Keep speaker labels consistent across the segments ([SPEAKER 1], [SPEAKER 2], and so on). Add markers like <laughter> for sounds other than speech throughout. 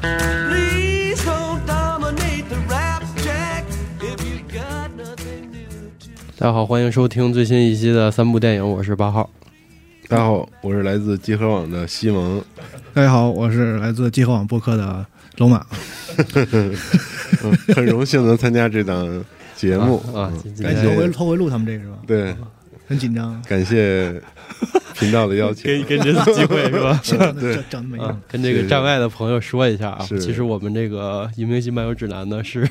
[SPEAKER 1] Please don't dominate the rap jack if you got nothing new to
[SPEAKER 2] 大家好，欢迎收听最新一期的三部电影，我是八号。
[SPEAKER 3] 大家好，我是来自集合网的西蒙。 <laughs>
[SPEAKER 4] 大家好，我是来自集合网播客的龙马。
[SPEAKER 3] 嗯，很荣幸能参加这档节目
[SPEAKER 2] 啊啊
[SPEAKER 3] 嗯
[SPEAKER 2] 今
[SPEAKER 4] 哎，
[SPEAKER 3] 感
[SPEAKER 2] 天
[SPEAKER 4] 头回
[SPEAKER 3] 谢
[SPEAKER 4] 头回录他们这个是吧？
[SPEAKER 3] 对，
[SPEAKER 4] <laughs> 很
[SPEAKER 3] <laughs>
[SPEAKER 4] 紧张，
[SPEAKER 3] 感谢频道的邀
[SPEAKER 2] 给
[SPEAKER 3] 请。
[SPEAKER 2] 给这次机会 <laughs> 是吧？
[SPEAKER 4] 长
[SPEAKER 3] 对
[SPEAKER 4] 得长得美
[SPEAKER 2] 啊，跟这个站外的朋友说一下啊，
[SPEAKER 3] 是
[SPEAKER 2] 其实我们这个《移民新漫游指南》呢 <laughs> 是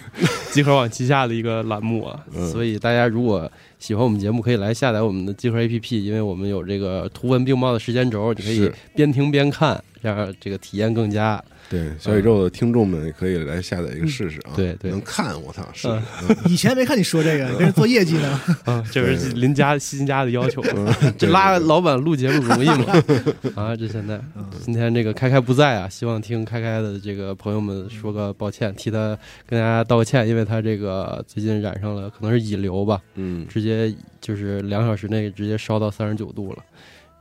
[SPEAKER 2] 集合网旗下的一个栏目啊，
[SPEAKER 3] 嗯
[SPEAKER 2] 所以大家如果喜欢我们节目，可以来下载我们的集合 APP，因为我们有这个图文并茂的时间轴，你可以
[SPEAKER 3] 是
[SPEAKER 2] 边听边看，这样这个体验更佳。
[SPEAKER 3] 对小宇宙的听众们也可以来下载一个试试啊。
[SPEAKER 2] 对对
[SPEAKER 3] 能看我操是
[SPEAKER 2] 嗯
[SPEAKER 4] 以前没看你说这个，跟人做业绩呢。
[SPEAKER 2] 啊，这是邻家新家的要求， <laughs>
[SPEAKER 3] 嗯
[SPEAKER 2] 这拉老板录节目容易吗？啊，这现在今天这个开开不在啊，希望听开开的这个朋友们说个抱歉，替他跟大家道个歉，因为他这个最近染上了可能是乙流吧，
[SPEAKER 3] 嗯
[SPEAKER 2] 直接就是两小时内直接烧到三十九度了。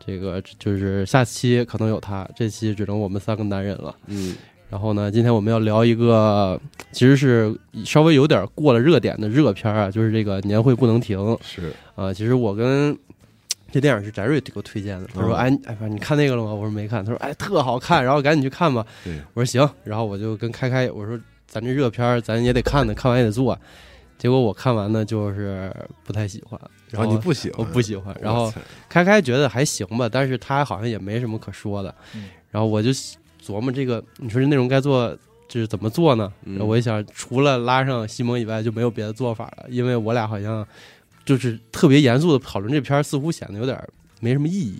[SPEAKER 2] 这个就是下期可能有他，这期只能我们三个男人了。
[SPEAKER 3] 嗯
[SPEAKER 2] 然后呢，今天我们要聊一个其实是稍微有点过了热点的热片啊，就是这个年会不能停。
[SPEAKER 3] 是
[SPEAKER 2] 啊，其实我跟这电影是翟瑞给我推荐的，他说：“
[SPEAKER 3] 嗯
[SPEAKER 2] 哎哎，反正你看那个了吗？”我说：“没看。”他说：“哎，特好看，然后赶紧去看吧。
[SPEAKER 3] 对”
[SPEAKER 2] 我说：“行。”然后我就跟开开我说：“咱这热片儿咱也得看的，看完也得做。”结果我看完呢，就是不太喜欢，然
[SPEAKER 3] 然
[SPEAKER 2] 后
[SPEAKER 3] 哦后你不喜欢，
[SPEAKER 2] 我不喜欢，然后
[SPEAKER 3] 我操
[SPEAKER 2] 开开觉得还行吧，但是他好像也没什么可说的。
[SPEAKER 4] 嗯
[SPEAKER 2] 然后我就琢磨这个，你说这内容该做就是怎么做呢？
[SPEAKER 3] 嗯
[SPEAKER 2] 然后我一想，除了拉上西蒙以外，就没有别的做法了，因为我俩好像就是特别严肃的讨论这片儿，似乎显得有点没什么意义。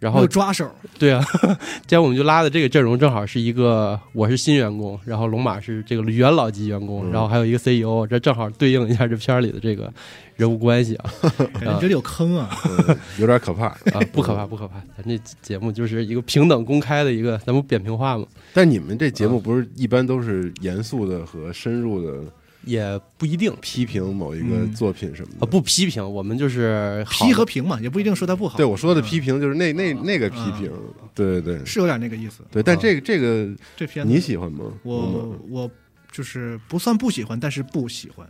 [SPEAKER 2] 然
[SPEAKER 4] 还
[SPEAKER 2] 后
[SPEAKER 4] 有抓手，
[SPEAKER 2] 对啊， <laughs> 今天我们就拉的这个阵容正好是一个，我是新员工，然后龙马是这个元老级员工，
[SPEAKER 3] 嗯
[SPEAKER 2] 然后还有一个 CEO，这正好对应一下这片儿里的这个人物关系啊。
[SPEAKER 4] 感觉这里有坑啊。
[SPEAKER 3] 嗯有点
[SPEAKER 2] <laughs>
[SPEAKER 3] 可怕。 <laughs>
[SPEAKER 2] 啊，不可怕，不可怕，咱这节目就是一个平等公开的一个，咱们扁平化嘛，
[SPEAKER 3] 但你们这节
[SPEAKER 2] 啊
[SPEAKER 3] 目不是一般都是严肃的和深入的
[SPEAKER 2] 也不一定
[SPEAKER 3] 批评某一个
[SPEAKER 4] 嗯
[SPEAKER 3] 作品什么
[SPEAKER 2] 啊，
[SPEAKER 3] 的？
[SPEAKER 2] 不批评，我们就是好
[SPEAKER 4] 批和平嘛，也不一定说它不
[SPEAKER 2] 啊
[SPEAKER 4] 好。
[SPEAKER 3] 对我说的批评就是那那那个批
[SPEAKER 4] 啊
[SPEAKER 3] 评，对对对
[SPEAKER 4] 是有点那个意思。
[SPEAKER 3] 对，但这个这个
[SPEAKER 4] 这片子
[SPEAKER 3] 你喜欢吗？嗯
[SPEAKER 4] 我我就是不算不喜欢，但是不喜欢。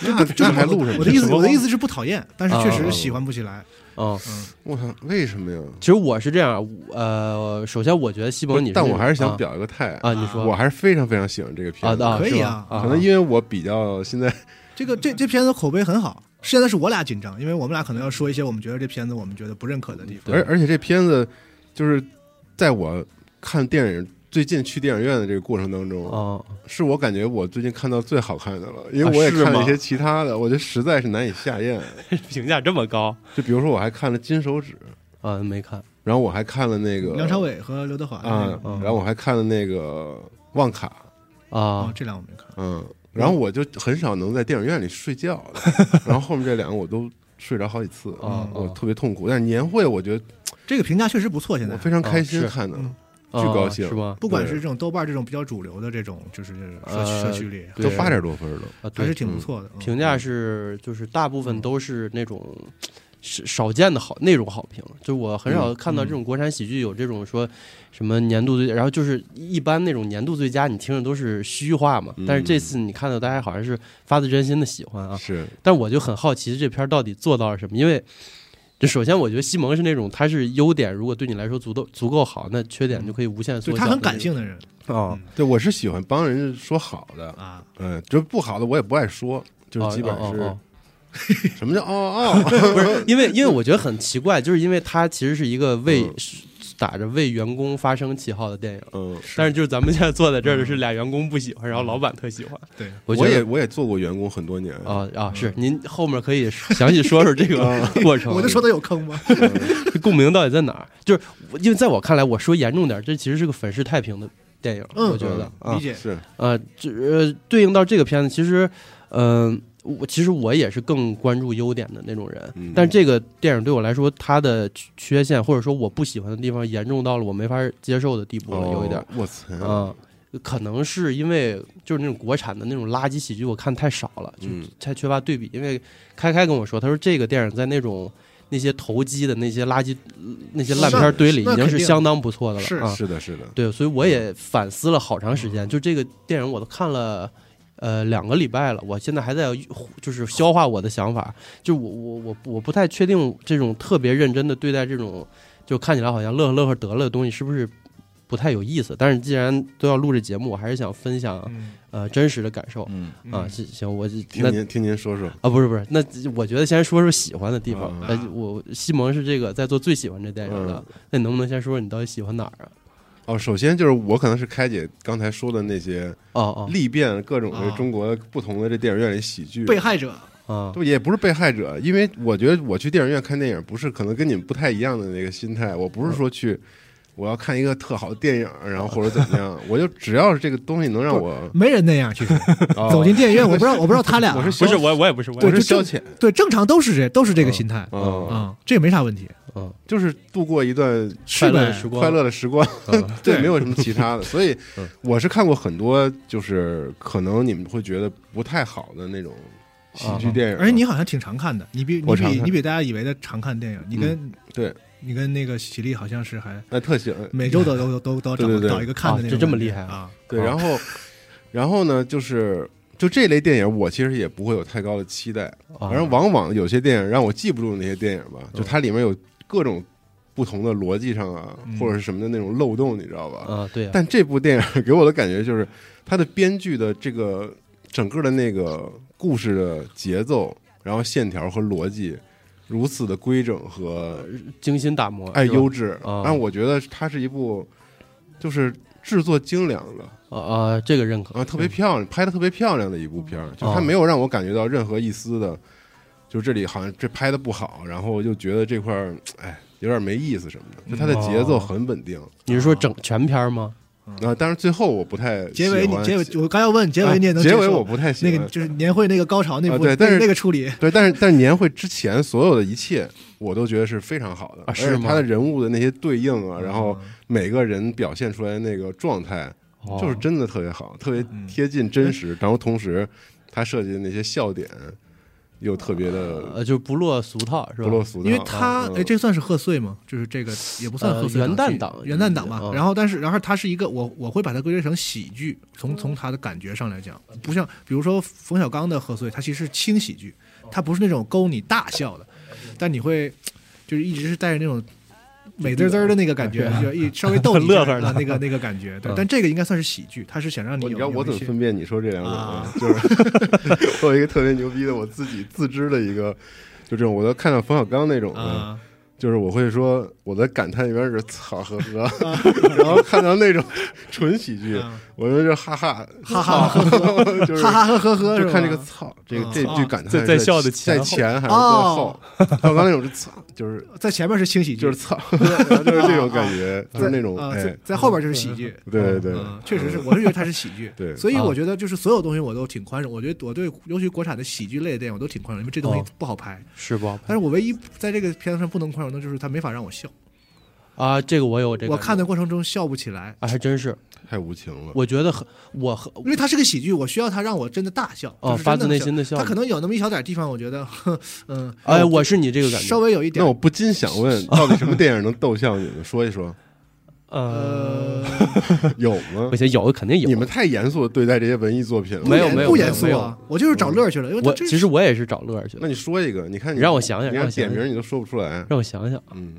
[SPEAKER 3] 那
[SPEAKER 4] 就
[SPEAKER 3] 那
[SPEAKER 4] 是
[SPEAKER 3] 还录什么？
[SPEAKER 4] 我的意思，
[SPEAKER 3] 什么
[SPEAKER 4] 我的意思是不讨厌，但是确
[SPEAKER 2] 啊啊啊
[SPEAKER 4] 实喜欢不起来。
[SPEAKER 2] 嗯，
[SPEAKER 3] 我操，为什么呀？
[SPEAKER 2] 其实我是这样，呃，首先我觉得西蒙你那
[SPEAKER 3] 但
[SPEAKER 2] 种，
[SPEAKER 3] 我还是想
[SPEAKER 2] 啊
[SPEAKER 3] 表一个态
[SPEAKER 2] 啊，你说
[SPEAKER 3] 我还是非常非常喜欢这个
[SPEAKER 2] 啊
[SPEAKER 3] 片子。
[SPEAKER 2] 啊，
[SPEAKER 4] 可以
[SPEAKER 2] 是吧
[SPEAKER 4] 啊
[SPEAKER 2] 啊，
[SPEAKER 3] 可能因为我比较现在
[SPEAKER 4] 这个这这片子口碑很好，现在是我俩紧张，因为我们俩可能要说一些我们觉得这片子我们觉得不认可的地方。
[SPEAKER 2] 对
[SPEAKER 3] 而而且这片子就是在我看电影最近去电影院的这个过程当中，
[SPEAKER 2] 哦，
[SPEAKER 3] 是我感觉我最近看到最好看的了，因
[SPEAKER 2] 啊
[SPEAKER 3] 为我也
[SPEAKER 2] 是
[SPEAKER 3] 看了
[SPEAKER 2] 吗
[SPEAKER 3] 一些其他的，我觉得实在是难以下咽。
[SPEAKER 2] <laughs> 评价这么高
[SPEAKER 3] 就比如说我还看了《金手指》，
[SPEAKER 2] 啊，没看
[SPEAKER 3] 然后我还看了那个
[SPEAKER 4] 梁朝伟和刘德华的那
[SPEAKER 3] 啊
[SPEAKER 4] 个，
[SPEAKER 2] 嗯
[SPEAKER 3] 然后我还看了那个《旺卡》，
[SPEAKER 4] 哦
[SPEAKER 2] 啊，，
[SPEAKER 4] 这俩我没看。
[SPEAKER 3] 嗯，然后我就很少能在电影院里睡觉，然后后面这两个我都睡着好几次，嗯
[SPEAKER 2] 哦
[SPEAKER 3] 我
[SPEAKER 2] 哦
[SPEAKER 3] 特别痛苦。但是年会，我觉得
[SPEAKER 4] 这个评价确实不错，现
[SPEAKER 3] 我
[SPEAKER 4] 在
[SPEAKER 3] 非常开心
[SPEAKER 2] 哦是
[SPEAKER 3] 看的，
[SPEAKER 4] 嗯
[SPEAKER 2] 啊
[SPEAKER 3] 巨高兴
[SPEAKER 2] 是吗？
[SPEAKER 4] 不管
[SPEAKER 3] 对
[SPEAKER 4] 是这种豆瓣这种比较主流的这种，就是社
[SPEAKER 2] 呃
[SPEAKER 4] 社区里
[SPEAKER 2] 对
[SPEAKER 3] 都八点多分了。
[SPEAKER 2] 啊，
[SPEAKER 4] 还
[SPEAKER 2] 对
[SPEAKER 4] 是，挺不错的。嗯
[SPEAKER 2] 评价是就是大部分都是那种是少见的好那种好评，就我很
[SPEAKER 4] 嗯
[SPEAKER 2] 少看到这种国产喜剧有这种说什么年度最，然后就是一般那种年度最佳，你听着都是虚话嘛。
[SPEAKER 4] 嗯
[SPEAKER 2] 但是这次你看到大家好像是发自真心的喜欢啊，
[SPEAKER 3] 是，
[SPEAKER 2] 但我就很好奇这片儿到底做到了什么，因为。这首先，我觉得西蒙是那种，他是优点，如果对你来说足够足够好，那缺点就可以无限缩
[SPEAKER 4] 嗯对
[SPEAKER 2] 小。
[SPEAKER 4] 他很感性的人
[SPEAKER 2] 啊，
[SPEAKER 3] 对我是喜欢帮人说好的，
[SPEAKER 4] 啊，
[SPEAKER 3] 嗯，就是不好的我也不爱说，就是基本
[SPEAKER 2] 哦哦哦哦
[SPEAKER 3] 是 <laughs> 什么叫
[SPEAKER 2] <laughs>
[SPEAKER 3] 哦哦，
[SPEAKER 2] 不
[SPEAKER 4] <laughs>
[SPEAKER 2] 是，因为因为我觉得很奇怪，就是因为它其实是一个为、
[SPEAKER 3] 嗯
[SPEAKER 2] 是打着为员工发声旗号的电影，
[SPEAKER 3] 嗯，
[SPEAKER 2] 但是就是咱们现在坐在这儿的是俩员工不喜欢，然后老板特喜欢。
[SPEAKER 4] 嗯对，嗯
[SPEAKER 2] 我觉
[SPEAKER 3] 我也
[SPEAKER 2] 得
[SPEAKER 3] 我也做过员工很多年，
[SPEAKER 2] 啊啊是，您后面可以详细说说这个过程。
[SPEAKER 4] <laughs> 我就说他有坑
[SPEAKER 3] <laughs>
[SPEAKER 4] 吗？
[SPEAKER 2] 共鸣到底在哪儿？就是我因为在我看来，我说严重点，这其实是个粉饰太平的电影，
[SPEAKER 4] 嗯
[SPEAKER 2] 我觉得啊
[SPEAKER 4] 理解
[SPEAKER 3] 是
[SPEAKER 2] 呃，这呃，对应到这个片子，其实，嗯、我其实我也是更关注优点的那种人，
[SPEAKER 3] 嗯
[SPEAKER 2] 但这个电影对我来说，它的缺哦缺陷或者说我不喜欢的地方，严重到了我没法接受的地步了，有一点儿，
[SPEAKER 4] 哦
[SPEAKER 3] 我操，
[SPEAKER 2] 啊，可能是因为就是那种国产的那种垃圾喜剧，我看太少了，就
[SPEAKER 3] 嗯
[SPEAKER 2] 太缺乏对比。因为开开跟我说，他说这个电影在那种那些投机的那些垃圾那些烂片堆里，
[SPEAKER 4] 那
[SPEAKER 2] 已经
[SPEAKER 4] 肯
[SPEAKER 2] 是
[SPEAKER 4] 定
[SPEAKER 2] 相当不错的了。
[SPEAKER 4] 是
[SPEAKER 2] 啊、
[SPEAKER 3] 是的，是的，
[SPEAKER 2] 对，所以我也反思了好长时间，就这个电影我都看了。呃，两个礼拜了，我现在还在就是消化我的想法，就我我我我不太确定这种特别认真的对待这种就看起来好像乐呵乐呵得了的东西是不是不太有意思。但是既然都要录这节目，我还是想分
[SPEAKER 3] 啊
[SPEAKER 2] 享
[SPEAKER 4] 嗯
[SPEAKER 2] 呃真实的感受
[SPEAKER 5] 嗯，
[SPEAKER 2] 啊。行行，我
[SPEAKER 3] 听
[SPEAKER 2] 那
[SPEAKER 3] 您听您说说，
[SPEAKER 2] 啊不是不是，那我觉得先说说喜欢的地方。
[SPEAKER 3] 啊
[SPEAKER 2] 呃，我西蒙是这个在做最喜欢这电影的
[SPEAKER 3] 嗯，
[SPEAKER 2] 那你能不能先说说你到底喜欢哪儿啊？
[SPEAKER 3] 哦，首先就是我可能是开姐刚才说的那些
[SPEAKER 2] 哦
[SPEAKER 3] 历遍各种的
[SPEAKER 4] 啊
[SPEAKER 3] 中国不同的这电影院里喜剧
[SPEAKER 4] 被害者
[SPEAKER 2] 哦啊，
[SPEAKER 3] 对，也不是被害者，因为我觉得我去电影院看电影，不是可能跟你们不太一样的那个心态。我不是说
[SPEAKER 4] 嗯
[SPEAKER 3] 去，我要看一个特好的电影，然后或者怎么
[SPEAKER 4] <laughs>
[SPEAKER 3] 样，我就只要是这个东西能让我
[SPEAKER 4] 没人那样，其实
[SPEAKER 3] 哦
[SPEAKER 4] 走进电影院，我不知道我不知道他俩
[SPEAKER 3] <laughs>
[SPEAKER 4] 啊
[SPEAKER 3] 我是消
[SPEAKER 5] 不是我我也不是我
[SPEAKER 3] 我
[SPEAKER 5] 也
[SPEAKER 4] 对
[SPEAKER 3] 是
[SPEAKER 4] 就
[SPEAKER 3] 消
[SPEAKER 4] 正
[SPEAKER 3] 遣
[SPEAKER 4] 对正常都是这都是这个心态
[SPEAKER 3] 啊，
[SPEAKER 4] 啊，这也没啥问题，
[SPEAKER 2] 嗯，
[SPEAKER 3] 就是度过一段
[SPEAKER 2] 快
[SPEAKER 4] 是
[SPEAKER 2] 乐的
[SPEAKER 4] 呗
[SPEAKER 2] 时光，
[SPEAKER 3] 快乐的时光， <laughs> 对，
[SPEAKER 4] 对
[SPEAKER 3] 没有什么其
[SPEAKER 4] <laughs>
[SPEAKER 3] 他的。所以
[SPEAKER 2] 嗯
[SPEAKER 3] 我是看过很多，就是可能你们会觉得不太好的那种喜剧电影，
[SPEAKER 4] 啊而且你好像挺常看的，你比你
[SPEAKER 3] 啊我常
[SPEAKER 4] 比
[SPEAKER 3] 看嗯
[SPEAKER 4] 你比大家以为的常看电影，你跟
[SPEAKER 3] 对
[SPEAKER 4] 你跟那个喜力好像是还
[SPEAKER 3] 那特喜欢
[SPEAKER 4] 每周都都都都要
[SPEAKER 3] 对对
[SPEAKER 4] 找
[SPEAKER 3] 对
[SPEAKER 4] 找一个看的
[SPEAKER 2] 啊
[SPEAKER 4] 那种感
[SPEAKER 2] 就
[SPEAKER 4] 觉，
[SPEAKER 2] 这么厉害
[SPEAKER 4] 啊！
[SPEAKER 3] 对，
[SPEAKER 2] 啊
[SPEAKER 3] 然后，然后呢，就是就这类电影，我其实也不会有太高的期待。
[SPEAKER 2] 啊，嗯
[SPEAKER 3] 反正往往有些电影让我记不住那些电影吧，就它里面有各种不同的逻辑上啊，
[SPEAKER 4] 嗯
[SPEAKER 3] 或者是什么的那种漏洞，你知道吧？
[SPEAKER 2] 啊，对啊，
[SPEAKER 3] 但这部电影 <laughs> 给我的感觉就是，它的编剧的这个整个的那个故事的节奏，然后线条和逻辑如此的规整和
[SPEAKER 2] 精心打磨，
[SPEAKER 3] 爱
[SPEAKER 2] 是吧
[SPEAKER 3] 优质，
[SPEAKER 2] 啊
[SPEAKER 3] 让我觉得它是一部就是制作精良的。
[SPEAKER 2] 啊啊，这个认可
[SPEAKER 3] 啊，特别漂亮，拍的特别漂亮的一部片
[SPEAKER 4] 嗯
[SPEAKER 3] 儿，就
[SPEAKER 2] 哦
[SPEAKER 3] 它没有让我感觉到任何一丝的，就这里好像这拍的不好，然后又觉得这块儿哎有点没意思什么的，就它的节
[SPEAKER 4] 哦
[SPEAKER 3] 奏很稳定。
[SPEAKER 2] 你是说整全片吗？
[SPEAKER 3] 啊，但是最后我不太
[SPEAKER 4] 嗯结尾
[SPEAKER 3] 喜
[SPEAKER 4] 你
[SPEAKER 3] 欢
[SPEAKER 4] 结尾我刚要问结尾你也能
[SPEAKER 3] 啊
[SPEAKER 4] 接
[SPEAKER 3] 结
[SPEAKER 4] 受
[SPEAKER 3] 尾我不太喜
[SPEAKER 4] 那
[SPEAKER 3] 欢
[SPEAKER 4] 个就是年会那个高潮那部
[SPEAKER 3] 啊对但是
[SPEAKER 4] 那个处理
[SPEAKER 3] 对，但是但是年会之前所有的一切，我都觉得是非常好的，
[SPEAKER 2] 啊是
[SPEAKER 3] 而且
[SPEAKER 2] 吗
[SPEAKER 3] 他的人物的那些对应啊，然
[SPEAKER 4] 嗯
[SPEAKER 3] 后每个人表现出来的那个状态，
[SPEAKER 2] 哦
[SPEAKER 3] 就是真的特别好，特别
[SPEAKER 4] 嗯
[SPEAKER 3] 贴近真实，然后同时他设计的那些笑点又特别的
[SPEAKER 2] 呃，就不落俗套是吧？
[SPEAKER 3] 不落俗套，
[SPEAKER 4] 因为他
[SPEAKER 3] 嗯
[SPEAKER 4] 哎，这算是贺岁吗？就是这个也不算贺岁
[SPEAKER 2] 呃
[SPEAKER 4] 档期、
[SPEAKER 2] 元旦档
[SPEAKER 4] 元旦档吧
[SPEAKER 2] 嗯。
[SPEAKER 4] 然后，但是，然后它是一个我我会把它归结成喜剧，从从它的感觉上来讲，不像比如说冯小刚的贺岁，它其实是轻喜剧，它不是那种勾你大笑的，但你会就是一直是带着那种。美滋滋儿的那个
[SPEAKER 3] <laughs>
[SPEAKER 4] 感觉，就一稍微逗 <laughs> 你一下
[SPEAKER 2] 乐呵的
[SPEAKER 4] 啊那个那个感觉，对
[SPEAKER 2] 嗯。
[SPEAKER 4] 但这个应该算是喜剧，它是想让你
[SPEAKER 3] 我
[SPEAKER 4] 有
[SPEAKER 3] 嗯你知道我
[SPEAKER 4] 有
[SPEAKER 3] 怎么
[SPEAKER 4] 一些
[SPEAKER 3] 分辨你说这两种吗
[SPEAKER 4] 啊？
[SPEAKER 3] 就是 <laughs> 我有一个特别牛逼的，我自己自知的一个，就这种，我都看到冯小刚那种的，
[SPEAKER 4] 啊
[SPEAKER 3] 就是我会说我的感叹里面是操呵呵，然后看到那种纯喜剧
[SPEAKER 4] 啊，
[SPEAKER 3] 我就是哈哈
[SPEAKER 4] 哈哈呵
[SPEAKER 3] 呵，就是
[SPEAKER 4] 哈哈呵呵呵，
[SPEAKER 3] 就是看这个
[SPEAKER 4] 吧
[SPEAKER 3] 操，这个
[SPEAKER 4] 啊哦
[SPEAKER 3] 这句感叹
[SPEAKER 5] 在在
[SPEAKER 3] 是
[SPEAKER 5] 笑的
[SPEAKER 3] 在
[SPEAKER 5] 前后
[SPEAKER 3] 前还是在后？冯小刚那种是操，就是
[SPEAKER 4] 在前面是轻喜剧，
[SPEAKER 3] 就是
[SPEAKER 4] <laughs>
[SPEAKER 3] 操，然后就是这种感觉，就是
[SPEAKER 4] 在
[SPEAKER 3] 那种
[SPEAKER 4] 啊
[SPEAKER 3] 哎
[SPEAKER 4] 在，在后边就是喜剧，
[SPEAKER 3] 对对对，
[SPEAKER 4] 嗯，确实是，我是觉得它是喜剧
[SPEAKER 3] 对
[SPEAKER 4] 所以
[SPEAKER 2] 啊
[SPEAKER 4] 我觉得就是所有东西我都挺宽容，我觉得我对尤其国产的喜剧类的电影我都挺宽容，因为这东
[SPEAKER 2] 哦
[SPEAKER 4] 西不好拍。
[SPEAKER 2] 是不好拍
[SPEAKER 4] 但是我唯一在这个片子上不能宽容的就是它没法让我笑，
[SPEAKER 2] 啊，这个我有这个，
[SPEAKER 4] 我看的过程中笑不起来，
[SPEAKER 2] 啊，还真是，
[SPEAKER 3] 太无情了。
[SPEAKER 2] 我觉得很我很
[SPEAKER 4] 因为它是个喜剧，我需要它让我真的大笑，
[SPEAKER 2] 哦
[SPEAKER 4] 就是真的
[SPEAKER 2] 发自内心的笑
[SPEAKER 4] 它可能有那么一小点地方，我觉得， <laughs> 呵嗯，
[SPEAKER 2] 哎，
[SPEAKER 3] 哦
[SPEAKER 2] 我是你这个感觉
[SPEAKER 4] 稍，微有一点
[SPEAKER 3] 那我，不禁想
[SPEAKER 4] <laughs>
[SPEAKER 3] 问，到底什么电影能逗笑你们？说一说，
[SPEAKER 2] 呃，
[SPEAKER 4] 呃，
[SPEAKER 3] 有吗
[SPEAKER 2] 不？行，有肯定有，
[SPEAKER 3] 你们太严肃地对待这些文艺作品了。
[SPEAKER 2] <laughs> 没有
[SPEAKER 4] 不
[SPEAKER 2] 没有
[SPEAKER 4] 不
[SPEAKER 2] 没有
[SPEAKER 4] 严肃
[SPEAKER 2] 没有
[SPEAKER 4] 啊，我就是找乐去了，因为它
[SPEAKER 2] 我
[SPEAKER 4] 这
[SPEAKER 2] 其实我也是找乐儿去
[SPEAKER 3] 那
[SPEAKER 2] 的，
[SPEAKER 3] 你说一个，你看你
[SPEAKER 2] 让我想想
[SPEAKER 3] 你
[SPEAKER 2] 让
[SPEAKER 3] 让
[SPEAKER 2] 我想
[SPEAKER 3] 点
[SPEAKER 2] 想
[SPEAKER 3] 名你都说不出来，
[SPEAKER 2] 让我想想，
[SPEAKER 3] 嗯，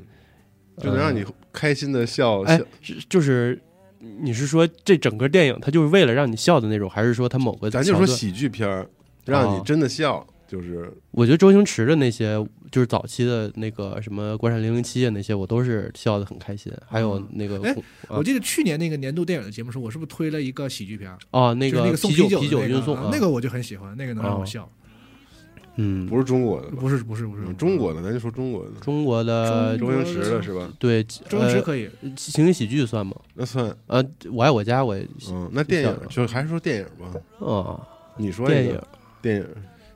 [SPEAKER 3] 就能让你开心的笑
[SPEAKER 2] 哎
[SPEAKER 3] 笑。，
[SPEAKER 2] 是就是你是说这整个电影它就是为了让你笑的那种，还是说它某个
[SPEAKER 3] 咱就说
[SPEAKER 2] 桥段哦
[SPEAKER 3] 喜剧片儿，让你真的笑，就是
[SPEAKER 2] 我觉得周星驰的那些，就是早期的那个什么《国产零零七》啊，那些我都是笑得很开心。还有那个
[SPEAKER 4] 哎
[SPEAKER 2] 恐啊
[SPEAKER 4] 我记得去年那个年度电影的节目时候，我是不是推了一个喜剧片儿？
[SPEAKER 2] 哦，那
[SPEAKER 4] 就是那
[SPEAKER 2] 个
[SPEAKER 4] 个送
[SPEAKER 2] 啤酒
[SPEAKER 4] 酒
[SPEAKER 2] 啤酒
[SPEAKER 4] 的那
[SPEAKER 2] 运
[SPEAKER 4] 个
[SPEAKER 2] 送
[SPEAKER 4] 啊
[SPEAKER 2] 啊
[SPEAKER 4] 那个我就很喜欢，那个能让
[SPEAKER 2] 哦
[SPEAKER 4] 我笑。
[SPEAKER 2] 嗯，
[SPEAKER 3] 不是中国的吧？
[SPEAKER 4] 不是不是不是
[SPEAKER 3] 嗯中国的，咱就说中国的，
[SPEAKER 2] 中国的
[SPEAKER 3] 周星驰的是吧？
[SPEAKER 2] 对
[SPEAKER 4] 周星驰
[SPEAKER 2] 呃
[SPEAKER 4] 可以，
[SPEAKER 2] 情景喜剧算吗？
[SPEAKER 3] 那算，
[SPEAKER 2] 呃，我爱我家我也
[SPEAKER 3] 嗯，那电
[SPEAKER 2] 笑
[SPEAKER 3] 影就还是说电影吧，
[SPEAKER 2] 哦，
[SPEAKER 3] 你说
[SPEAKER 2] 电
[SPEAKER 3] 一
[SPEAKER 2] 影
[SPEAKER 3] 个电影，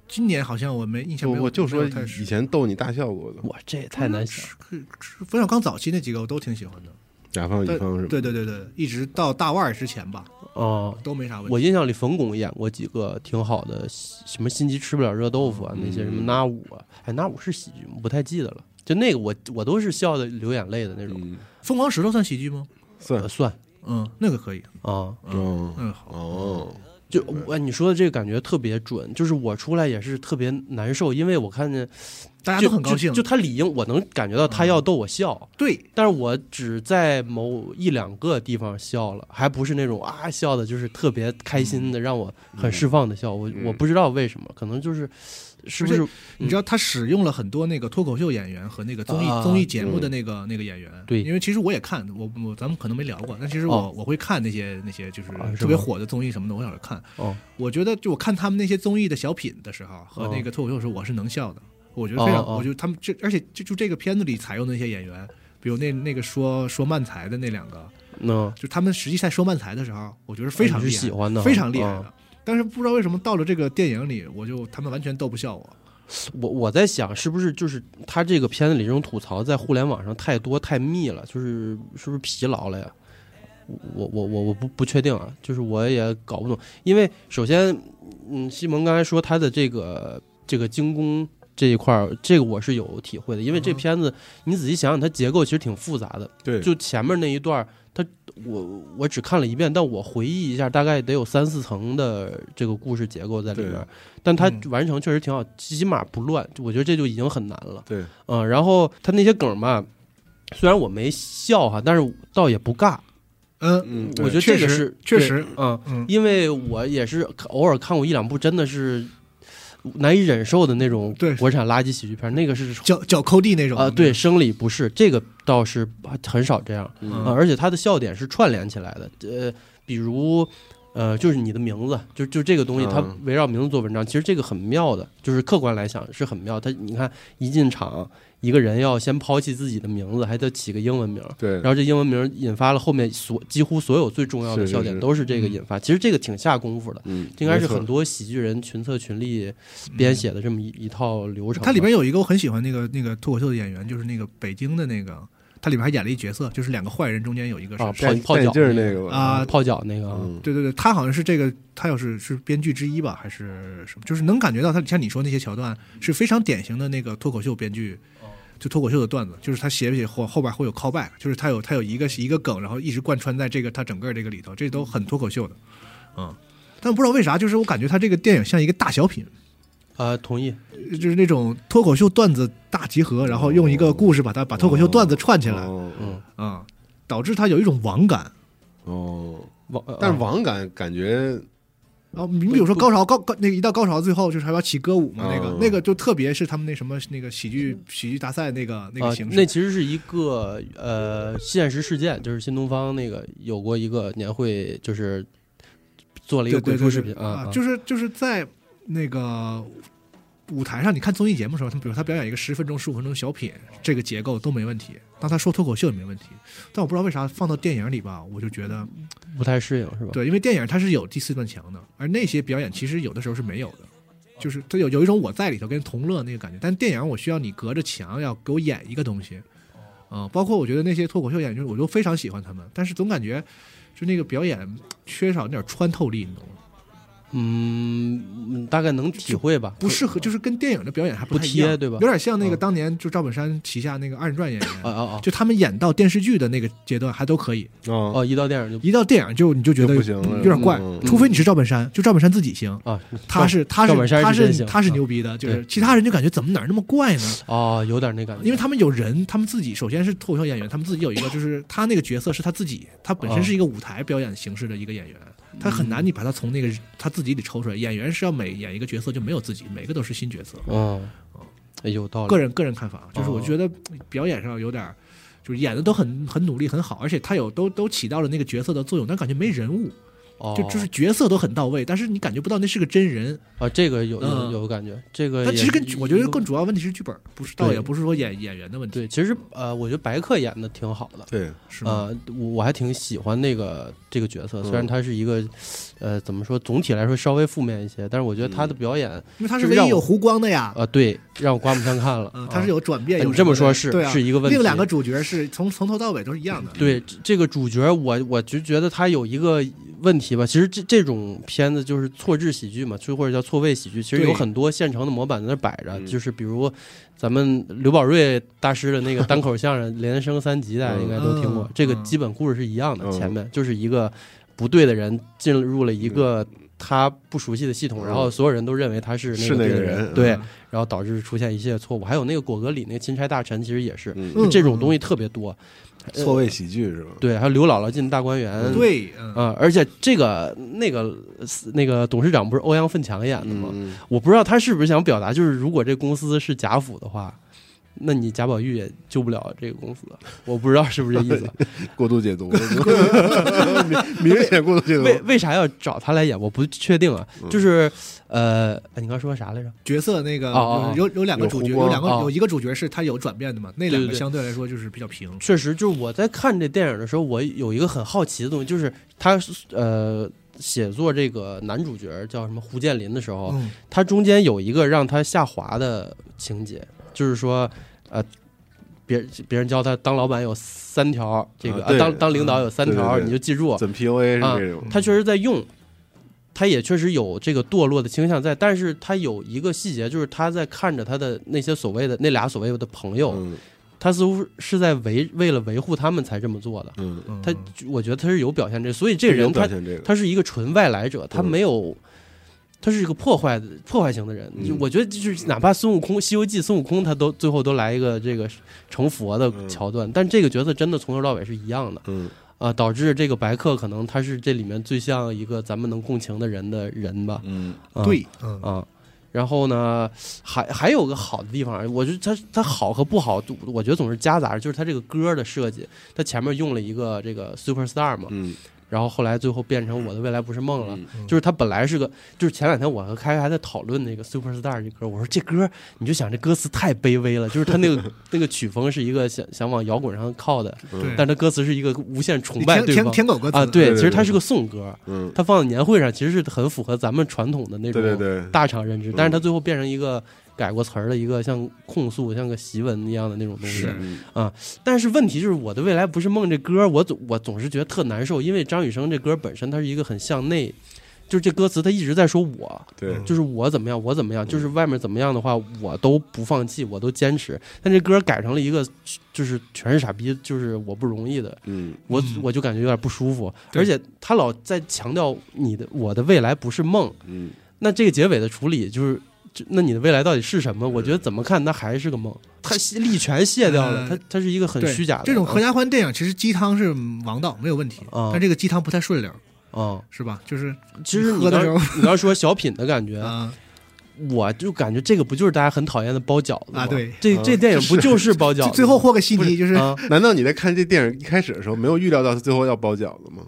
[SPEAKER 4] 今年好像我没印象
[SPEAKER 3] 就
[SPEAKER 4] 没有，
[SPEAKER 3] 我就说
[SPEAKER 4] 没有太
[SPEAKER 2] 嗯
[SPEAKER 3] 以前逗你大笑过的，
[SPEAKER 2] 哇，这也太难想
[SPEAKER 4] 是是冯小刚早期那几个我都挺喜欢的，
[SPEAKER 3] 甲方乙
[SPEAKER 4] 但
[SPEAKER 3] 方是吧？
[SPEAKER 4] 对对对对，一直到大腕儿之前吧，
[SPEAKER 2] 哦、
[SPEAKER 4] 都没啥问题。
[SPEAKER 2] 我印象里冯巩演过几个挺好的，什么心急吃不了热豆腐啊，那些什
[SPEAKER 4] 嗯
[SPEAKER 2] 么那舞啊，哎，那舞是喜剧吗？不太记得了。就那个我我都是笑的流眼泪的那种，
[SPEAKER 3] 嗯，
[SPEAKER 4] 疯狂石头算喜剧吗？
[SPEAKER 3] 算
[SPEAKER 2] 呃算
[SPEAKER 4] 嗯，那个可以。
[SPEAKER 2] 啊，
[SPEAKER 3] 哦
[SPEAKER 4] 嗯，好。
[SPEAKER 3] 哦，
[SPEAKER 2] 就我你说的这个感觉特别准，就是我出来也是特别难受，因为我看见
[SPEAKER 4] 大家
[SPEAKER 2] 就
[SPEAKER 4] 都很高兴。嗯
[SPEAKER 2] 就就他理应我能感觉到他要逗我笑，
[SPEAKER 4] 对，
[SPEAKER 2] 但是我只在某一两个地方笑了，还不是那种啊笑的，就是特别开
[SPEAKER 4] 嗯
[SPEAKER 2] 心的，让我很释放的笑。我
[SPEAKER 3] 嗯
[SPEAKER 2] 我不知道为什么，可能就是是不
[SPEAKER 4] 而
[SPEAKER 2] 是
[SPEAKER 4] 你
[SPEAKER 2] 嗯
[SPEAKER 4] 知道他使用了很多那个脱口秀演员和那个综艺
[SPEAKER 2] 啊
[SPEAKER 4] 综艺节目的那个那个演员。
[SPEAKER 2] 对
[SPEAKER 4] 因为其实我也看，我我咱们可能没聊过，但其实
[SPEAKER 2] 哦
[SPEAKER 4] 我我会看那些那些就是
[SPEAKER 2] 啊是吗
[SPEAKER 4] 特别火的综艺什么的，我想看。
[SPEAKER 2] 哦
[SPEAKER 4] 我觉得就我看他们那些综艺的小品的时候和那个脱口秀的时候，我是能笑的。我觉得非常，
[SPEAKER 2] 哦哦
[SPEAKER 4] 我觉得他们这，而且就就这个片子里采用的那些演员，比如那那个说说慢才的那两个，
[SPEAKER 2] 那
[SPEAKER 4] 就他们实际在说慢才的时候，我觉得非常
[SPEAKER 2] 哦你
[SPEAKER 4] 厉
[SPEAKER 2] 是喜
[SPEAKER 4] 害，
[SPEAKER 2] 欢的
[SPEAKER 4] 非常厉害
[SPEAKER 2] 哦
[SPEAKER 4] 的。但是不知道为什么到了这个电影里，我就他们完全逗不笑我。
[SPEAKER 2] 我我在想是不是就是他这个片子里这种吐槽在互联网上太多太密了，就是是不是疲劳了呀？我我我我不不确定啊，就是我也搞不懂，因为首先，嗯，西蒙刚才说他的这个这个精工这一块儿，这个我是有体会的，因为这
[SPEAKER 4] 嗯哼
[SPEAKER 2] 片子你仔细想想，它结构其实挺复杂的，
[SPEAKER 3] 对，
[SPEAKER 2] 就前面那一段儿，它我我只看了一遍，但我回忆一下，大概得有三四层的这个故事结构在里面
[SPEAKER 3] 对
[SPEAKER 2] 儿，但它
[SPEAKER 4] 嗯
[SPEAKER 2] 完成确实挺好，起码不乱，我觉得这就已经很难了。
[SPEAKER 3] 对，
[SPEAKER 2] 嗯，然后它那些梗嘛，虽然我没笑哈，但是倒也不尬，
[SPEAKER 4] 嗯
[SPEAKER 3] 嗯，
[SPEAKER 2] 我觉得
[SPEAKER 3] 对
[SPEAKER 2] 这个
[SPEAKER 4] 确实
[SPEAKER 2] 是
[SPEAKER 4] 确
[SPEAKER 2] 对
[SPEAKER 4] 实
[SPEAKER 2] 嗯，
[SPEAKER 4] 嗯，
[SPEAKER 2] 因为我也是偶尔看过一两部，真的是难以忍受的那种
[SPEAKER 4] 对
[SPEAKER 2] 国产垃圾喜剧片儿，那个是
[SPEAKER 4] 脚脚抠地那种
[SPEAKER 2] 啊、对，，生理不适，这个倒是很少这样。
[SPEAKER 3] 嗯
[SPEAKER 2] 啊，而且它的笑点是串联起来的，呃，比如，呃，就是你的名字，就就这个东西，它
[SPEAKER 3] 嗯
[SPEAKER 2] 围绕名字做文章，其实这个很妙的，就是客观来讲是很妙。它你看一进场，一个人要先抛弃自己的名字，还得起个英文名儿，
[SPEAKER 3] 对
[SPEAKER 2] 然，后这英文名儿引发了后面所几乎所有最重要的
[SPEAKER 3] 是是
[SPEAKER 2] 笑点
[SPEAKER 3] 是
[SPEAKER 2] 都是这个引发，其实这个挺下功夫的。
[SPEAKER 3] 嗯，
[SPEAKER 2] 这应该是
[SPEAKER 3] 没错嗯
[SPEAKER 2] 很多喜剧人群策群力编写的这么一一套流程吧。
[SPEAKER 4] 它里边有一个我很喜欢那个那个脱口秀的演员，就是那个北京的那个，他里边还演了一角色，就是两个坏人中间有一个是
[SPEAKER 2] 啊
[SPEAKER 3] 戴
[SPEAKER 2] 泡泡脚
[SPEAKER 3] 戴劲儿那个吧，
[SPEAKER 4] 啊
[SPEAKER 2] 泡脚那个啊，
[SPEAKER 3] 嗯，
[SPEAKER 4] 对对对，他好像是这个，他要是是编剧之一吧，还是什么？就是能感觉到他像你说那些桥段是非常典型的那个脱口秀编剧，就脱口秀的段子，就是他写不写后后边会有 callback，就是他有他有一个一个梗，然后一直贯穿在这个他整个这个里头，这都很脱口秀的，嗯。但不知道为啥，就是我感觉他这个电影像一个大小品，
[SPEAKER 2] 啊，同意。
[SPEAKER 4] 就是那种脱口秀段子大集合，然后用一个故事把它把脱口秀段子串起来，啊、
[SPEAKER 3] 哦
[SPEAKER 2] 嗯，
[SPEAKER 4] 导致他有一种网感。
[SPEAKER 3] 哦，
[SPEAKER 2] 网，呃
[SPEAKER 3] 但是网感感觉
[SPEAKER 4] 然后你比如说高潮高高那个一到高潮最后就是还要起歌舞嘛，那个
[SPEAKER 2] 哦
[SPEAKER 3] 嗯
[SPEAKER 4] 那个就特别是他们那什么那个喜剧喜剧大赛那个那
[SPEAKER 2] 嗯啊，
[SPEAKER 4] 个形
[SPEAKER 2] 那
[SPEAKER 4] 式，
[SPEAKER 2] 其实是一个呃现实事件，就是新东方那个有过一个年会，就是做了一
[SPEAKER 4] 对
[SPEAKER 2] 个
[SPEAKER 4] 对
[SPEAKER 2] 鬼
[SPEAKER 4] 对
[SPEAKER 2] 畜视频
[SPEAKER 4] 对啊，
[SPEAKER 2] 啊，
[SPEAKER 4] 就是是就是在那个舞台上，你看综艺节目的时候，他们比如他表演一个十分钟、十五分钟小品，这个结构都没问题，当他说脱口秀也没问题，但我不知道为啥放到电影里吧，我就觉得。
[SPEAKER 2] 不太适应是吧？
[SPEAKER 4] 对，因为电影它是有第四段墙的，而那些表演其实有的时候是没有的，就是它有有一种我在里头跟同乐那个感觉。但电影我需要你隔着墙要给我演一个东西，嗯、包括我觉得那些脱口秀演员，我都非常喜欢他们，但是总感觉就那个表演缺少那点穿透力，你懂吗？
[SPEAKER 2] 嗯，嗯大概能体会吧。
[SPEAKER 4] 不适合，就是跟电影的表演还
[SPEAKER 2] 不
[SPEAKER 4] 太一
[SPEAKER 2] 贴
[SPEAKER 4] 样
[SPEAKER 2] 对吧
[SPEAKER 4] 有点像那个
[SPEAKER 2] 嗯
[SPEAKER 4] 当年就赵本山旗下那个二人转演员，
[SPEAKER 2] 啊啊啊！
[SPEAKER 4] 就他们演到电视剧的那个阶段还都可以，
[SPEAKER 3] 哦
[SPEAKER 2] 哦，一到电影就
[SPEAKER 4] 一到电影就你就觉得
[SPEAKER 3] 就不行了
[SPEAKER 4] 有点怪，
[SPEAKER 3] 嗯
[SPEAKER 4] 除非你是赵本山，就赵本山自己行。
[SPEAKER 2] 啊，
[SPEAKER 4] 他是他
[SPEAKER 2] 赵本
[SPEAKER 4] 是
[SPEAKER 2] 山
[SPEAKER 4] 他
[SPEAKER 2] 是真行
[SPEAKER 4] 是他是
[SPEAKER 2] 啊
[SPEAKER 4] 牛逼的，就是
[SPEAKER 2] 对
[SPEAKER 4] 其他人就感觉怎么哪儿那么怪呢？
[SPEAKER 2] 哦，有点那感觉，
[SPEAKER 4] 因为他们有人，他们自己首先是脱口秀演员，他们自己有一个就是他那个角色是他自己，他本
[SPEAKER 2] 哦
[SPEAKER 4] 身是一个舞台表演形式的一个演员，他很
[SPEAKER 2] 嗯
[SPEAKER 4] 难你把他从那个他自己里抽出来。演员是要每演一个角色就没有自己，每个都是新角色。
[SPEAKER 2] 嗯，哎有道理。
[SPEAKER 4] 个人个人看法，啊就是我
[SPEAKER 2] 哦
[SPEAKER 4] 觉得表演上有点儿，就是演的都很很努力很好，而且他有都都起到了那个角色的作用，但感觉没人物。
[SPEAKER 2] 哦，
[SPEAKER 4] 就就是角色都很到位，但是你感觉不到那是个真人。
[SPEAKER 2] 啊，这个有有
[SPEAKER 4] 嗯
[SPEAKER 2] 有感觉，这个
[SPEAKER 4] 但其实
[SPEAKER 2] 也
[SPEAKER 4] 跟我觉得
[SPEAKER 2] 有
[SPEAKER 4] 更主要问题是剧本，不是倒
[SPEAKER 2] 对
[SPEAKER 4] 也不是说演演员的问题。
[SPEAKER 2] 对，其实呃，我觉得白客演的挺好的。
[SPEAKER 3] 对，
[SPEAKER 4] 是吗？
[SPEAKER 2] 呃，我我还挺喜欢那个这个角色，虽然
[SPEAKER 3] 嗯
[SPEAKER 2] 他是一个，呃，怎么说，总体来说稍微负面一些，但是我觉得他
[SPEAKER 4] 嗯
[SPEAKER 2] 的表演，
[SPEAKER 4] 因为他
[SPEAKER 2] 就是是
[SPEAKER 4] 唯
[SPEAKER 2] 让
[SPEAKER 4] 一有
[SPEAKER 2] 我
[SPEAKER 4] 湖光的呀。
[SPEAKER 2] 呃，对，让我刮目相看了。
[SPEAKER 4] 嗯
[SPEAKER 2] 啊，
[SPEAKER 4] 他是有转变。
[SPEAKER 2] 哎
[SPEAKER 4] 有
[SPEAKER 2] 你
[SPEAKER 4] 什
[SPEAKER 2] 这
[SPEAKER 4] 么
[SPEAKER 2] 么
[SPEAKER 4] 的
[SPEAKER 2] 说是
[SPEAKER 4] 对啊
[SPEAKER 2] 是一个问
[SPEAKER 4] 另两
[SPEAKER 2] 题
[SPEAKER 4] 个主角是从从头到尾都是一样的。
[SPEAKER 2] 对这这个主角我，我就觉得他有一个问题吧。其实这这种片子就是错置喜剧嘛，就或者叫错位喜剧，其实
[SPEAKER 4] 对
[SPEAKER 2] 有很多现成的模板在那摆着，
[SPEAKER 3] 嗯
[SPEAKER 2] 就是比如咱们刘宝瑞大师的那个单口相声《连升三级》，大家应该都听过。
[SPEAKER 4] 嗯
[SPEAKER 2] 这个
[SPEAKER 4] 嗯
[SPEAKER 2] 基本故事是一样的，
[SPEAKER 3] 嗯
[SPEAKER 2] 前面就是一个不对的人进入了一个。他不熟悉的系统，
[SPEAKER 3] 嗯
[SPEAKER 2] 然后所有人都认为他是
[SPEAKER 3] 是
[SPEAKER 2] 那个
[SPEAKER 3] 那个
[SPEAKER 2] 对的
[SPEAKER 3] 人
[SPEAKER 2] 对
[SPEAKER 4] 嗯，
[SPEAKER 2] 然后导致出现一系列错误。还有那个果戈里那个钦差大臣，其实也是，
[SPEAKER 3] 嗯
[SPEAKER 2] 就这种
[SPEAKER 4] 嗯
[SPEAKER 2] 东西特别多。呃
[SPEAKER 3] 错位喜剧是吧？
[SPEAKER 2] 对，还有刘姥姥进大观园，
[SPEAKER 4] 对，嗯
[SPEAKER 2] 啊、而且这个那个那个董事长不是欧阳奋强演的吗？
[SPEAKER 3] 嗯，
[SPEAKER 2] 我不知道他是不是想表达，就是如果这公司是贾府的话，那你贾宝玉也救不了这个公司。我不知道是不是这意思，
[SPEAKER 3] 嗯过度解读， <laughs> 明明显过度解读。
[SPEAKER 2] 为为啥要找他来演？我不确定啊。就是呃，哎你刚说啥来着？
[SPEAKER 4] 角色那个
[SPEAKER 2] 哦哦哦
[SPEAKER 4] 有有有两个
[SPEAKER 3] 有
[SPEAKER 4] 主
[SPEAKER 3] 湖
[SPEAKER 4] 角，有
[SPEAKER 3] 光
[SPEAKER 4] 两个
[SPEAKER 2] 哦
[SPEAKER 4] 有一个主角是他有转变的嘛，那两
[SPEAKER 2] 对对
[SPEAKER 4] 个
[SPEAKER 2] 对
[SPEAKER 4] 相对来说就是比较平。
[SPEAKER 2] 确实，就是我在看这电影的时候，我有一个很好奇的东西，就是他呃写作这个男主角叫什么胡建林的时候，
[SPEAKER 4] 嗯，
[SPEAKER 2] 它中间有一个让他下滑的情节，就是说，呃，别别人教他当老板有三条，这个、
[SPEAKER 3] 啊对
[SPEAKER 2] 呃当当领导有三条，
[SPEAKER 3] 对对对
[SPEAKER 2] 你就记住。
[SPEAKER 3] 怎么 PUA 是这种？
[SPEAKER 2] 他确实在用，他也确实有这个堕落的倾向在，但是他有一个细节，就是他在看着他的那些所谓的那俩所谓的朋友，
[SPEAKER 3] 嗯
[SPEAKER 2] 他似乎是在维为了维护他们才这么做的。
[SPEAKER 3] 嗯，
[SPEAKER 4] 嗯
[SPEAKER 2] 他我觉得他是有表现这，所以这
[SPEAKER 3] 有
[SPEAKER 2] 人他
[SPEAKER 3] 表现这个，
[SPEAKER 2] 他是一个纯外来者，他
[SPEAKER 3] 嗯
[SPEAKER 2] 没有，他是一个破坏的破坏型的人。
[SPEAKER 3] 嗯
[SPEAKER 2] 就我觉得就是哪怕孙悟空《西游记》孙悟空，他都最后都来一个这个成佛的
[SPEAKER 3] 嗯
[SPEAKER 2] 桥段，但这个角色真的从头到尾是一样的
[SPEAKER 3] 嗯
[SPEAKER 2] 啊、导致这个白客可能他是这里面最像一个咱们能共情的人的人吧。
[SPEAKER 3] 嗯
[SPEAKER 2] 啊
[SPEAKER 4] 对，嗯，
[SPEAKER 2] 啊。然后呢，还还有个好的地方，我觉得它它好和不好，我觉得总是夹杂着，就是它这个歌的设计，它前面用了一个这个 super star 嘛，
[SPEAKER 3] 嗯
[SPEAKER 2] 然后后来最后变成我的未来不是梦了。
[SPEAKER 3] 嗯
[SPEAKER 2] 就是他本来是个，就是前两天我和开开还在讨论那个 Super Star 这歌，我说这歌你就想这歌词太卑微了，就是他那个 <laughs> 那个曲风是一个想想往摇滚上靠的，
[SPEAKER 4] 对，
[SPEAKER 2] 但他歌词是一个无限崇拜
[SPEAKER 4] 舔
[SPEAKER 2] 对
[SPEAKER 4] 舔
[SPEAKER 2] 方
[SPEAKER 4] 舔狗歌词
[SPEAKER 2] 啊，
[SPEAKER 3] 对
[SPEAKER 2] 对，
[SPEAKER 3] 对
[SPEAKER 2] 其实它
[SPEAKER 3] 对
[SPEAKER 2] 是个颂歌，
[SPEAKER 3] 嗯，
[SPEAKER 2] 它放在年会上其实是很符合咱们传统的那
[SPEAKER 3] 对对
[SPEAKER 2] 种
[SPEAKER 3] 对，
[SPEAKER 2] 大厂认知，但是它
[SPEAKER 3] 嗯
[SPEAKER 2] 最后变成一个改过词儿的一个像控诉、像个檄文一样的那种东西。
[SPEAKER 4] 是
[SPEAKER 3] 嗯
[SPEAKER 2] 但是问题就是，我的未来不是梦这歌，我总我总是觉得特难受，因为张雨生这歌本身它是一个很向内，就是这歌词他一直在说我，
[SPEAKER 3] 对，
[SPEAKER 4] 嗯
[SPEAKER 2] 就是我怎么样，我怎么样，就是外面怎么样的话，我都不放弃，我都坚持。但这歌改成了一个就是全是傻逼，就是我不容易的，
[SPEAKER 3] 嗯
[SPEAKER 2] 我
[SPEAKER 4] 嗯
[SPEAKER 2] 我就感觉有点不舒服，
[SPEAKER 4] 对
[SPEAKER 2] 而且他老在强调你的我的未来不是梦，
[SPEAKER 3] 嗯
[SPEAKER 2] 那这个结尾的处理就是。就那你的未来到底是什么？我觉得怎么看它还是个梦，它力全卸掉了，
[SPEAKER 4] 呃
[SPEAKER 2] 它它是一个很
[SPEAKER 4] 对
[SPEAKER 2] 虚假的
[SPEAKER 4] 这种
[SPEAKER 2] 嗯
[SPEAKER 4] 合家欢电影，其实鸡汤是王道，没有问题
[SPEAKER 2] 啊，
[SPEAKER 4] 但这个鸡汤不太顺溜，
[SPEAKER 2] 啊、
[SPEAKER 4] 是吧？就是
[SPEAKER 2] 其实你
[SPEAKER 4] 嗯喝的
[SPEAKER 2] 刚
[SPEAKER 4] 时候
[SPEAKER 2] 你刚说小品的感觉，
[SPEAKER 4] 啊，
[SPEAKER 2] 我就感觉这个不就是大家很讨厌的包饺子吗？
[SPEAKER 4] 啊对
[SPEAKER 2] 这
[SPEAKER 3] 啊
[SPEAKER 2] 这电影不就是包饺子
[SPEAKER 4] 就
[SPEAKER 2] 吗？
[SPEAKER 4] 最后和个稀泥，就是
[SPEAKER 2] 啊，
[SPEAKER 3] 难道你在看这电影一开始的时候没有预料到他最后要包饺子吗？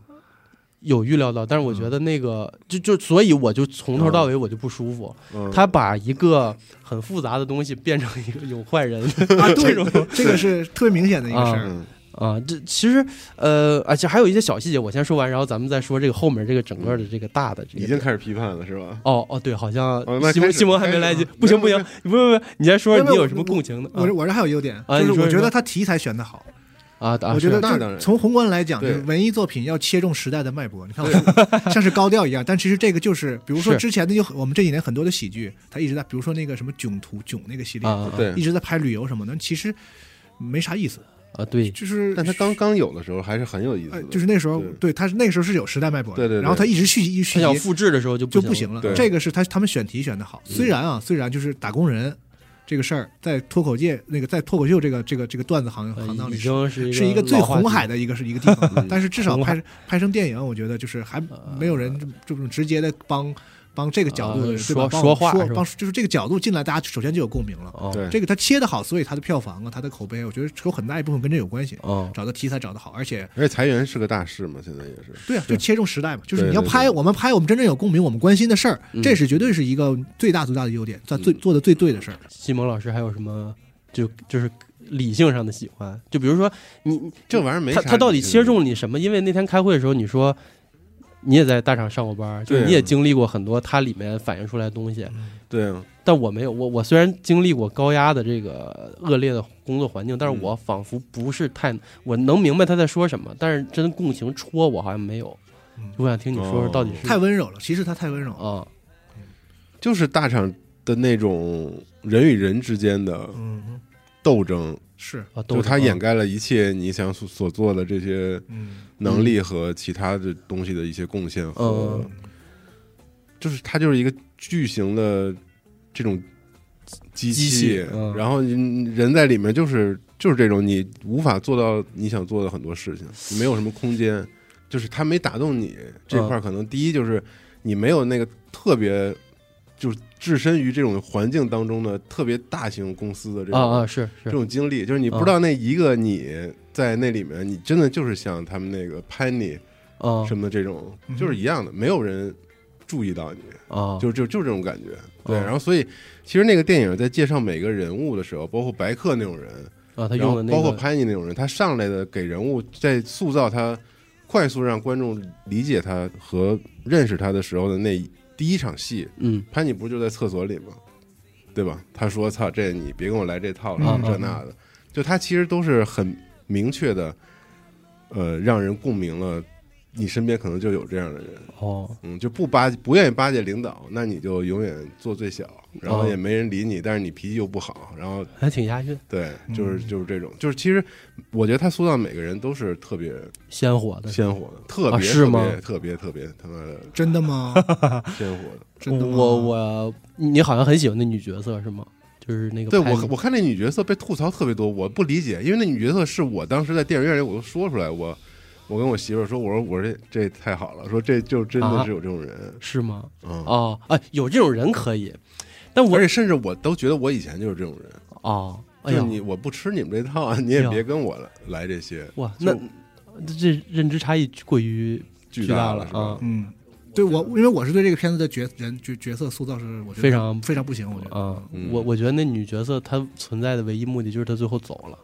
[SPEAKER 2] 有预料到，但是
[SPEAKER 4] 嗯
[SPEAKER 2] 我觉得那个、就就所以我就从头到尾我就不舒服，
[SPEAKER 3] 嗯，
[SPEAKER 2] 他把一个很复杂的东西变成一个有坏
[SPEAKER 4] <laughs>
[SPEAKER 2] 人 <laughs>
[SPEAKER 4] 啊，
[SPEAKER 2] 这
[SPEAKER 4] 对
[SPEAKER 2] 种，
[SPEAKER 4] <laughs> 这个是特别明显的一个事儿。
[SPEAKER 3] 嗯
[SPEAKER 2] 啊，这其实呃，而且还有一些小细节，我先说完，然后咱们再说这个后面这个整个的这个大的这
[SPEAKER 3] 已
[SPEAKER 2] 个
[SPEAKER 3] 经开始批判了是吧？
[SPEAKER 2] 哦哦，对，好像
[SPEAKER 3] 哦那
[SPEAKER 2] 西
[SPEAKER 3] 开
[SPEAKER 2] 蒙
[SPEAKER 3] 始
[SPEAKER 2] 西蒙还没来及，不行不
[SPEAKER 3] 没有
[SPEAKER 2] 行，不不不，你先说
[SPEAKER 4] 没有
[SPEAKER 2] 你有
[SPEAKER 4] 我
[SPEAKER 2] 什么共情的？
[SPEAKER 4] 我这我这还有优点，
[SPEAKER 2] 啊
[SPEAKER 4] 就
[SPEAKER 2] 你
[SPEAKER 4] 是
[SPEAKER 2] 说
[SPEAKER 4] 我觉
[SPEAKER 2] 你说
[SPEAKER 4] 得他题材选的好，
[SPEAKER 2] 啊啊，
[SPEAKER 4] 我觉
[SPEAKER 2] 是
[SPEAKER 4] 得
[SPEAKER 3] 那
[SPEAKER 4] 就
[SPEAKER 3] 当然
[SPEAKER 4] 从宏观来讲，就
[SPEAKER 3] 对
[SPEAKER 4] 是文艺作品要切中时代的脉搏。你看，我说 <laughs> 像是高调一样，但其实这个就是，比如说
[SPEAKER 2] 是
[SPEAKER 4] 之前的有我们这几年很多的喜剧，它一直在，比如说那个什么囧途囧那个系列，
[SPEAKER 2] 啊，
[SPEAKER 3] 对
[SPEAKER 4] 一，直在拍旅游什么的，其实没啥意思，
[SPEAKER 2] 啊，对，
[SPEAKER 4] 就是
[SPEAKER 3] 但他刚刚有的时候还哎是很有意思
[SPEAKER 4] 呃
[SPEAKER 3] 的，
[SPEAKER 4] 就是那时候
[SPEAKER 3] 对
[SPEAKER 4] 对他是那个时候是有时代脉搏的，
[SPEAKER 3] 对对对
[SPEAKER 4] 然后他一直续集一直
[SPEAKER 2] 他
[SPEAKER 4] 续
[SPEAKER 2] 想
[SPEAKER 4] 集
[SPEAKER 2] 复制的时候就
[SPEAKER 4] 就
[SPEAKER 2] 不
[SPEAKER 4] 不
[SPEAKER 2] 行嗯
[SPEAKER 4] 行了
[SPEAKER 3] 对。
[SPEAKER 4] 这个是他他们选题选的好，虽然啊，虽然就是打工人这个事儿在脱口界那个在脱口秀这个这个这个段子行
[SPEAKER 2] 呃
[SPEAKER 4] 行当
[SPEAKER 2] 已
[SPEAKER 4] 里是
[SPEAKER 2] 经是
[SPEAKER 4] 是一个最红海的一个是一个地方，但是至少
[SPEAKER 2] 嗯红海呃
[SPEAKER 4] 拍拍成电影，我觉没有人这这种直接的帮帮这个角度
[SPEAKER 2] 啊
[SPEAKER 4] 对吧
[SPEAKER 2] 说
[SPEAKER 4] 帮
[SPEAKER 2] 说话
[SPEAKER 4] 说
[SPEAKER 2] 是吧
[SPEAKER 4] 帮就是这个角度进来，大家首先就有共鸣了。
[SPEAKER 2] 哦
[SPEAKER 3] 对
[SPEAKER 4] 这个它切的好，所以它的票房啊，它的口碑，我觉得有很大一部分跟这有关系。
[SPEAKER 2] 哦
[SPEAKER 4] 找的题材找的好，而且
[SPEAKER 3] 而且裁员是个大事嘛，现在也是。
[SPEAKER 4] 对啊，就切中时代嘛，就是
[SPEAKER 3] 对
[SPEAKER 4] 你要
[SPEAKER 3] 对
[SPEAKER 4] 拍，
[SPEAKER 3] 对
[SPEAKER 4] 我们拍我们真正有共鸣、我们关心的事儿，
[SPEAKER 2] 嗯
[SPEAKER 4] 这是绝对是一个最大最大的优点，算最做的最对的事儿。
[SPEAKER 2] 西蒙老师还有什么就就是理性上的喜欢？就比如说你你
[SPEAKER 3] 这玩意儿没啥
[SPEAKER 2] 他他到底
[SPEAKER 3] 理性
[SPEAKER 2] 切中你什么？因为那天开会的时候你说。你也在大厂上过班，就是
[SPEAKER 3] 对
[SPEAKER 2] 你也经历过很多它里面反映出来的东西，
[SPEAKER 3] 对啊，
[SPEAKER 2] 但我没有。我我虽然经历过高压的这个恶劣的工作环境，但是我仿佛不是太，我能明白他在说什么，但是真共情戳我好像没有。就我想听你说说
[SPEAKER 3] 哦
[SPEAKER 2] 到底是
[SPEAKER 4] 太温柔了，其实他太温柔了。
[SPEAKER 2] 啊
[SPEAKER 3] 就是大厂的那种人与人之间的
[SPEAKER 4] 嗯，
[SPEAKER 3] 斗争，
[SPEAKER 4] 是，
[SPEAKER 2] 啊，
[SPEAKER 3] 就
[SPEAKER 2] 都
[SPEAKER 3] 是它掩盖了一切你想所所做的这些
[SPEAKER 4] 嗯，
[SPEAKER 3] 能力和其他的东西的一些贡献和，
[SPEAKER 2] 嗯
[SPEAKER 3] 就是它就是一个巨型的这种机
[SPEAKER 2] 机器嗯
[SPEAKER 3] 然后你人在里面就是就是这种你无法做到你想做的很多事情，你没有什么空间，就是它没打动你这块，可能第一就是你没有那个特别就是置身于这种环境当中的特别大型公司的这
[SPEAKER 2] 啊
[SPEAKER 3] 种
[SPEAKER 2] 啊是
[SPEAKER 3] 这
[SPEAKER 2] 是
[SPEAKER 3] 种经历，就是你不知道那一个你在那里面，你真的就是像他们那个潘妮
[SPEAKER 2] 啊
[SPEAKER 3] 什么这种
[SPEAKER 4] 嗯，
[SPEAKER 3] 就是一样的，没有人注意到你，
[SPEAKER 2] 啊
[SPEAKER 3] 就就就是这种感觉。对，
[SPEAKER 2] 嗯
[SPEAKER 3] 然后所以其实那个电影在介绍每个人物的时候，包括白客那种人，
[SPEAKER 2] 啊他
[SPEAKER 3] 然
[SPEAKER 2] 用
[SPEAKER 3] 后
[SPEAKER 2] 的那
[SPEAKER 3] 包括
[SPEAKER 2] 个
[SPEAKER 3] 潘妮那种人，他上来的给人物在塑造他，快速让观众理解他和认识他的时候的那第一场戏，
[SPEAKER 2] 嗯
[SPEAKER 3] 潘妮不是就在厕所里吗？对吧？他说：“操，这你别跟我来这套了，
[SPEAKER 2] 嗯
[SPEAKER 3] 这那的。”就他其实都是很明确的，呃，让人共鸣了。你身边可能就有这样的人，
[SPEAKER 2] 哦
[SPEAKER 3] 嗯，就不巴不愿意巴结领导，那你就永远做最小，然
[SPEAKER 2] 哦
[SPEAKER 3] 后也没人理你，但是你脾气又不好，然后
[SPEAKER 2] 还挺押韵，
[SPEAKER 3] 对，
[SPEAKER 2] 嗯
[SPEAKER 3] 就是就是这种，就是其实我觉得他塑造每个人都是特别
[SPEAKER 2] 鲜活的。
[SPEAKER 3] 鲜活的，特别、
[SPEAKER 2] 啊是吗
[SPEAKER 3] 特别特别特别他妈的
[SPEAKER 4] 真的吗？
[SPEAKER 3] 鲜活的。
[SPEAKER 4] 真的吗？
[SPEAKER 2] 我我你好像很喜欢那女角色是吗？就是那个
[SPEAKER 3] 对
[SPEAKER 2] 拍
[SPEAKER 3] 我
[SPEAKER 2] 你
[SPEAKER 3] 我看那女角色被吐槽特别多，我不理解，因为那女角色是我当时在电影院里我都说出来，我我跟我媳妇儿说，我说我说这这太好了，说这就真的
[SPEAKER 2] 啊
[SPEAKER 3] 是有这种人，
[SPEAKER 2] 是吗？
[SPEAKER 3] 嗯，
[SPEAKER 2] 哦啊，有这种人可以，但我
[SPEAKER 3] 而且甚至我都觉得我以前就是这种人，
[SPEAKER 2] 哦，哎
[SPEAKER 3] 就是
[SPEAKER 2] 呀
[SPEAKER 3] 你我不吃你们这套，啊 <laughs> 你也
[SPEAKER 2] 哎呀
[SPEAKER 3] 别跟我来这些，
[SPEAKER 2] 哇，
[SPEAKER 3] 就
[SPEAKER 2] 那这认知差异过于
[SPEAKER 3] 巨
[SPEAKER 2] 巨大
[SPEAKER 3] 了
[SPEAKER 2] 了啊
[SPEAKER 3] 是吧？
[SPEAKER 4] 嗯，对我，因为我是对这个片子的角人角角色塑造是我觉得
[SPEAKER 2] 非常
[SPEAKER 4] 非常不行，我觉得。
[SPEAKER 2] 啊，
[SPEAKER 3] 嗯
[SPEAKER 2] 我我觉得那女角色她存在的唯一目的就是她最后走了，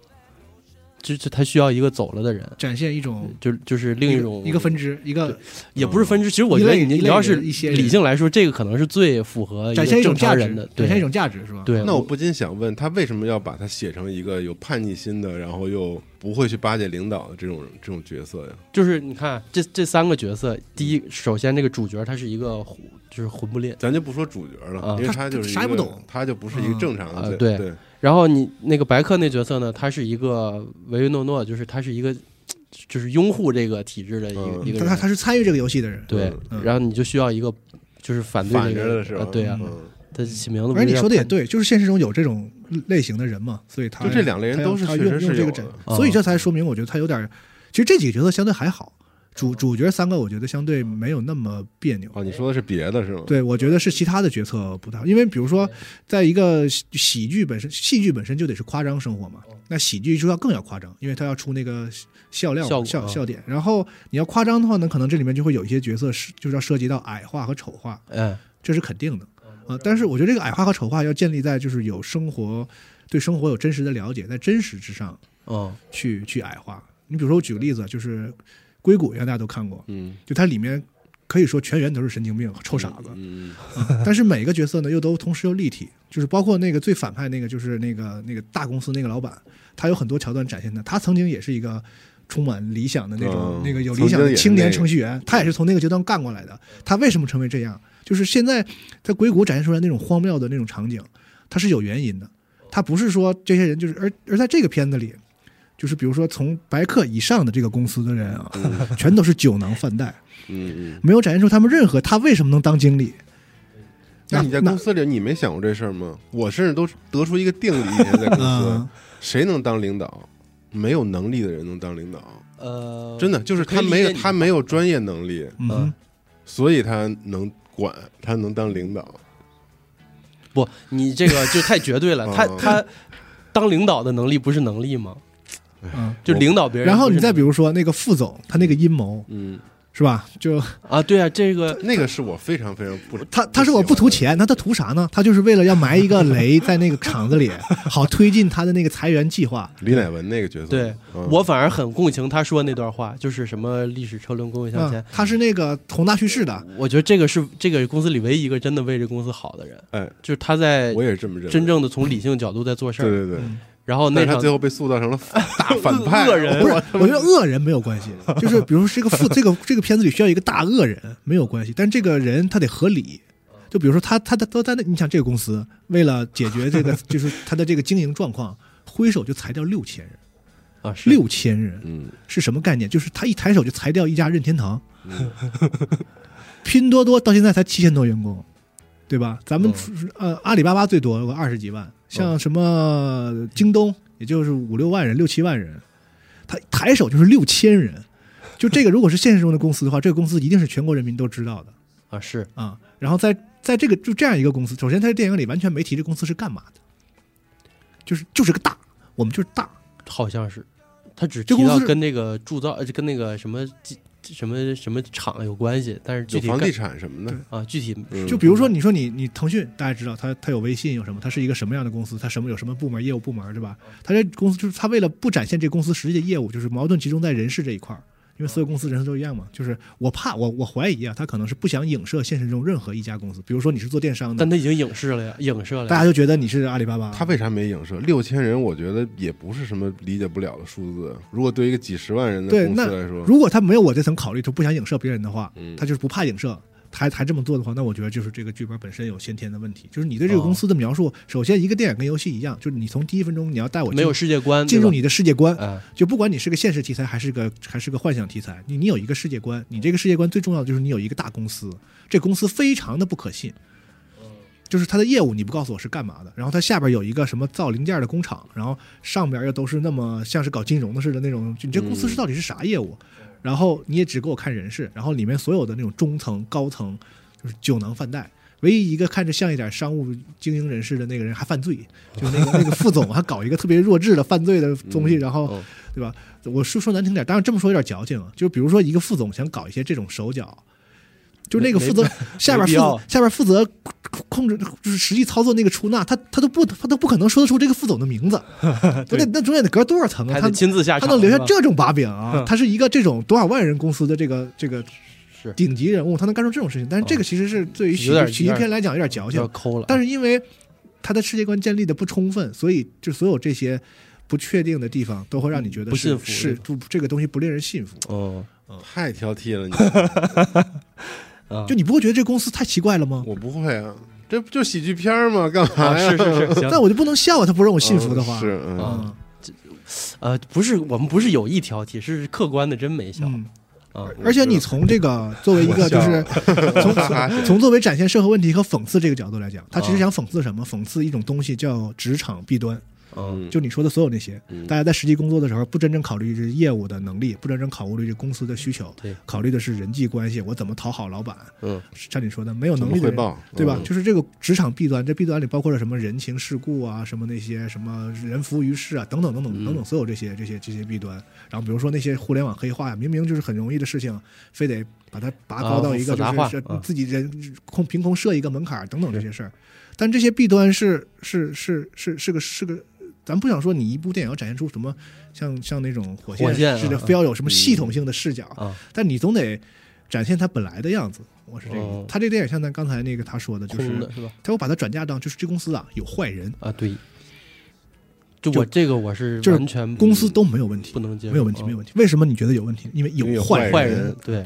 [SPEAKER 2] 就就她需要一个走了的人，
[SPEAKER 4] 展现一种
[SPEAKER 2] 就就是另
[SPEAKER 4] 一
[SPEAKER 2] 一
[SPEAKER 4] 个
[SPEAKER 2] 种
[SPEAKER 4] 一个分支，一个
[SPEAKER 2] 也不是分支。其实我
[SPEAKER 4] 一
[SPEAKER 2] 觉得
[SPEAKER 4] 类
[SPEAKER 2] 你
[SPEAKER 4] 一类
[SPEAKER 2] 你要
[SPEAKER 4] 人
[SPEAKER 2] 是
[SPEAKER 4] 一些
[SPEAKER 2] 理
[SPEAKER 4] 人
[SPEAKER 2] 性来说，这个可能是最符合
[SPEAKER 4] 展现一种
[SPEAKER 2] 正
[SPEAKER 4] 价
[SPEAKER 2] 常
[SPEAKER 4] 值
[SPEAKER 2] 人的，，
[SPEAKER 4] 展现一
[SPEAKER 2] 对
[SPEAKER 4] 种价值是吧？，
[SPEAKER 2] 对。
[SPEAKER 3] 那我不禁想问他为什么要把他写成一个有叛逆心的，然后又不会去巴结领导的这种这种角色呀？
[SPEAKER 2] 就是你看这这三个角色，第一，首先这个主角他是一个混就是混不吝，
[SPEAKER 3] 咱就不说主角了，
[SPEAKER 2] 啊
[SPEAKER 3] 因为
[SPEAKER 4] 他
[SPEAKER 3] 他就是一
[SPEAKER 4] 啥也不
[SPEAKER 3] 个
[SPEAKER 4] 懂
[SPEAKER 3] 他就不是一个正常
[SPEAKER 2] 啊
[SPEAKER 3] 的
[SPEAKER 2] 对
[SPEAKER 3] 对
[SPEAKER 2] 然后你那个白客那角色呢，他是一个唯唯诺诺，就是他是一个就是拥护这个体制的一个、
[SPEAKER 3] 嗯
[SPEAKER 2] 一个
[SPEAKER 4] 他
[SPEAKER 2] 人，
[SPEAKER 4] 他他是参与这个游戏的人。
[SPEAKER 2] 对、
[SPEAKER 4] 嗯
[SPEAKER 2] 然后你就需要一个就是反对
[SPEAKER 3] 反
[SPEAKER 2] 这
[SPEAKER 3] 着
[SPEAKER 2] 个
[SPEAKER 3] 的是吧？
[SPEAKER 2] 啊对啊，
[SPEAKER 3] 嗯
[SPEAKER 2] 他起名字不
[SPEAKER 4] 而
[SPEAKER 2] 是
[SPEAKER 4] 你
[SPEAKER 2] 叫
[SPEAKER 4] 说的也
[SPEAKER 2] 潘
[SPEAKER 4] 对，就是现实中有这种类型的人嘛，所以他
[SPEAKER 3] 就这两类人
[SPEAKER 4] 他要
[SPEAKER 3] 都是
[SPEAKER 4] 他
[SPEAKER 3] 确
[SPEAKER 4] 用
[SPEAKER 3] 实
[SPEAKER 4] 用
[SPEAKER 3] 是
[SPEAKER 4] 这个
[SPEAKER 3] 有
[SPEAKER 4] 整
[SPEAKER 3] 的，
[SPEAKER 2] 啊
[SPEAKER 4] 所以这才说明，我觉得他有点儿。其实这几个角色相对还好，主主角三个我觉得相对没有那么别扭。
[SPEAKER 3] 哦，你说的是别的是吗？
[SPEAKER 4] 对，我觉得是其他的角色不太好，因为比如说，在一个喜喜剧本身，戏剧本身就得是夸张生活嘛，
[SPEAKER 2] 哦
[SPEAKER 4] 那喜剧就要更要夸张，因为它要出那个笑料嘛、
[SPEAKER 2] 效果
[SPEAKER 4] 笑
[SPEAKER 2] 啊
[SPEAKER 4] 笑点。然后你要夸张的话呢，可能这里面就会有一些角色是就是要涉及到矮化和丑化，
[SPEAKER 2] 哎
[SPEAKER 4] 这是肯定的啊、但是我觉得这个矮化和丑化要建立在就是有生活对生活有真实的了解，在真实之上
[SPEAKER 2] 哦
[SPEAKER 4] 去去矮化。你比如说我举个例子，就是硅谷，应该大家都看过，
[SPEAKER 3] 嗯，
[SPEAKER 4] 就它里面可以说全员都是神经病、臭傻子，
[SPEAKER 3] 嗯， <laughs>
[SPEAKER 4] 但是每个角色呢又都同时又立体，就是包括那个最反派那个就是那个那个大公司那个老板，他有很多桥段展现的，他曾经也是一个。充满理想的那种
[SPEAKER 3] 嗯，
[SPEAKER 4] 那个有理想
[SPEAKER 3] 曾
[SPEAKER 4] 的
[SPEAKER 3] 经也是
[SPEAKER 4] 青年
[SPEAKER 3] 那个
[SPEAKER 4] 程序员，他也是从那个阶段干过来的。他为什么成为这样？就是现在在硅谷展现出来那种荒谬的那种场景，它是有原因的。他不是说这些人就是，而而在这个片子里，就是比如说从白客以上的这个公司的人啊， <laughs> 全都是酒囊饭袋，
[SPEAKER 3] 嗯嗯。
[SPEAKER 4] 没有展现出他们任何他为什么能当经理。
[SPEAKER 3] 那你在公司里，你没想过这事儿吗？我甚至都得出一个定理，以前在公司
[SPEAKER 4] 嗯，
[SPEAKER 3] 谁能当领导？没有能力的人能当领导，
[SPEAKER 2] 呃，
[SPEAKER 3] 真的就是
[SPEAKER 2] 可以
[SPEAKER 3] 他
[SPEAKER 2] 理
[SPEAKER 3] 没有
[SPEAKER 2] 解你
[SPEAKER 3] 呃他没有专业能力，
[SPEAKER 4] 嗯哼
[SPEAKER 2] 嗯，
[SPEAKER 3] 所以他能管，他能当领导。
[SPEAKER 2] 不，你这个就太绝对了。他
[SPEAKER 3] 嗯
[SPEAKER 2] 他当领导的能力不是能力吗？
[SPEAKER 4] 嗯，
[SPEAKER 2] 就
[SPEAKER 3] 我
[SPEAKER 2] 领导别人不是能力。
[SPEAKER 4] 然后你再比如说那个副总，他那个阴谋
[SPEAKER 3] 嗯，
[SPEAKER 4] 是吧？就
[SPEAKER 2] 啊，对啊，这个
[SPEAKER 3] 那个是我非常非常
[SPEAKER 2] <laughs>
[SPEAKER 3] 不
[SPEAKER 4] 他他说我不图，钱，那他图啥呢？他就是为了要埋一
[SPEAKER 3] <laughs>
[SPEAKER 4] 个雷在那个厂子里，好推进他的那个裁员
[SPEAKER 3] <laughs>
[SPEAKER 4] 计划。
[SPEAKER 3] 喜欢的李乃文那个角色，
[SPEAKER 2] 对
[SPEAKER 3] 嗯
[SPEAKER 2] 我反而很共情他说那段话，就是什么历史车轮滚滚向前
[SPEAKER 4] 嗯。，他是那个宏大叙事的，
[SPEAKER 2] 我觉得这个是这个公司里唯一一个真的为这公司好的人，
[SPEAKER 3] 哎，
[SPEAKER 2] 就是他在
[SPEAKER 3] 我也是这么认为，
[SPEAKER 2] 真正的从理性角度在做事
[SPEAKER 3] 对
[SPEAKER 2] 儿。
[SPEAKER 3] 对对，
[SPEAKER 2] 然后
[SPEAKER 3] 但
[SPEAKER 2] 那
[SPEAKER 3] 是他
[SPEAKER 2] 场
[SPEAKER 3] 最后被塑造成了
[SPEAKER 2] <laughs>
[SPEAKER 3] 大反派
[SPEAKER 2] 恶人
[SPEAKER 4] 不是，我觉得恶人没有关系，就是比如说这个负这个这个片子里需要一个大恶人没有关系，但这个人他得合理。就比如说他他他都在那，你想这个公司为了解决这个就是他的这个经营状况，挥手就裁掉六千人，
[SPEAKER 2] 啊是
[SPEAKER 4] 六千人
[SPEAKER 3] 嗯，
[SPEAKER 4] 是什么概念？就是他一抬手就裁掉一家任天堂， <laughs> 拼多多到现在才七千多员工，对吧？咱们、呃阿里巴巴最多有个二十几万，像什么京东也就是五六万人、六七万人，他抬手就是六千人。就这个，如果是现实中的公司的话，这个公司一定是全国人民都知道的
[SPEAKER 2] 啊是
[SPEAKER 4] 啊、然后在在这个就这样一个公司，首先它在电影里完全没提这公司是干嘛的，就是就是个大，我们就是大，
[SPEAKER 2] 好像是，他只
[SPEAKER 4] 这
[SPEAKER 2] 提
[SPEAKER 4] 公
[SPEAKER 2] 到
[SPEAKER 4] 司是
[SPEAKER 2] 跟那个铸造呃跟那个什么机什么什么厂有关系，但是具
[SPEAKER 3] 有
[SPEAKER 2] 体
[SPEAKER 3] 房地
[SPEAKER 2] 干
[SPEAKER 3] 产什么的，
[SPEAKER 2] 啊具体
[SPEAKER 3] 嗯
[SPEAKER 4] 就比如说，你说你你腾讯，大家知道它它有微信有什么，它是一个什么样的公司，它什么有什么部门业务部门对吧？
[SPEAKER 3] 嗯
[SPEAKER 4] 它这公司就是它为了不展现这公司实际的业务，就是矛盾集中在人事这一块儿，因为所有
[SPEAKER 3] 嗯
[SPEAKER 4] 公司人事都一样嘛。就是我怕我我怀疑啊，他可能是不想影射现实中任何一家公司，比如说你是做电商的
[SPEAKER 2] 但，他已经影视了呀，影射了
[SPEAKER 4] 大
[SPEAKER 2] 呀。
[SPEAKER 4] 家就觉得你是阿里巴巴，
[SPEAKER 3] 他为啥没影射？六千人，我觉得也不是什么理解不了的数字。如果对于一个几十万人的
[SPEAKER 4] 对
[SPEAKER 3] 公司
[SPEAKER 4] 那
[SPEAKER 3] 来说，
[SPEAKER 4] 如果他没有我这层考虑，就不想影射别人的话
[SPEAKER 3] 嗯，
[SPEAKER 4] 他就是不怕影射，他还还这么做的话，那我觉得就是这个剧本本身有先天的问题。就是你对
[SPEAKER 3] 哦
[SPEAKER 4] 这个公司的描述，首先一个电影跟游戏一样，就是你从第一分钟你要带我进
[SPEAKER 2] 没有世界观，
[SPEAKER 4] 进入
[SPEAKER 2] 对吧
[SPEAKER 4] 你的世界观，
[SPEAKER 2] 哎
[SPEAKER 4] 就不管你是个现实题材还是个还是个幻想题材，你你有一个世界观，你这个世界观最重要的就是你有一个大公司，这公司非常的不可信，就是它的业务你不告诉我是干嘛的，然后它下边有一个什么造零件的工厂，然后上边又都是那么像是搞金融的似的那种，就你这公司是到底是啥业务？
[SPEAKER 2] 嗯
[SPEAKER 4] 然后你也只给我看人事，然后里面所有的那种中层、高层就是酒囊饭袋。唯一一个看着像一点商务精英人士的那个人还犯罪，就是那个 <laughs> 那个副总还搞一个特别弱智的犯罪的东西，然后
[SPEAKER 2] 哦
[SPEAKER 4] 对吧？我说说难听点，当然这么说有点矫情啊。就比如说一个副总想搞一些这种手脚，就那个负责下边
[SPEAKER 2] 没必
[SPEAKER 4] 负
[SPEAKER 2] 要
[SPEAKER 4] 责下边负责控制就是实际操作那个出纳，他他都不他都不可能说得出这个副总的
[SPEAKER 2] <laughs>
[SPEAKER 4] 名字，那那中间得隔多少层啊？
[SPEAKER 2] 还
[SPEAKER 4] 他
[SPEAKER 2] 得亲自下
[SPEAKER 4] 他
[SPEAKER 2] 场，
[SPEAKER 4] 能留下
[SPEAKER 2] 是吧
[SPEAKER 4] 这种把柄啊
[SPEAKER 2] 哼？
[SPEAKER 4] 他是一个这种多少万人公司的这个这个
[SPEAKER 2] 是嗯
[SPEAKER 4] 顶级人物，他能干出这种事情，但是这个其实是对于喜
[SPEAKER 2] 有点
[SPEAKER 4] 剧喜剧
[SPEAKER 2] 有点
[SPEAKER 4] 片来讲有点矫
[SPEAKER 2] 有
[SPEAKER 4] 情
[SPEAKER 2] 点，抠了，
[SPEAKER 4] 但是因为他的世界观建立的不充分，所以就所有这些不确定的地方都会让你觉得
[SPEAKER 2] 嗯不
[SPEAKER 4] 是
[SPEAKER 2] 信服
[SPEAKER 4] 是不这个东西不令人信服，
[SPEAKER 2] 嗯
[SPEAKER 3] 太挑剔了你，
[SPEAKER 2] <laughs> 啊
[SPEAKER 4] 就你不会觉得这公司太奇怪了吗？
[SPEAKER 3] 我不会啊，这不就喜剧片儿吗？干
[SPEAKER 2] 啊
[SPEAKER 4] <laughs>
[SPEAKER 3] 嘛呀？
[SPEAKER 2] 是是是行
[SPEAKER 4] 但我就不能笑啊，他不让我信服的话，
[SPEAKER 3] 嗯是
[SPEAKER 2] 啊
[SPEAKER 3] 嗯，
[SPEAKER 4] 嗯
[SPEAKER 2] 呃不是我们不是有意挑剔，是客观的真没笑
[SPEAKER 4] 嗯。
[SPEAKER 2] 啊
[SPEAKER 4] 而且你从这个作为一个就是从从从作为展现社会问题和讽刺这个角度来讲，他其实想讽刺什么？讽刺一种东西叫职场弊端，
[SPEAKER 2] 嗯
[SPEAKER 4] 就你说的所有那些，大家在实际工作的时候不真正考虑这业务的能力，不真正考虑这公司的需求
[SPEAKER 2] 对，
[SPEAKER 4] 考虑的是人际关系，我怎么讨好老板。
[SPEAKER 2] 嗯
[SPEAKER 4] 像你说的，没有能
[SPEAKER 3] 怎么
[SPEAKER 4] 力的
[SPEAKER 3] 汇
[SPEAKER 4] 人
[SPEAKER 3] 报
[SPEAKER 4] 对吧？
[SPEAKER 3] 嗯
[SPEAKER 4] 就是这个职场弊端，这弊端里包括了什么人情世故啊，什么那些什么人浮于事啊，等等等
[SPEAKER 2] 嗯
[SPEAKER 4] 等等等，所有这些这些这些弊端。然后比如说那些互联网黑化呀，明明就是很容易的事情，非得把它拔高到一
[SPEAKER 2] 啊
[SPEAKER 4] 个
[SPEAKER 2] 复杂化
[SPEAKER 4] 就是
[SPEAKER 2] 啊
[SPEAKER 4] 是自己人空凭空设一个门槛儿等等这些事儿。但这些弊端是是是是是个是个。咱不想说你一部电影要展现出什么像像那种火
[SPEAKER 2] 火箭啊
[SPEAKER 4] 似的，
[SPEAKER 2] 啊
[SPEAKER 4] 非要有什么系统性的视角，
[SPEAKER 2] 啊
[SPEAKER 4] 但你总得展现它本来的样子。我是这个意思，
[SPEAKER 2] 哦
[SPEAKER 4] 他这电影像咱刚才那个他说的，就
[SPEAKER 2] 空
[SPEAKER 4] 是
[SPEAKER 2] 的是吧？
[SPEAKER 4] 他会把它转嫁到，就是这公司啊有坏人，
[SPEAKER 2] 啊对，就
[SPEAKER 4] 就
[SPEAKER 2] 我这个我是
[SPEAKER 4] 就是
[SPEAKER 2] 完全不
[SPEAKER 4] 公司都没有问题，
[SPEAKER 2] 嗯不能接受
[SPEAKER 4] 没有问题，
[SPEAKER 2] 啊
[SPEAKER 4] 没有问题。为什么你觉得有问题？因为
[SPEAKER 3] 因为有
[SPEAKER 4] 坏
[SPEAKER 2] 坏
[SPEAKER 3] 坏
[SPEAKER 2] 人
[SPEAKER 3] 人
[SPEAKER 2] 对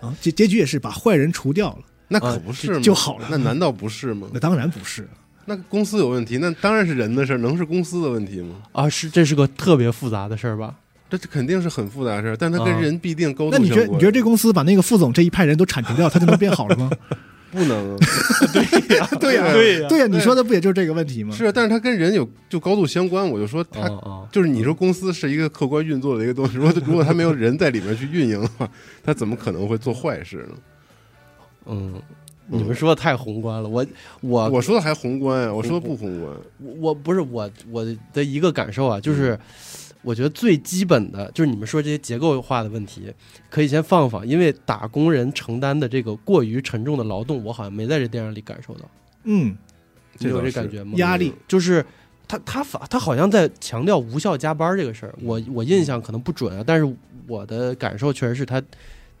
[SPEAKER 4] 啊，结结局也是把坏人除掉了。
[SPEAKER 3] 嗯那可不是
[SPEAKER 4] 啊
[SPEAKER 3] 吗
[SPEAKER 4] 就就好了
[SPEAKER 3] 那难道不是吗
[SPEAKER 4] 那？当然不是，
[SPEAKER 3] 那公司有问题，那当然是人的事儿，能是公司的问题吗？
[SPEAKER 2] 啊是这是个特别复杂的事儿吧？
[SPEAKER 3] 这肯定是很复杂的事儿，但它
[SPEAKER 2] 啊
[SPEAKER 3] 跟人必定高度相
[SPEAKER 4] 那你
[SPEAKER 3] 关。
[SPEAKER 4] 觉得你觉得这公司把那个副总这一派人都铲除掉，他就能变好了吗？
[SPEAKER 3] 不能啊？ <laughs>
[SPEAKER 4] 对呀，
[SPEAKER 2] <laughs> 对啊呀
[SPEAKER 4] 对啊呀，你说的不也就是这个问题吗？
[SPEAKER 3] 是啊，但是它跟人有就高度相关。我就说
[SPEAKER 2] 啊
[SPEAKER 3] 它
[SPEAKER 2] 啊
[SPEAKER 3] 就是你说公司是一个客观运作的一个东西，如果 <laughs> 如果它没有人在里面去运营的话，它怎么可能会做坏事呢？
[SPEAKER 2] 嗯你们说的太宏观了，我我
[SPEAKER 3] 我说的还宏观啊，我说不宏观，
[SPEAKER 2] 我不是我我的一个感受啊，就是我觉得最基本的就是你们说这些结构化的问题，可以先放放，因为打工人承担的这个过于沉重的劳动，我好像没在这电影里感受到。
[SPEAKER 4] 嗯，
[SPEAKER 2] 你有
[SPEAKER 3] 倒
[SPEAKER 2] 这
[SPEAKER 3] 是
[SPEAKER 2] 感觉吗？
[SPEAKER 4] 压力
[SPEAKER 2] 就是他他反他好像在强调无效加班这个事儿，我我印象可能不准啊，但是我的感受确实是他。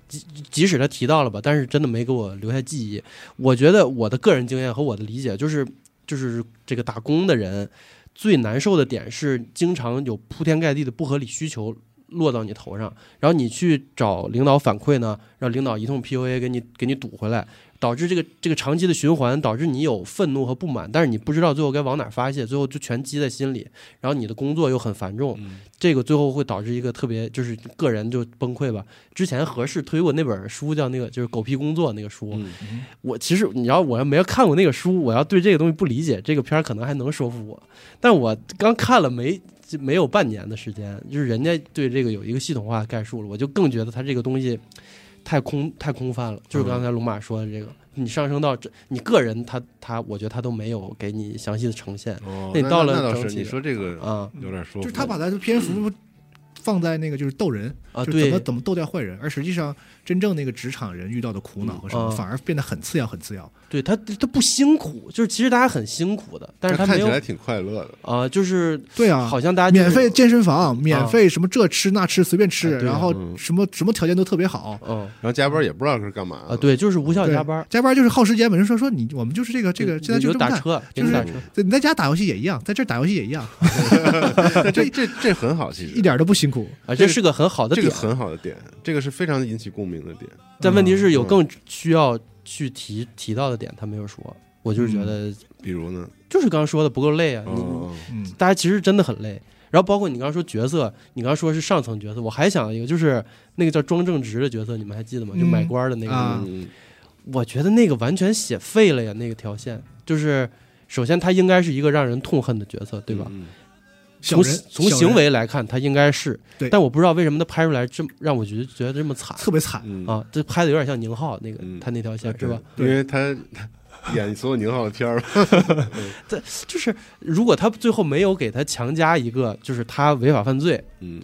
[SPEAKER 2] 即即使他提到了吧，但是真的没给我留下记忆。我觉得我的个人经验和我的理解就是，就是这个打工的人最难受的点是，经常有铺天盖地的不合理需求落到你头上，然后你去找领导反馈呢，让领导一通 PUA 给你给你堵回来，导致这个这个长期的循环，导致你有愤怒和不满，但是你不知道最后该往哪儿发泄，最后就全积在心里，然后你的工作又很繁重，这个最后会导致一个特别就是个人就崩溃吧。之前何适推过那本书叫那个就是《狗屁工作》那个书，
[SPEAKER 3] 嗯
[SPEAKER 2] 我其实你要我要没有看过那个书，我要对这个东西不理解，这个片儿可能还能说服我，但我刚看了没。就没有半年的时间，就是人家对这个有一个系统化的概述了，我就更觉得他这个东西太空太空泛了。就是刚才龙马说的这个，你上升到这，你个人他他，我觉得他都没有给你详细的呈现
[SPEAKER 3] 哦
[SPEAKER 2] 那
[SPEAKER 3] 那
[SPEAKER 2] 到了
[SPEAKER 3] 那倒
[SPEAKER 2] 整
[SPEAKER 3] 是，
[SPEAKER 2] 体
[SPEAKER 3] 你说这个
[SPEAKER 2] 啊
[SPEAKER 3] 有点说不
[SPEAKER 4] 就
[SPEAKER 3] 过，
[SPEAKER 4] 是他把他的篇幅放在那个就是逗人
[SPEAKER 2] 嗯啊，
[SPEAKER 4] 就是
[SPEAKER 2] 对
[SPEAKER 4] 怎么怎么斗掉坏人，而实际上真正那个职场人遇到的苦恼和什么，
[SPEAKER 2] 嗯啊
[SPEAKER 4] 反而变得很次要，很次要。
[SPEAKER 2] 对，他他不辛苦，就是其实大家很辛苦的，但是
[SPEAKER 3] 他
[SPEAKER 2] 他没
[SPEAKER 3] 看起
[SPEAKER 2] 有
[SPEAKER 3] 来挺快乐的，
[SPEAKER 2] 啊，就是
[SPEAKER 4] 对啊，
[SPEAKER 2] 好像大家就是
[SPEAKER 4] 免费健身房，免费什么这吃那吃随便吃，
[SPEAKER 2] 啊对啊
[SPEAKER 4] 然后什么什么条件都特别好。
[SPEAKER 2] 嗯
[SPEAKER 3] 然后加班也不知道是干嘛
[SPEAKER 2] 啊，
[SPEAKER 3] 的，
[SPEAKER 2] 对，就是无效
[SPEAKER 4] 对
[SPEAKER 2] 加班，
[SPEAKER 4] 加班就是耗时间嘛。人说说你，我们就是这个这个，
[SPEAKER 2] 就
[SPEAKER 4] 现在就
[SPEAKER 2] 有
[SPEAKER 4] 这么
[SPEAKER 2] 打
[SPEAKER 4] 干。
[SPEAKER 2] 车，给
[SPEAKER 4] 就
[SPEAKER 2] 你
[SPEAKER 4] 是
[SPEAKER 2] 打车，
[SPEAKER 4] 对你在家打游戏也一样，在这儿打游戏也一样，
[SPEAKER 3] 但这这这很好，其
[SPEAKER 4] 一
[SPEAKER 3] 实
[SPEAKER 4] 点都不辛苦。
[SPEAKER 2] 啊，
[SPEAKER 3] 这
[SPEAKER 2] 这
[SPEAKER 3] 个
[SPEAKER 2] 是个很好的
[SPEAKER 3] 这个
[SPEAKER 2] 点，
[SPEAKER 3] 很好的点，这个是非常引起共鸣的点。
[SPEAKER 2] 但问题是有
[SPEAKER 3] 嗯
[SPEAKER 2] 更需要去提提到的点，他没有说，我就是觉得
[SPEAKER 3] 比如呢，
[SPEAKER 2] 就是刚刚说的不够累啊，你你
[SPEAKER 3] 哦，
[SPEAKER 4] 嗯，
[SPEAKER 2] 大家其实真的很累。然后包括你刚刚说角色，你刚刚说是上层角色，我还想一个就是那个叫庄正直的角色，你们还记得吗？就
[SPEAKER 4] 嗯
[SPEAKER 2] 买官的那个人，
[SPEAKER 4] 啊
[SPEAKER 3] 嗯，
[SPEAKER 2] 我觉得那个完全写废了呀，那个条线就是。首先，他应该是一个让人痛恨的角色，对吧？
[SPEAKER 3] 嗯？
[SPEAKER 4] 小
[SPEAKER 2] 从
[SPEAKER 4] 人
[SPEAKER 2] 从
[SPEAKER 4] 小人
[SPEAKER 2] 行为来看，他应该是，
[SPEAKER 4] 对
[SPEAKER 2] 但我不知道为什么他拍出来这么让我觉得觉得这么惨
[SPEAKER 4] 特别惨，
[SPEAKER 3] 嗯，
[SPEAKER 2] 啊！这拍的有点像宁浩那个、
[SPEAKER 3] 嗯
[SPEAKER 2] 他那条线、
[SPEAKER 3] 对
[SPEAKER 2] 是吧？？
[SPEAKER 3] 因为他他演所有宁浩的片儿
[SPEAKER 2] <laughs>
[SPEAKER 3] 嘛，
[SPEAKER 2] 就是如果他最后没有给他强加一个就是他违法犯罪，
[SPEAKER 3] 嗯，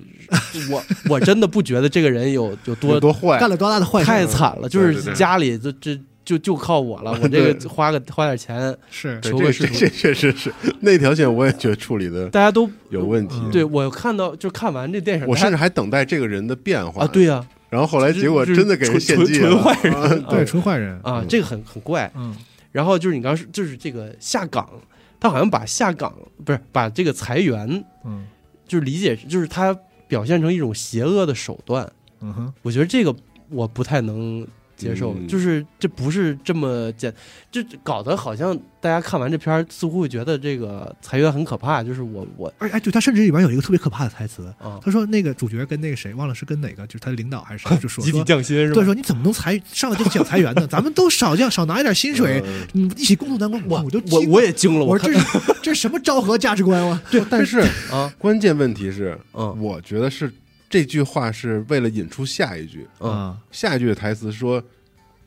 [SPEAKER 2] 我我真的不觉得这个人有有多
[SPEAKER 3] <laughs> 有多坏
[SPEAKER 4] 干，了多大的坏事？
[SPEAKER 2] 太惨了，就
[SPEAKER 3] 对对
[SPEAKER 2] 是
[SPEAKER 3] 对
[SPEAKER 2] 家里就这就就靠我了，我这个花个花点钱，
[SPEAKER 4] 是
[SPEAKER 3] 对
[SPEAKER 2] 求
[SPEAKER 3] 这
[SPEAKER 2] 个
[SPEAKER 3] 个
[SPEAKER 2] 仕
[SPEAKER 3] 这
[SPEAKER 2] 途
[SPEAKER 3] 这确实是那条线，我也觉得处理的
[SPEAKER 2] 大家都
[SPEAKER 3] 有问题。
[SPEAKER 2] 对我看到就看完这电影，
[SPEAKER 3] 嗯我
[SPEAKER 2] 大
[SPEAKER 3] 甚
[SPEAKER 2] 家
[SPEAKER 3] 至还等待这个人的变化
[SPEAKER 2] 啊，对呀
[SPEAKER 3] 然后后来结果真的给人献祭
[SPEAKER 2] 纯纯
[SPEAKER 3] 了，
[SPEAKER 2] 坏人
[SPEAKER 3] 啊
[SPEAKER 4] 对，纯坏人。
[SPEAKER 2] 啊，
[SPEAKER 3] 嗯
[SPEAKER 2] 这个很很怪。
[SPEAKER 4] 嗯，
[SPEAKER 2] 然后就是你刚说就是这个下岗，他好像把下岗不是把这个裁员，
[SPEAKER 4] 嗯
[SPEAKER 2] 就是理解就是他表现成一种邪恶的手段，
[SPEAKER 4] 嗯哼，
[SPEAKER 2] 我觉得这个我不太能接受，
[SPEAKER 3] 嗯
[SPEAKER 2] 就是这不是这么简，就搞得好像大家看完这片儿似乎会觉得这个裁员很可怕，就是我我
[SPEAKER 4] 而哎，对他甚至里面有一个特别可怕的台词，
[SPEAKER 2] 啊，
[SPEAKER 4] 他说那个主角跟那个谁忘了是跟哪个，就是他的领导还是
[SPEAKER 2] <laughs>
[SPEAKER 4] 谁，就说说
[SPEAKER 2] 降薪是
[SPEAKER 4] 对说你怎么能裁上来就想裁员呢？咱们都少降少拿一点薪水，
[SPEAKER 3] 嗯
[SPEAKER 4] 你一起共度难关。
[SPEAKER 2] 呃我
[SPEAKER 4] 我我就
[SPEAKER 2] 我
[SPEAKER 4] 惊
[SPEAKER 2] 我也惊了，
[SPEAKER 4] 了我
[SPEAKER 2] 我看
[SPEAKER 4] 说
[SPEAKER 2] <laughs>
[SPEAKER 4] 这是这是什么昭和价值观啊？
[SPEAKER 3] 对， <laughs> 但是
[SPEAKER 2] 啊，
[SPEAKER 3] 关键问题是，
[SPEAKER 2] 嗯
[SPEAKER 3] 我觉得是这句话是为了引出下一句，
[SPEAKER 2] 嗯
[SPEAKER 3] 下一句的台词说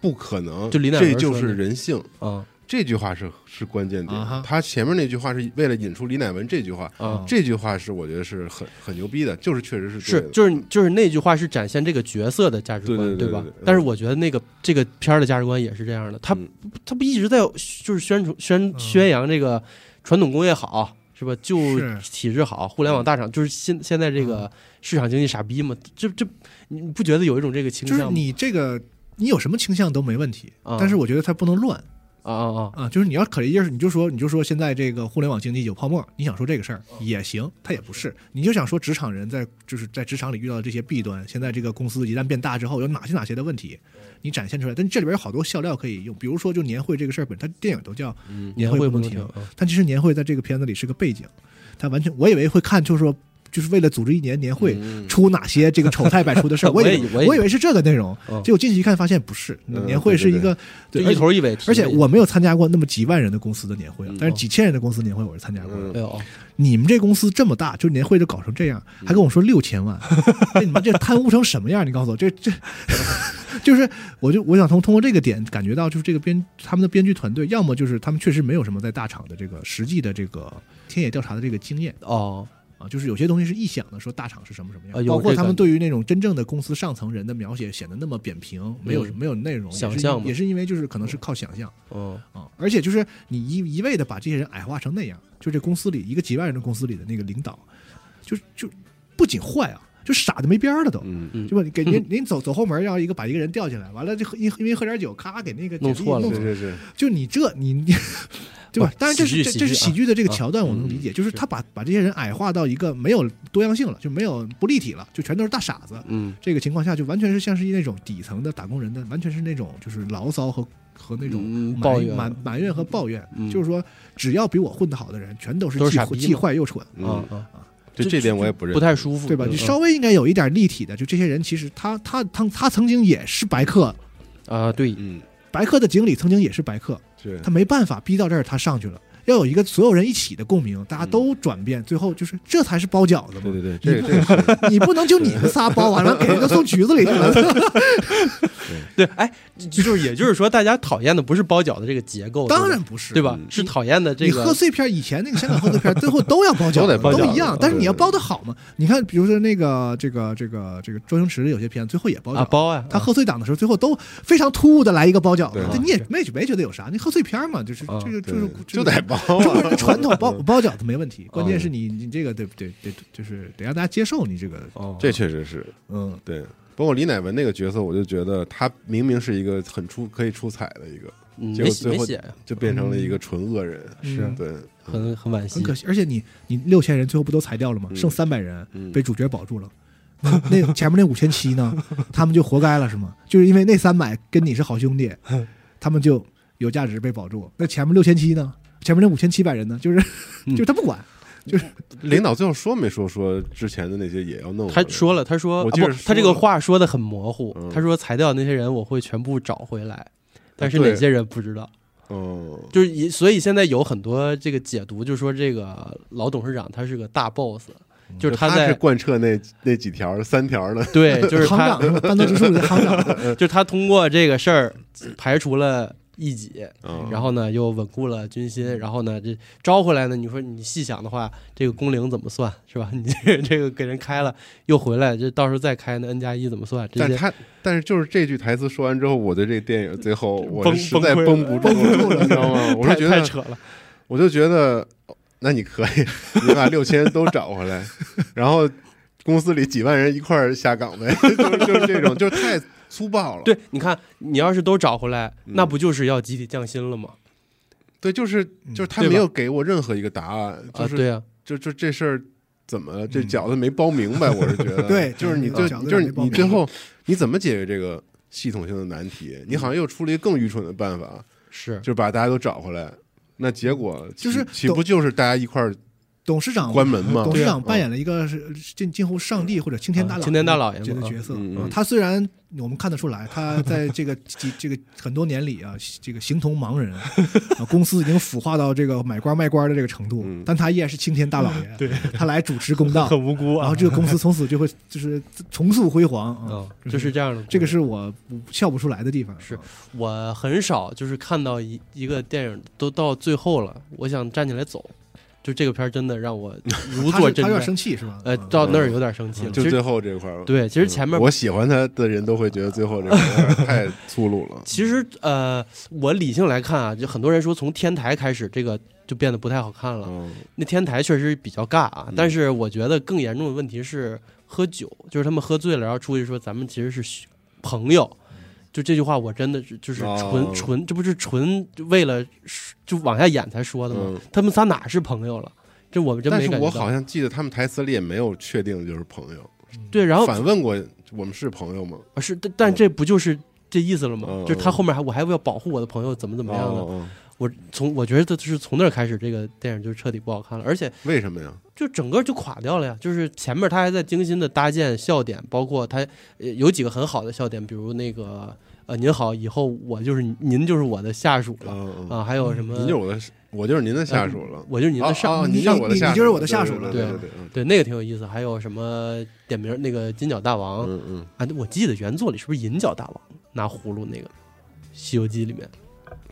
[SPEAKER 3] 不可能，
[SPEAKER 2] 就李乃文
[SPEAKER 3] 这就
[SPEAKER 2] 说的
[SPEAKER 3] 是人性。
[SPEAKER 2] 嗯
[SPEAKER 3] 这句话是是关键点
[SPEAKER 4] 啊哈，
[SPEAKER 3] 他前面那句话是为了引出李乃文这句话，
[SPEAKER 2] 啊，
[SPEAKER 3] 这句话是我觉得是很很牛逼的，就是确实是对
[SPEAKER 2] 是
[SPEAKER 3] 的
[SPEAKER 2] 就是就是那句话是展现这个角色的价值观，
[SPEAKER 3] 对对对
[SPEAKER 2] 吧
[SPEAKER 3] 对对？对
[SPEAKER 2] 但是我觉得那个这个片儿的价值观也是这样的，他
[SPEAKER 3] 嗯
[SPEAKER 2] 他不一直在就是宣传宣
[SPEAKER 4] 嗯
[SPEAKER 2] 宣扬这个传统工业好是吧？旧
[SPEAKER 4] 是嗯
[SPEAKER 2] 体制好，互联网大厂就是现现在这个市场经济傻逼嘛？这这你不觉得有一种这个倾
[SPEAKER 4] 就是
[SPEAKER 2] 向吗？
[SPEAKER 4] 你这个你有什么倾向都没问题，
[SPEAKER 2] 啊
[SPEAKER 4] 但是我觉得它不能乱
[SPEAKER 2] 啊啊啊！
[SPEAKER 4] 啊。就是你要可一劲儿，你就说你就说现在这个互联网经济有泡沫，你想说这个事儿也行，它也不是。你就想说职场人在就是在职场里遇到的这些弊端，现在这个公司一旦变大之后有哪些哪些的问题，你展现出来。但这里边有好多笑料可以用，比如说就年会这个事儿本，它电影都叫
[SPEAKER 2] 年
[SPEAKER 4] 嗯会
[SPEAKER 2] 会
[SPEAKER 4] 不
[SPEAKER 2] 不能
[SPEAKER 4] 能停
[SPEAKER 2] 停，
[SPEAKER 4] 但其实年会在这个片子里是个背景，它完全我以为会看，就是说就是为了组织一年年会
[SPEAKER 3] 嗯
[SPEAKER 4] 出哪些这个丑态百出 <laughs> 的事儿。
[SPEAKER 2] 我
[SPEAKER 4] 我
[SPEAKER 2] 也
[SPEAKER 4] 以为
[SPEAKER 2] 我也
[SPEAKER 4] 以为是这个内容
[SPEAKER 2] 嗯，
[SPEAKER 4] 结果进去一看，发现不是。
[SPEAKER 3] 嗯
[SPEAKER 4] 年会是一个
[SPEAKER 2] 就一
[SPEAKER 4] 对
[SPEAKER 2] 头一尾提的。
[SPEAKER 4] 而且我没有参加过那么几万人的公司的年
[SPEAKER 2] 嗯
[SPEAKER 4] 会啊，
[SPEAKER 2] 哦
[SPEAKER 4] 但是几千人的公司年会我是参加过的。
[SPEAKER 2] 没有，
[SPEAKER 4] 你们这公司这么大，就年会就搞成这样，还跟我说六
[SPEAKER 2] <laughs>
[SPEAKER 4] 千万，那你们这贪污成什么样？你告诉我，这这就是，我就我想从通过这个点感觉到，就是这个编他们的编剧团队，要么就是他们确实没有什么在大厂的这个实际的这个田野调查的这个经验
[SPEAKER 2] 哦，
[SPEAKER 4] 啊，就是有些东西是臆想的，说大厂是什么什么
[SPEAKER 2] 啊
[SPEAKER 4] 样，
[SPEAKER 2] 有
[SPEAKER 4] 包括
[SPEAKER 2] 这
[SPEAKER 4] 他
[SPEAKER 2] 感
[SPEAKER 4] 们
[SPEAKER 2] 觉
[SPEAKER 4] 对于那种真正的公司上层人的描写显得那么扁平，没有
[SPEAKER 2] 嗯
[SPEAKER 4] 没有内容，也是
[SPEAKER 2] 想象嘛
[SPEAKER 4] 也是因为就是可能是靠想象。
[SPEAKER 2] 嗯，
[SPEAKER 4] 啊、而且就是你一一味的把这些人矮化成那样，就这公司里一个几万人的公司里的那个领导，就就不仅坏啊，就傻的没边儿了都，
[SPEAKER 3] 嗯
[SPEAKER 2] 嗯
[SPEAKER 4] 对吧？给
[SPEAKER 2] <laughs>
[SPEAKER 4] 您您走走后门，让一个把一个人调进来，完了就喝因因为喝点酒，咔给那个
[SPEAKER 2] 弄
[SPEAKER 4] 简历
[SPEAKER 2] 错了
[SPEAKER 4] 弄
[SPEAKER 3] 是是是，
[SPEAKER 4] 就你这
[SPEAKER 2] <laughs>
[SPEAKER 4] 你你对吧
[SPEAKER 2] 不？
[SPEAKER 4] 当然这
[SPEAKER 2] 喜剧
[SPEAKER 4] 是这
[SPEAKER 2] 喜
[SPEAKER 4] 这
[SPEAKER 2] 剧
[SPEAKER 4] 是喜
[SPEAKER 2] 啊
[SPEAKER 4] 剧的这个
[SPEAKER 2] 啊
[SPEAKER 4] 桥段，我能理解，就是他把把这些人矮化到一个没有多样性了，就没有不立体了，就全都是大傻子，
[SPEAKER 2] 嗯，
[SPEAKER 4] 这个情况下，就完全是像是那种底层的打工人的，完全是那种就是牢骚和和那种
[SPEAKER 2] 嗯
[SPEAKER 4] 埋
[SPEAKER 2] 抱怨
[SPEAKER 4] 埋埋怨和抱怨。
[SPEAKER 2] 嗯
[SPEAKER 4] 就是说，只要比我混得好的人，全都是
[SPEAKER 2] 都是
[SPEAKER 4] 既
[SPEAKER 2] 傻逼嘛
[SPEAKER 4] 既坏又蠢，
[SPEAKER 3] 嗯
[SPEAKER 2] 啊啊，
[SPEAKER 3] 就
[SPEAKER 2] 这
[SPEAKER 3] 这点我也不认，
[SPEAKER 2] 不太舒服，
[SPEAKER 4] 对吧？你
[SPEAKER 2] 嗯
[SPEAKER 4] 稍微应该有一点立体的，就这些人其实他他他他曾经也是白客，
[SPEAKER 2] 啊，对，
[SPEAKER 3] 嗯，
[SPEAKER 4] 白客的经理曾经也是白客，
[SPEAKER 3] 是
[SPEAKER 4] 他没办法逼到这儿，他上去了。要有一个所有人一起的共鸣，大家
[SPEAKER 2] 嗯
[SPEAKER 4] 都转变，最后就是这才是包饺子嘛。
[SPEAKER 3] 对对对，这
[SPEAKER 4] 你不
[SPEAKER 3] 这是
[SPEAKER 2] <laughs>
[SPEAKER 4] 你不能就你们仨包完了给人家送局子里去了。
[SPEAKER 2] <laughs> 对，哎，就是也就是说，大家讨厌的不是包饺子这个结构，
[SPEAKER 4] 当
[SPEAKER 2] 对
[SPEAKER 4] 然
[SPEAKER 2] 吧
[SPEAKER 4] 不是，
[SPEAKER 2] 对吧？是讨厌的这
[SPEAKER 4] 你
[SPEAKER 2] 个
[SPEAKER 4] 贺岁片儿以前那个香港贺岁片儿最后都要包饺
[SPEAKER 3] <laughs> 都得
[SPEAKER 4] 子，
[SPEAKER 3] 包饺子
[SPEAKER 4] 一样
[SPEAKER 3] 对，
[SPEAKER 4] 但是你要包的好嘛？你看，比如说那个这个这个这个周星驰有些片最后也包
[SPEAKER 2] 啊
[SPEAKER 4] 饺子。
[SPEAKER 2] 包啊，
[SPEAKER 4] 他贺岁档的时候，最后都非常突兀的来一个包饺子
[SPEAKER 3] 对，
[SPEAKER 4] 这你也没没觉得有啥，那贺岁片儿嘛，就是
[SPEAKER 2] 啊
[SPEAKER 4] 这个
[SPEAKER 3] 对
[SPEAKER 4] 就是
[SPEAKER 3] 就得包哦
[SPEAKER 4] 中国人的
[SPEAKER 3] <laughs>
[SPEAKER 4] 传统包包饺子没问题，关键是你你这个得得得就是得让大家接受你这个，
[SPEAKER 2] 哦，
[SPEAKER 3] 这确实是
[SPEAKER 4] 嗯，
[SPEAKER 3] 对。包括李乃文那个角色，我就觉得他明明是一个很出可以出彩的一个，
[SPEAKER 2] 嗯
[SPEAKER 3] 结
[SPEAKER 2] 没
[SPEAKER 3] 果
[SPEAKER 2] 写
[SPEAKER 3] 最
[SPEAKER 2] 没
[SPEAKER 3] 后
[SPEAKER 2] 写呀，
[SPEAKER 3] 就变成
[SPEAKER 2] 嗯
[SPEAKER 3] 了一个纯恶人，
[SPEAKER 4] 是
[SPEAKER 3] 对，
[SPEAKER 2] 很很惋惜，
[SPEAKER 4] 很可惜。而且你你六千人最后不都裁掉了
[SPEAKER 2] 嗯
[SPEAKER 4] 吗？剩三百人被主角保住了。那那前面那五千七呢？他们就活该了是吗？就是因为那三百跟你是好兄弟，他们就有价值被保住。那前面六千七呢？前面那五千七百人呢？就是
[SPEAKER 2] 嗯
[SPEAKER 4] 就是他不管，
[SPEAKER 3] 领导最后说没说说之前的那些也要弄回
[SPEAKER 2] 他
[SPEAKER 3] 来？
[SPEAKER 2] 说了，他说，
[SPEAKER 3] 我
[SPEAKER 2] 啊
[SPEAKER 3] 记得
[SPEAKER 2] 不
[SPEAKER 3] 说
[SPEAKER 2] 他这个
[SPEAKER 3] 了
[SPEAKER 2] 话说的很模糊
[SPEAKER 3] 嗯。啊
[SPEAKER 2] 他说裁掉那些人，我会全部找回来， <laughs> 但是
[SPEAKER 3] 对
[SPEAKER 2] 哪些人不知道。
[SPEAKER 3] 嗯，
[SPEAKER 2] 就是以，所以现在有很多这个解读，就说这个老董事长他是个大 boss，就是
[SPEAKER 3] 嗯他是
[SPEAKER 2] 在
[SPEAKER 3] 贯彻那那几条三条的，
[SPEAKER 2] 对，
[SPEAKER 4] <laughs>
[SPEAKER 2] 就是
[SPEAKER 4] 行
[SPEAKER 2] 他
[SPEAKER 4] 长，
[SPEAKER 2] <laughs>
[SPEAKER 4] 是吧班头直属的行长，
[SPEAKER 2] 就是他通过这个事儿排除了异己，
[SPEAKER 3] 嗯，
[SPEAKER 2] 然后呢又稳固了军心，然后呢这招回来呢，你说你细想的话，这个工龄怎么算是吧？ <laughs> 你这这个给人开了又回来，这到时候再开那 n 加一怎么算？这
[SPEAKER 3] 但
[SPEAKER 2] 些
[SPEAKER 3] 他但是就是这句台词说完之后，我对这个电影最后我
[SPEAKER 2] 崩
[SPEAKER 3] 是实在
[SPEAKER 2] 崩
[SPEAKER 3] 绷不住了，你知道吗？我
[SPEAKER 2] 太
[SPEAKER 3] 就觉
[SPEAKER 2] 太
[SPEAKER 3] 得
[SPEAKER 2] 扯了。
[SPEAKER 3] 我就觉得，哦那你可以，你把六千人都找回来，然后公司里几万人一块儿下岗呗， <laughs> 就是就是这种，就是太粗暴了。
[SPEAKER 2] 对，你看，你要是都找回来，
[SPEAKER 3] 嗯
[SPEAKER 2] 那不就是要集体降薪了吗？
[SPEAKER 3] 对，就是就是他
[SPEAKER 2] 对吧
[SPEAKER 3] 没有给我任何一个答案，就
[SPEAKER 2] 啊，
[SPEAKER 3] 是
[SPEAKER 2] 对啊，
[SPEAKER 3] 就就这事儿怎么了？这
[SPEAKER 2] 嗯
[SPEAKER 3] 饺子没包明白，我是觉
[SPEAKER 2] <laughs>
[SPEAKER 3] 得，
[SPEAKER 4] 对
[SPEAKER 3] 就是你就
[SPEAKER 4] 饺子
[SPEAKER 3] 就是
[SPEAKER 4] 没包
[SPEAKER 3] 你
[SPEAKER 4] 明白
[SPEAKER 3] 最后你怎么解决这个系统性的难题？你好
[SPEAKER 4] 嗯
[SPEAKER 3] 像又出了一个更愚蠢的办法，
[SPEAKER 2] 是
[SPEAKER 3] 就是把大家都找回来。那结果岂
[SPEAKER 4] 就是嗯
[SPEAKER 3] 岂不就是大家一块儿
[SPEAKER 4] 董事长
[SPEAKER 3] 关门吗？
[SPEAKER 4] 董事
[SPEAKER 2] 对
[SPEAKER 4] 长
[SPEAKER 3] 啊
[SPEAKER 4] 扮演了一个是近近乎上帝或者青天大老
[SPEAKER 2] 啊青天大老爷嘛
[SPEAKER 4] 这个角色啊
[SPEAKER 3] 嗯嗯。
[SPEAKER 4] 他虽然我们看得出来，他在这个几这个很多年里啊，这个形同盲人，啊公司已经腐化到这个买官卖官的这个程度，但他依然是青天大老
[SPEAKER 2] <laughs>
[SPEAKER 4] 爷。对，他来主持公道，
[SPEAKER 2] 嗯很无辜
[SPEAKER 4] 然后这个公司从此就会就是重塑辉煌啊
[SPEAKER 2] 啊，。就是这样的。
[SPEAKER 4] 这个是我笑不出来的地方。啊
[SPEAKER 2] 是我很少就是看到一一个电影都到最后了，我想站起来走，就这个片儿真的让我如
[SPEAKER 4] 他
[SPEAKER 2] 坐
[SPEAKER 4] 是他
[SPEAKER 2] 针
[SPEAKER 4] 有点
[SPEAKER 2] 毡。
[SPEAKER 4] 生气是吧？
[SPEAKER 2] 呃，
[SPEAKER 4] 嗯
[SPEAKER 2] 到那儿有点生气了。
[SPEAKER 3] 就
[SPEAKER 2] 其
[SPEAKER 3] 最
[SPEAKER 2] 实
[SPEAKER 3] 后这块儿吧。嗯
[SPEAKER 2] 对，其实前面。
[SPEAKER 3] 我喜欢他的人都会觉得最后这个有点太粗鲁了
[SPEAKER 2] 其实呃，我理性来看啊，就很多人说从天台开始这个就变得不太好看了。
[SPEAKER 3] 嗯，
[SPEAKER 2] 那天台确实比较尬啊，但是我觉得更严重的问题是喝酒，就是他们喝醉了，然后出去说咱们其实是兄朋友，就这句话我真的是就是纯、
[SPEAKER 3] 哦
[SPEAKER 2] 纯，这不是纯为了就往下演才说的吗？
[SPEAKER 3] 嗯
[SPEAKER 2] 他们仨哪是朋友了？这我们真
[SPEAKER 3] 但
[SPEAKER 2] 没
[SPEAKER 3] 是
[SPEAKER 2] 感觉
[SPEAKER 3] 我
[SPEAKER 2] 到
[SPEAKER 3] 好像记得他们台词里也没有确定就是朋友，
[SPEAKER 2] 对，然后
[SPEAKER 3] 反问过我们是朋友吗？
[SPEAKER 2] 啊是，但但这不就是这意思了吗？
[SPEAKER 3] 嗯
[SPEAKER 2] 就是他后面还我还要保护我的朋友，怎么怎么样的？
[SPEAKER 3] 哦，
[SPEAKER 2] 我从我觉得是从那儿开始，这个电影就彻底不好看了，而且
[SPEAKER 3] 为什么呀？
[SPEAKER 2] 就整个就垮掉了呀。就是前面他还在精心的搭建笑点，包括他呃有几个很好的笑点，比如那个呃您好，以后我就是您就是我的下属了
[SPEAKER 3] 嗯，嗯
[SPEAKER 2] 啊，还有什么
[SPEAKER 3] 您就是我的，我就是您的下属了，
[SPEAKER 2] 我就是您嗯的
[SPEAKER 3] 哦
[SPEAKER 2] 上
[SPEAKER 3] 哦
[SPEAKER 4] 你
[SPEAKER 3] 您就是我的
[SPEAKER 4] 你
[SPEAKER 3] 下属，
[SPEAKER 4] 你就是我的下属了
[SPEAKER 3] 对
[SPEAKER 2] 对
[SPEAKER 3] 对对，嗯
[SPEAKER 2] 对，那个挺有意思。还有什么点名儿那个金角大王、
[SPEAKER 3] 嗯嗯，
[SPEAKER 2] 啊？我记得原作里是不是银角大王拿葫芦那个《西游记》里面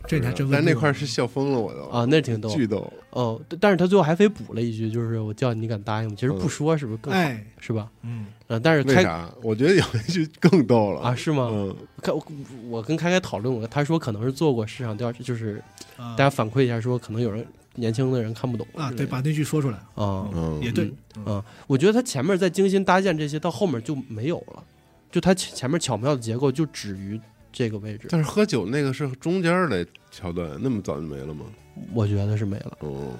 [SPEAKER 4] 这你还真
[SPEAKER 3] 嗯但
[SPEAKER 4] 问
[SPEAKER 3] 那块儿是笑疯了我都
[SPEAKER 2] 啊？那挺逗。
[SPEAKER 3] 巨逗，
[SPEAKER 2] 哦，对但是他最后还非补了一句，就是我叫你，你敢答应吗？其实
[SPEAKER 3] 嗯
[SPEAKER 2] 不说是不是更好、
[SPEAKER 4] 哎，
[SPEAKER 2] 是吧？
[SPEAKER 4] 嗯，
[SPEAKER 2] 呃，但是
[SPEAKER 3] 为
[SPEAKER 2] 开
[SPEAKER 3] 啥？我觉得有一句更逗了
[SPEAKER 2] 啊是吗？
[SPEAKER 3] 嗯，
[SPEAKER 2] 开我我跟开开讨论过，他说可能是做过市场调查，就是
[SPEAKER 4] 啊
[SPEAKER 2] 大家反馈一下，说可能有人年轻的人看不懂
[SPEAKER 4] 啊，
[SPEAKER 2] 之
[SPEAKER 4] 对，
[SPEAKER 2] 类的
[SPEAKER 4] 把那句说出来，
[SPEAKER 2] 啊、
[SPEAKER 3] 嗯
[SPEAKER 4] 也对，嗯
[SPEAKER 2] 我觉得他前面在精心搭建这些，到后面就没有了，就他前前面巧妙的结构就止于这个位置，
[SPEAKER 3] 但是喝酒那个是中间儿的桥段，那么早就没了吗？
[SPEAKER 2] 我觉得是没了。
[SPEAKER 3] 嗯，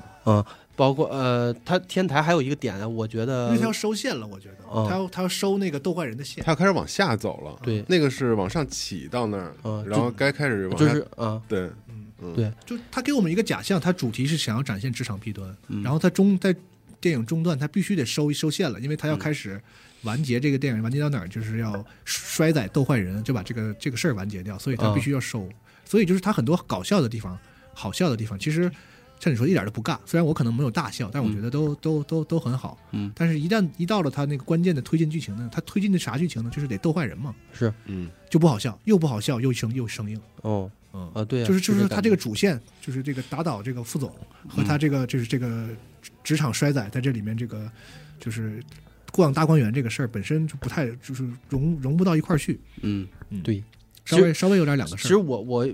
[SPEAKER 2] 包括呃，他天台还有一个点啊，我觉
[SPEAKER 4] 因
[SPEAKER 2] 得
[SPEAKER 4] 为他要收线了，我觉得
[SPEAKER 2] 嗯
[SPEAKER 4] 他要他要收那个斗坏人的线，
[SPEAKER 3] 他开始往下走了，
[SPEAKER 2] 对
[SPEAKER 3] 那个是往上起到那儿，
[SPEAKER 2] 嗯
[SPEAKER 3] 然后该开始往
[SPEAKER 2] 就
[SPEAKER 3] 下，
[SPEAKER 2] 是啊，
[SPEAKER 3] 对，
[SPEAKER 4] 就他给我们一个假象，他主题是想要展现职场弊端，
[SPEAKER 2] 嗯
[SPEAKER 4] 然后他中在电影中段他必须得收收线了，因
[SPEAKER 2] 嗯
[SPEAKER 4] 为他要开始完结这个电影，完结到哪儿就是要衰仔斗坏人，就把这个这个事儿完结掉，所以他
[SPEAKER 2] 嗯
[SPEAKER 4] 必须要收，所以就是他很多搞笑的地方，好笑的地方，其实像你说一点都不尬，虽然我可能没有大笑，但我觉得都、都都都很好，
[SPEAKER 2] 嗯，
[SPEAKER 4] 但是一旦一到了他那个关键的推进剧情呢，他推进的啥剧情呢？就是得斗坏人嘛，
[SPEAKER 2] 是
[SPEAKER 3] 嗯，
[SPEAKER 4] 就不好笑，又不好笑又生又生硬，
[SPEAKER 2] 哦
[SPEAKER 4] 嗯
[SPEAKER 2] 啊，对啊，
[SPEAKER 4] 就是就是他这
[SPEAKER 2] 个
[SPEAKER 4] 个主线，就是这个打倒这个副总
[SPEAKER 2] 嗯
[SPEAKER 4] 和他这个就是这个职场衰仔在这里面这个就是逛大观园这个事儿本身就不太就是融融不到一块儿去，
[SPEAKER 2] 感觉嗯
[SPEAKER 4] 嗯
[SPEAKER 2] 对。
[SPEAKER 4] 稍微稍微有点两个
[SPEAKER 2] 其
[SPEAKER 4] 事
[SPEAKER 2] 实
[SPEAKER 4] 儿。
[SPEAKER 2] 我我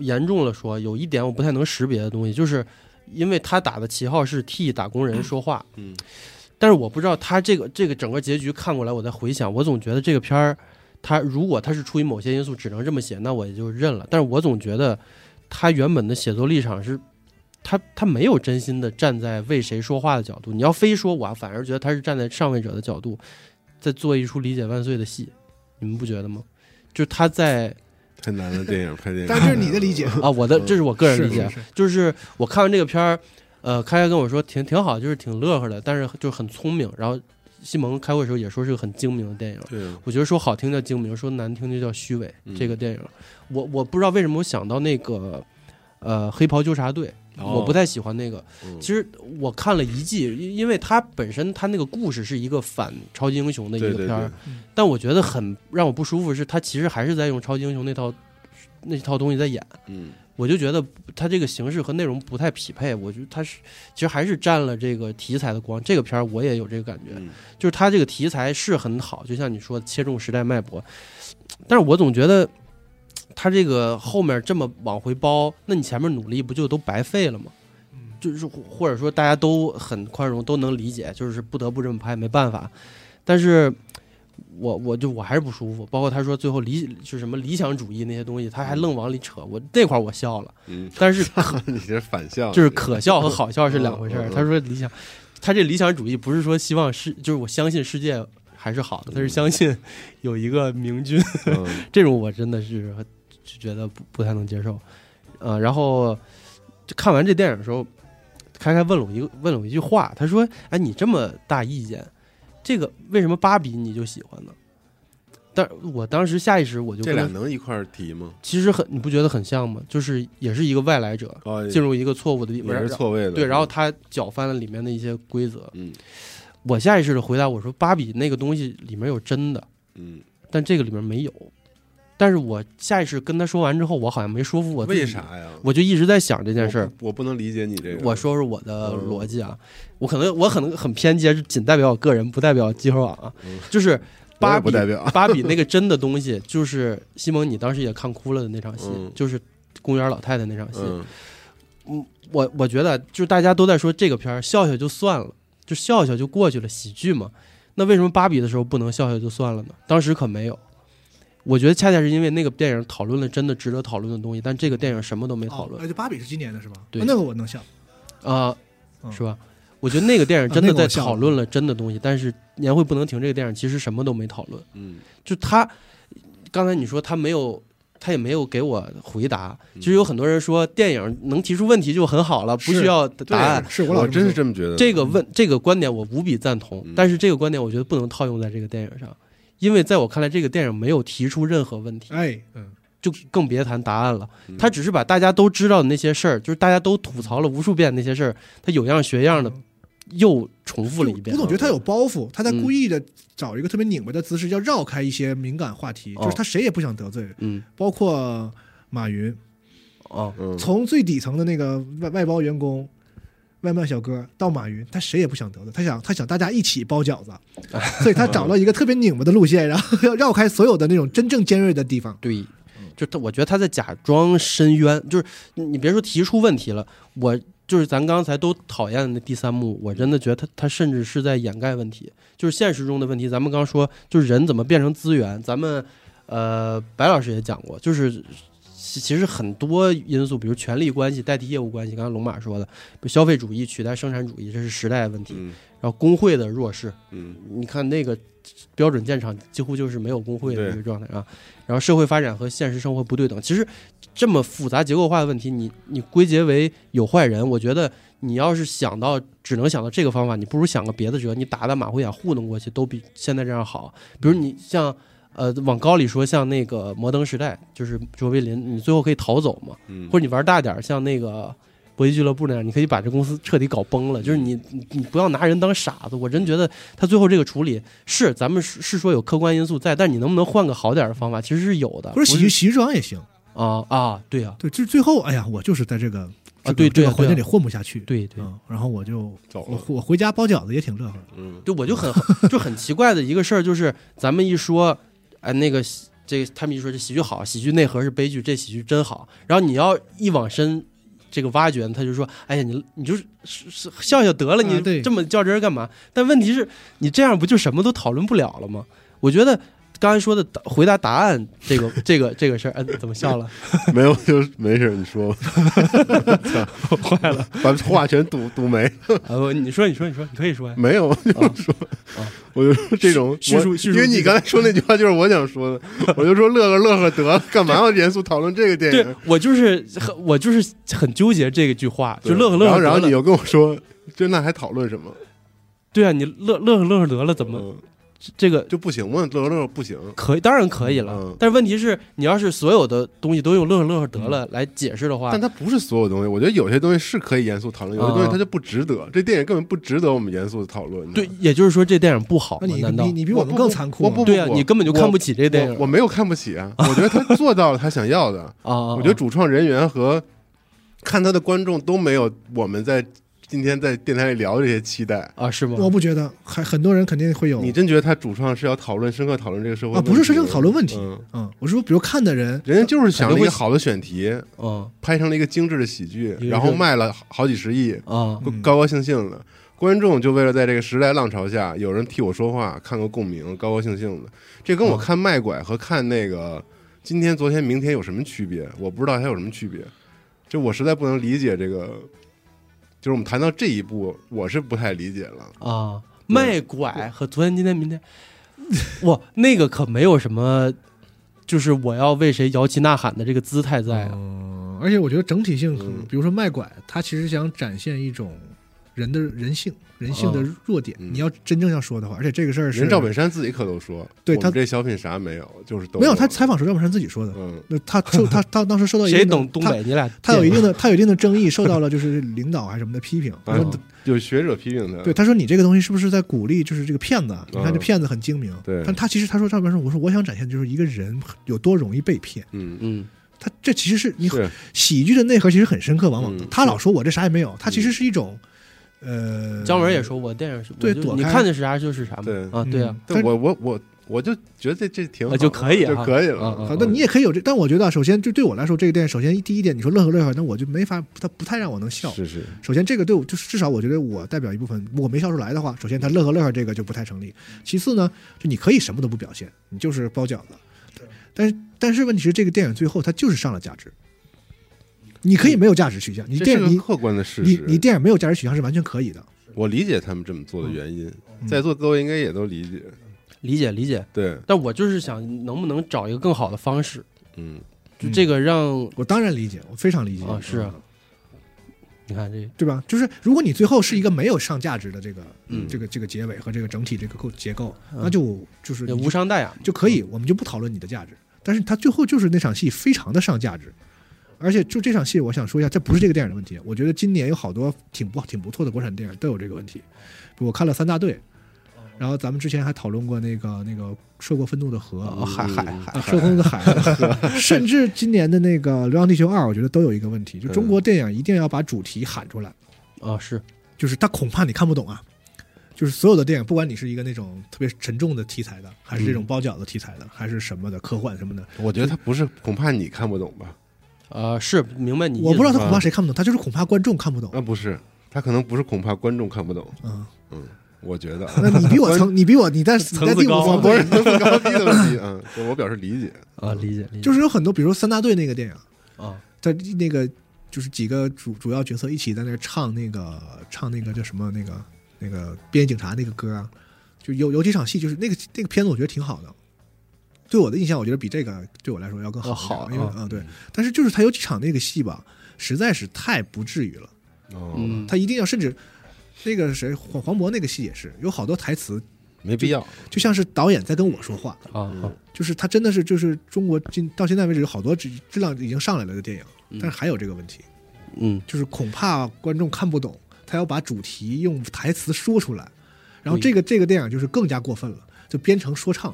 [SPEAKER 2] 严重了说，有一点我不太能识别的东西，就是因为他打的旗号是替打工人说话，
[SPEAKER 3] 嗯，
[SPEAKER 2] 但是我不知道他这个这个整个结局看过来，我在回想，我总觉得这个片儿，他如果他是出于某些因素只能这么写，那我也就认了。但是我总觉得他原本的写作立场是。他他没有真心的站在为谁说话的角度，你要非说我，反而觉得他是站在上位者的角度，在做一出理解万岁的戏，你们不觉得吗？就是他在
[SPEAKER 3] 太难了，电影拍电影，
[SPEAKER 4] <laughs> 但这是你的理解，
[SPEAKER 2] <laughs> 啊，我的这是我个人
[SPEAKER 4] 是
[SPEAKER 2] 理解，
[SPEAKER 4] 是是
[SPEAKER 2] 就是我看完这个片儿，呃，开开跟我说挺挺好，就是挺乐呵的，但是就是很聪明。然后西蒙开会的时候也说是个很精明的电影。
[SPEAKER 3] <laughs> 对啊，
[SPEAKER 2] 我觉得说好听叫精明，说难听就叫虚伪。
[SPEAKER 3] 嗯
[SPEAKER 2] 这个电影，我我不知道为什么我想到那个呃黑袍纠察队，
[SPEAKER 3] 哦
[SPEAKER 2] 我不太喜欢那个。
[SPEAKER 3] 嗯
[SPEAKER 2] 其实我看了一季，因因为它本身它那个故事是一个反超级英雄的一
[SPEAKER 3] 对
[SPEAKER 2] 个
[SPEAKER 3] 对
[SPEAKER 2] 片儿
[SPEAKER 3] 对，，
[SPEAKER 2] 但我觉得很让我不舒服是，它其实还是在用超级英雄那套那套东西在演。
[SPEAKER 3] 嗯，
[SPEAKER 2] 我就觉得它这个形式和内容不太匹配，我觉得它是其实还是占了这个题材的光。这个片儿我也有这个感觉，
[SPEAKER 3] 嗯
[SPEAKER 2] 就是它这个题材是很好，就像你说切中时代脉搏，但是我总觉得它这个后面这么往回包，那你前面努力不就都白费了吗？就是或或者说大家都很宽容，都能理解，就是不得不这么拍，没办法。但是我我就我还是不舒服，包括他说最后理就是什么理想主义那些东西，他还愣往里扯，我那块儿我 <laughs> 笑了，
[SPEAKER 3] 嗯， <laughs>
[SPEAKER 2] 但是
[SPEAKER 3] 你这反向
[SPEAKER 2] 就是可笑和好笑是两回事儿。
[SPEAKER 3] 嗯嗯嗯
[SPEAKER 2] 他说理想，他这理想主义不是说希望世，就是我相信世界还是好的，他是相信有一个明君，
[SPEAKER 3] 嗯
[SPEAKER 2] 嗯 <laughs> 这种我真的是就觉得不不太能接受。呃，然后就看完这电影的时候，开开问了我一个问了我一句话，他说：“哎，你这么大意见，这个为什么芭比你就喜欢呢？”但我当时下意识我就
[SPEAKER 3] 这
[SPEAKER 2] 跟
[SPEAKER 3] 俩
[SPEAKER 2] 他，
[SPEAKER 3] 能一块儿提吗？
[SPEAKER 2] 其实很你不觉得很像吗？就是也是一个外来者
[SPEAKER 3] 哦，
[SPEAKER 2] 呃进入一个错误的地方，
[SPEAKER 3] 也是错位的，
[SPEAKER 2] 对，然后他搅翻了里面的一些规则。
[SPEAKER 3] 嗯
[SPEAKER 2] 我下意识的回答我说：“芭比那个东西里面有真的，
[SPEAKER 3] 嗯，
[SPEAKER 2] 但这个里面没有。”但是我下意识跟他说完之后，我好像没说服我自己
[SPEAKER 3] 为？啥呀？
[SPEAKER 2] 我就一直在想这
[SPEAKER 3] 这
[SPEAKER 2] 件事儿。
[SPEAKER 3] 我不嗯能理解你这个，
[SPEAKER 2] 我说说我的逻辑啊，我可能我可能很偏激，仅代表我个人，不代表集合网啊。就是
[SPEAKER 3] 嗯我
[SPEAKER 2] 芭
[SPEAKER 3] 也
[SPEAKER 2] 比
[SPEAKER 3] 不代表
[SPEAKER 2] 芭比那个真的东西，就是西蒙你当时也看哭了的那场戏，
[SPEAKER 3] 嗯
[SPEAKER 2] 就是公园老太太那场戏。
[SPEAKER 3] 嗯
[SPEAKER 2] 嗯，我我觉得就是大家都在说这个片儿笑笑就算了，就笑笑就过去了，喜剧嘛。那为什么芭比的时候不能笑笑就算了呢？当时可没有。我觉得恰恰是因为那个电影讨论了真的值得讨论的东西，但这个电影什么都没讨
[SPEAKER 4] 哦，
[SPEAKER 2] 论
[SPEAKER 4] 而且芭比是今年的是吧？
[SPEAKER 2] 对
[SPEAKER 4] 啊那个我能笑，
[SPEAKER 2] 啊、
[SPEAKER 4] 嗯
[SPEAKER 2] 是吧？我觉得那个电影真的
[SPEAKER 4] 啊那个
[SPEAKER 2] 在
[SPEAKER 4] 我笑了
[SPEAKER 2] 讨论了真的东西，但是年会不能停这个电影其实什么都没讨论，
[SPEAKER 3] 嗯
[SPEAKER 2] 就他刚才你说他没有他也没有给我回答。其实有很多人说，电影能提出问题就很好了，不
[SPEAKER 4] 嗯是
[SPEAKER 2] 需要答案。
[SPEAKER 4] 是我
[SPEAKER 3] 我
[SPEAKER 4] 老
[SPEAKER 3] 真是
[SPEAKER 4] 这么
[SPEAKER 3] 这么觉得。
[SPEAKER 2] 这个问这个观点我无比赞同
[SPEAKER 3] 嗯，
[SPEAKER 2] 但是这个观点我觉得不能套用在这个电影上，因为在我看来，这个电影没有提出任何问题
[SPEAKER 4] 说，哎，嗯，
[SPEAKER 2] 就更别谈答案了
[SPEAKER 3] 嗯。
[SPEAKER 2] 他只是把大家都知道的那些事儿，就是大家都吐槽了无数遍的那些事儿，他有样学样的又重复了一遍
[SPEAKER 4] 嗯我。总觉得他有包袱，他在
[SPEAKER 2] 嗯
[SPEAKER 4] 故意的找一个特别拧巴的姿势，要绕开一些敏感话题，
[SPEAKER 2] 哦
[SPEAKER 4] 就是他谁也不想得罪，
[SPEAKER 2] 嗯
[SPEAKER 4] 包括马云，
[SPEAKER 2] 哦
[SPEAKER 3] 嗯，
[SPEAKER 4] 从最底层的那个外外包员工。外卖小哥到马云，他谁也不想得罪，他想他想大家一起
[SPEAKER 2] <laughs>
[SPEAKER 4] 包饺子，所以他找了一个特别拧巴的路线，然后要绕开所有的那种真正尖锐的地方。
[SPEAKER 2] 对，就他，我觉得他在假装深渊，就是你你别说提出问题了，我就是咱刚才都讨厌的那第三幕，我真的觉得他他甚至是在掩盖问题，就是现实中的问题。咱们刚说，就是人怎么变成资源，咱们呃白老师也讲过，就是。其其实很多因素，比如权力关系代替业务关系，刚才龙马说的，比如消费主义取代生产主义，这是时代的问题。
[SPEAKER 3] 嗯
[SPEAKER 2] 然后工会的弱势，
[SPEAKER 3] 嗯
[SPEAKER 2] 你看那个标准建厂几乎就是没有工会的
[SPEAKER 3] 对
[SPEAKER 2] 一个状态啊，然后社会发展和现实生活不对等，其实这么复杂结构化的问题，你你归结为有坏人，我觉得你要是想到只能想到这个方法，你不如想个别的辙，你打打马虎眼糊弄过去都比现在这样好。比如你像呃往高里说，像那个摩登时代，就是卓别林，你最后可以逃走嘛，
[SPEAKER 3] 嗯，
[SPEAKER 2] 或者你玩大点儿，像那个搏击俱乐部那样，你可以把这公司彻底搞崩了。就是你你你不要拿人当傻子。我真觉得他最后这个处理是咱们是是说有客观因素在，但你能不能换个好点儿的方法，其实是有的。
[SPEAKER 4] 或者喜
[SPEAKER 2] 啊不
[SPEAKER 4] 剧
[SPEAKER 2] 是
[SPEAKER 4] 喜剧之王也行，
[SPEAKER 2] 啊啊，对啊，
[SPEAKER 4] 对，就是最后，哎呀，我就是在这个这个
[SPEAKER 2] 对
[SPEAKER 4] 这
[SPEAKER 2] 对啊
[SPEAKER 4] 个
[SPEAKER 2] 对
[SPEAKER 4] 环
[SPEAKER 2] 啊
[SPEAKER 4] 境里混不下去，
[SPEAKER 2] 对对。
[SPEAKER 4] 嗯，然后我就
[SPEAKER 3] 走
[SPEAKER 4] 我
[SPEAKER 3] 了
[SPEAKER 4] 回我回家包饺子也挺乐呵的，
[SPEAKER 2] <laughs>
[SPEAKER 3] 嗯
[SPEAKER 2] 对，我就很就很奇怪的一个事儿，就是咱们一说，哎，那个喜这个他们一说这喜剧好，喜剧内核是悲剧，这喜剧真好。然后你要一往深这个挖掘，他就说，哎呀，你你就是是是笑笑得了，
[SPEAKER 4] 啊对
[SPEAKER 2] 你这么较真儿干嘛？但问题是，你这样不就什么都讨论不了了吗？我觉得刚才说的答回答答案这个这个这个事儿，哎，怎么笑了？ <laughs>
[SPEAKER 3] 没有就没事，你说吧，
[SPEAKER 2] 坏了，
[SPEAKER 3] <laughs> 把话全堵堵没。
[SPEAKER 2] 啊，我你说你说你说，你可以说呀。
[SPEAKER 3] 没有，就是说，
[SPEAKER 2] 啊
[SPEAKER 3] 我就说这种，
[SPEAKER 2] 叙
[SPEAKER 3] 我
[SPEAKER 2] 叙述
[SPEAKER 3] 因为你刚才说那句话就是我想
[SPEAKER 2] <laughs>
[SPEAKER 3] 说的，我就说乐呵乐呵得了，干嘛要严肃讨论这个电
[SPEAKER 2] 对
[SPEAKER 3] 影？
[SPEAKER 2] 我就是很我就是很纠结这个句话，就
[SPEAKER 3] 对
[SPEAKER 2] 乐呵乐呵得
[SPEAKER 3] 然后
[SPEAKER 2] 了。
[SPEAKER 3] 然后你又跟我说，就那还讨论什么？
[SPEAKER 2] 对啊，你乐乐呵乐呵得了，怎么
[SPEAKER 3] 嗯
[SPEAKER 2] 这个
[SPEAKER 3] 就不行吗？乐呵乐呵不行，
[SPEAKER 2] 可以，当然可以了。
[SPEAKER 3] 嗯
[SPEAKER 2] 但是问题是，你要是所有的东西都用乐呵乐呵得了来解释的话，
[SPEAKER 3] 但它不是所有东西，我觉得有些东西是可以严肃讨论，有些东西
[SPEAKER 2] 啊
[SPEAKER 3] 它就不值得。这电影根本不值得我们严肃讨论。
[SPEAKER 2] 对，也就是说这电影不好
[SPEAKER 4] 那
[SPEAKER 2] 吗？
[SPEAKER 4] 你
[SPEAKER 2] 难道
[SPEAKER 4] 你你比我们
[SPEAKER 3] 我不
[SPEAKER 4] 更残酷
[SPEAKER 3] 我
[SPEAKER 4] 啊、
[SPEAKER 3] 不
[SPEAKER 2] 对啊？
[SPEAKER 3] 我
[SPEAKER 2] 你根本就看不起这电
[SPEAKER 3] 我
[SPEAKER 2] 影
[SPEAKER 3] 我没有看不起啊，我觉得他做到了他想要的。
[SPEAKER 2] 啊！啊
[SPEAKER 3] 我觉得
[SPEAKER 2] 啊
[SPEAKER 3] 主创人员和看他的观众都没有我们在今天在电台里聊这些期待。
[SPEAKER 2] 啊是吗？
[SPEAKER 4] 我不觉得，还很多人肯定会有
[SPEAKER 3] 你真觉得他主创是要讨论、深刻讨论这个社会
[SPEAKER 4] 啊，
[SPEAKER 3] 问题
[SPEAKER 4] 不是深正讨论问题，
[SPEAKER 3] 嗯
[SPEAKER 4] 嗯，我是说，比如看的人，
[SPEAKER 3] 人家就是想了一个好的选题，
[SPEAKER 2] 嗯
[SPEAKER 3] 拍成了一个精致的喜剧，
[SPEAKER 2] 有一个
[SPEAKER 3] 然后卖了好几十亿，
[SPEAKER 2] 啊
[SPEAKER 4] 嗯
[SPEAKER 3] 高高兴兴的。观众就为了在这个时代浪潮下，有人替我说话，看个共鸣，高高兴兴的。这跟我
[SPEAKER 2] 嗯
[SPEAKER 3] 看卖拐和看那个今天、昨天、明天有什么区别？我不知道它有什么区别。就我实在不能理解这个，就是我们谈到这一步，我是不太理解了。
[SPEAKER 2] 啊！卖拐和昨天、今天、明天，哇，那个可没有什么，就是我要为谁摇旗呐喊的这个姿态在啊！
[SPEAKER 4] 嗯，而且我觉得整体性，可能
[SPEAKER 3] 嗯
[SPEAKER 4] 比如说卖拐，他其实想展现一种人的人性，人性的弱点。
[SPEAKER 3] 嗯
[SPEAKER 4] 你要真正要说的话，而且这个事儿是
[SPEAKER 3] 人赵本山自己可都说，
[SPEAKER 4] 对
[SPEAKER 3] 我
[SPEAKER 4] 他
[SPEAKER 3] 们这小品啥没有，就是都
[SPEAKER 4] 没有他采访时候赵本山自己说的， <laughs>
[SPEAKER 3] 嗯
[SPEAKER 4] 那他
[SPEAKER 3] <laughs>
[SPEAKER 4] 受他他当时受到一定
[SPEAKER 2] 谁
[SPEAKER 4] 的
[SPEAKER 2] 懂东
[SPEAKER 4] 他
[SPEAKER 2] 北？你俩
[SPEAKER 4] 他有一
[SPEAKER 2] 见
[SPEAKER 4] 定
[SPEAKER 2] 过
[SPEAKER 4] 的，他有一定的争议，受到了就是领导还是什么的批评。他
[SPEAKER 3] 啊
[SPEAKER 4] 说，
[SPEAKER 3] 有学者批评他，
[SPEAKER 4] 对，他说你这个东西是不是在鼓励就是这个骗子啊？你看这骗子很精明，
[SPEAKER 3] 嗯对
[SPEAKER 4] 但他其实他说赵本山说，我说我想展现就是一个人有多容易被骗。
[SPEAKER 3] 嗯，
[SPEAKER 2] 嗯
[SPEAKER 4] 他这其实是你
[SPEAKER 3] 是
[SPEAKER 4] 喜剧的内核其实很深刻，往往、
[SPEAKER 3] 嗯
[SPEAKER 4] 他老说我这啥也没有，他其实是一种，呃，
[SPEAKER 2] 姜文也说我电影是我
[SPEAKER 4] 对
[SPEAKER 2] 就
[SPEAKER 4] 躲
[SPEAKER 2] 你
[SPEAKER 4] 开
[SPEAKER 2] 看的是啥就是啥嘛
[SPEAKER 3] 对
[SPEAKER 2] 啊对啊
[SPEAKER 4] 嗯，
[SPEAKER 3] 但
[SPEAKER 4] 但
[SPEAKER 3] 我我我我就觉得这这挺好
[SPEAKER 2] 啊
[SPEAKER 3] 的，
[SPEAKER 2] 就可以啊
[SPEAKER 3] 就可以了。
[SPEAKER 2] 啊啊
[SPEAKER 4] 好，那你也可以有这，但我觉得啊首先就对我来说，这个电影首先第一点，你说乐呵乐呵，那我就没法，他不太让我能笑。
[SPEAKER 3] 是是，
[SPEAKER 4] 首先这个对我就是至少我觉得我代表一部分，我没笑出来的话，首先他乐呵乐呵这个就不太成立。其次呢，就你可以什么都不表现，你就是包饺子，但是但是问题是这个电影最后它就是上了价值，你可以没有价值取向，你
[SPEAKER 3] 这
[SPEAKER 4] 电
[SPEAKER 3] 是
[SPEAKER 4] 影
[SPEAKER 3] 个
[SPEAKER 4] 你
[SPEAKER 3] 客观的事实。
[SPEAKER 4] 你你电影没有价值取向是完全可以的。
[SPEAKER 3] 我理解他们这么做的原因，在座各位应该也都理解。
[SPEAKER 2] 理解理解，
[SPEAKER 3] 对，
[SPEAKER 2] 但我就是想能不能找一个更好的方式，
[SPEAKER 3] 嗯，
[SPEAKER 2] 就这个让
[SPEAKER 4] 我当然理解，我非常理解
[SPEAKER 2] 啊是啊你看这
[SPEAKER 4] 对吧？就是如果你最后是一个没有上价值的这个、
[SPEAKER 2] 嗯
[SPEAKER 4] 这个这个结尾和这个整体这个构结构，那就就是
[SPEAKER 2] 也
[SPEAKER 4] 你
[SPEAKER 2] 无伤大雅，
[SPEAKER 4] 就可以，我们就不讨论你的价值。但是他最后就是那场戏非常的上价值，而且就这场戏，我想说一下，这不是这个电影的问题。我觉得今年有好多挺不挺不错的国产电影都有这个问
[SPEAKER 2] 哦
[SPEAKER 4] 题。比如我看了《三大队》，然后咱们之前还讨论过那个那个涉过愤怒的河，
[SPEAKER 2] 啊
[SPEAKER 3] 嗯
[SPEAKER 2] 海海海
[SPEAKER 4] 啊，涉空的海，
[SPEAKER 2] <laughs>
[SPEAKER 4] <laughs> 甚至今年的那个《流浪地球二》，我觉得都有一个问题，就中国电影一定要把主题喊出来，
[SPEAKER 2] 啊是
[SPEAKER 4] 就是它恐怕你看不懂啊。就是所有的电影，不管你是一个那种特别沉重的题材的，还是
[SPEAKER 2] 嗯
[SPEAKER 4] 这种包饺子题材的，还是什么的科幻什么的，
[SPEAKER 3] 我觉得他不是，恐怕你看不懂吧？
[SPEAKER 2] 啊是明白你意思，
[SPEAKER 4] 我不知道他恐怕
[SPEAKER 3] 啊
[SPEAKER 4] 谁看不懂，他就是恐怕观众看
[SPEAKER 2] <laughs>
[SPEAKER 4] 不懂。
[SPEAKER 3] 啊，不是，他可能不是，恐怕观众看不懂。
[SPEAKER 4] 嗯，
[SPEAKER 3] 我觉得啊，
[SPEAKER 4] 那你比我层，你比我，你在你在
[SPEAKER 2] 层次
[SPEAKER 4] 第五
[SPEAKER 2] 高
[SPEAKER 4] 方
[SPEAKER 2] 啊
[SPEAKER 3] 不
[SPEAKER 4] 对
[SPEAKER 3] 是层次高低的问题啊，对我表示理解。
[SPEAKER 2] 啊理解理解
[SPEAKER 4] 就是有很多，比如说三大队那个电影，
[SPEAKER 2] 啊
[SPEAKER 4] 在那个就是几个主主要角色一起在那儿唱那个唱那个叫什么那个那个边境警察那个歌啊，就有有几场戏，就是那个那个片子我觉得挺好的，对我的印象我觉得比这个对我来说要更好、
[SPEAKER 2] 哦好
[SPEAKER 4] 因为
[SPEAKER 2] 啊
[SPEAKER 4] 嗯对，但是就是他有几场那个戏吧，实在是太不至于了，
[SPEAKER 3] 哦，
[SPEAKER 2] 嗯
[SPEAKER 4] 他一定要甚至那个谁黄黄渤那个戏也是有好多台词
[SPEAKER 3] 没必要。
[SPEAKER 4] 就像是导演在跟我说话，
[SPEAKER 2] 啊啊
[SPEAKER 4] 就是他真的是就是中国今到现在为止有好多质质量已经上来了的电影，但是还有这个问题。
[SPEAKER 2] 嗯
[SPEAKER 4] 就是恐怕观众看不懂，他要把主题用台词说出来，然后这个这个电影就是更加过分了，就编成说唱，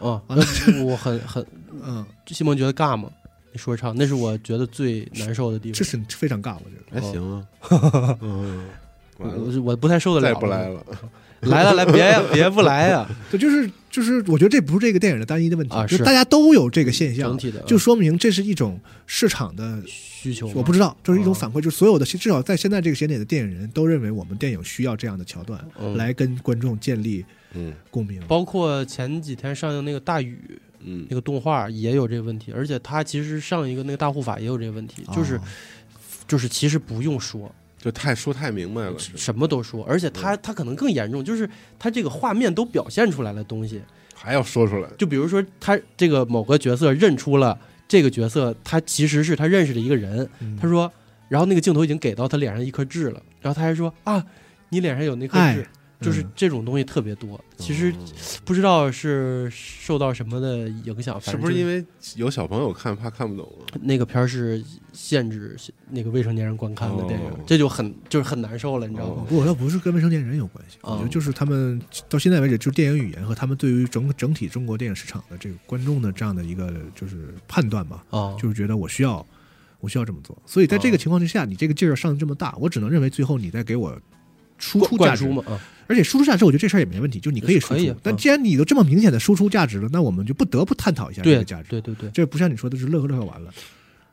[SPEAKER 2] 啊
[SPEAKER 4] 完了
[SPEAKER 2] 我很很
[SPEAKER 4] 嗯，
[SPEAKER 2] 西蒙觉得尬吗？你说唱那是我觉得最难受的地
[SPEAKER 4] 这
[SPEAKER 2] 方，
[SPEAKER 4] 是非常尬，我觉得。
[SPEAKER 3] 还行啊，嗯，完了，
[SPEAKER 2] 我我不太受得了，
[SPEAKER 3] 再不来，了。
[SPEAKER 2] 来了来别呀别不来啊呀，
[SPEAKER 4] 对，就是就是，我觉得这不是这个电影的单一的问题，
[SPEAKER 2] 啊
[SPEAKER 4] 就是大家都有这个现象，
[SPEAKER 2] 整体的
[SPEAKER 4] 就说明这是一种市场的，
[SPEAKER 2] 需求
[SPEAKER 4] 我不知
[SPEAKER 2] 道
[SPEAKER 4] 道，这是一种
[SPEAKER 2] 啊
[SPEAKER 4] 反馈，就是所有的至少在现在这个时间点的电影人都认为我们电影需要这样的桥段
[SPEAKER 2] 嗯
[SPEAKER 4] 来跟观众建立
[SPEAKER 3] 嗯
[SPEAKER 4] 共鸣，
[SPEAKER 2] 包括前几天上映那个《大禹》
[SPEAKER 3] 嗯
[SPEAKER 2] 那个动画也有这个问题，而且它其实上一个那个大护法也有这个问题，就是
[SPEAKER 3] 哦
[SPEAKER 4] 啊
[SPEAKER 2] 就是其实不用说，
[SPEAKER 3] 就太说太明白了，
[SPEAKER 2] 什么都说，而且它它可能更严重，就是它这个画面都表现出来了东西，
[SPEAKER 3] 还要说出来。
[SPEAKER 2] 就比如说他这个某个角色认出了这个角色，他其实是他认识的一个人，
[SPEAKER 4] 嗯
[SPEAKER 2] 他说，然后那个镜头已经给到他脸上一颗痣了，然后他还说啊，你脸上有那颗
[SPEAKER 4] 哎
[SPEAKER 2] 痣。就是这种东西特别多，其实
[SPEAKER 3] 嗯
[SPEAKER 2] 不知道是受到什么的影响，反
[SPEAKER 3] 是
[SPEAKER 2] 正
[SPEAKER 3] 不是
[SPEAKER 2] 就
[SPEAKER 3] 因为有小朋友看，怕看不懂啊？
[SPEAKER 2] 那个片儿是限制那个未成年人观看的电影，
[SPEAKER 3] 哦
[SPEAKER 2] 这就很就是很难受了，你知道吗？
[SPEAKER 3] 哦
[SPEAKER 4] 不，我倒不是跟未成年人有关系，
[SPEAKER 2] 哦
[SPEAKER 4] 我觉得就是他们到现在为止，就是电影语言和他们对于整整体中国电影市场的这个观众的这样的一个就是判断吧，
[SPEAKER 2] 啊、
[SPEAKER 4] 哦就是觉得我需要我需要这么做，所以在
[SPEAKER 2] 哦
[SPEAKER 4] 这个情况之下，你这个劲儿上得这么大，我只能认为最后你在给我输出价
[SPEAKER 2] 灌
[SPEAKER 4] 值
[SPEAKER 2] 输，嘛啊，
[SPEAKER 4] 而且输出价值，我觉得这事儿也没问题，就你可以输
[SPEAKER 2] 可以
[SPEAKER 4] 出
[SPEAKER 2] 嗯，
[SPEAKER 4] 但既然你都这么明显的输出价值了，那我们就不得不探讨一下这
[SPEAKER 2] 对
[SPEAKER 4] 个价值，
[SPEAKER 2] 对对对，
[SPEAKER 4] 这不像你说的是乐呵乐呵完了，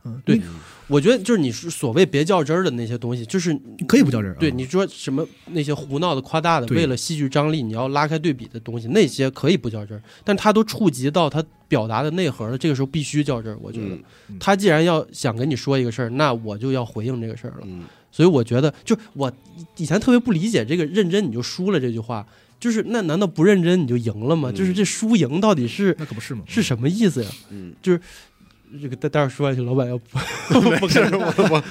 [SPEAKER 4] 嗯，
[SPEAKER 2] 对
[SPEAKER 4] 你
[SPEAKER 2] 我觉得就是你说所谓别较真儿的那些东西，就是
[SPEAKER 4] 你可以不较真儿，
[SPEAKER 2] 对
[SPEAKER 4] 嗯
[SPEAKER 2] 你说什么那些胡闹的、夸大的，
[SPEAKER 4] 对
[SPEAKER 2] 为了戏剧张力，你要拉开对比的东西，那些可以不较真儿，但它都触及到它表达的内核了，这个时候必须较真儿。我觉得
[SPEAKER 3] 嗯，
[SPEAKER 2] 他既然要想跟你说一个事儿，那我就要回应这个事儿了。
[SPEAKER 3] 嗯，
[SPEAKER 2] 所以我觉得，就我以前特别不理解这个“认真你就输了”这句话，就是那难道不认真你就赢了吗？
[SPEAKER 3] 嗯
[SPEAKER 2] 就是这输赢到底是
[SPEAKER 4] 那可不是嘛，
[SPEAKER 2] 是什么意思呀？
[SPEAKER 3] 嗯，
[SPEAKER 2] 就是这个待待会儿说下去，老板要
[SPEAKER 3] <laughs>
[SPEAKER 2] 不不
[SPEAKER 3] 没事
[SPEAKER 2] 跟，
[SPEAKER 3] <laughs> 我我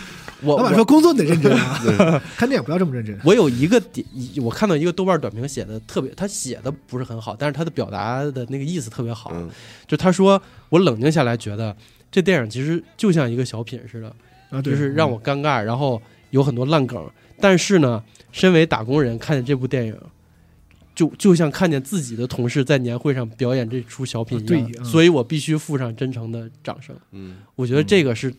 [SPEAKER 2] 我
[SPEAKER 4] 老板
[SPEAKER 2] 我
[SPEAKER 4] 说工作你得认真啊， <laughs> 看电影不要这么认真。
[SPEAKER 2] 我有一个点，一我看到一个豆瓣短评写的特别，他写的不是很好，但是他的表达的那个意思特别好。
[SPEAKER 3] 嗯
[SPEAKER 2] 就他说，我冷静下来，觉得这电影其实就像一个小品似的，
[SPEAKER 4] 啊，对，
[SPEAKER 2] 就是让
[SPEAKER 4] 嗯
[SPEAKER 2] 我尴尬，然后有很多烂梗。但是呢，身为打工人，看见这部电影，就就像看见自己的同事在年会上表演这出小品一样，
[SPEAKER 4] 啊对嗯
[SPEAKER 2] 所以我必须附上真诚的掌声。
[SPEAKER 3] 嗯
[SPEAKER 2] 我觉得这个是，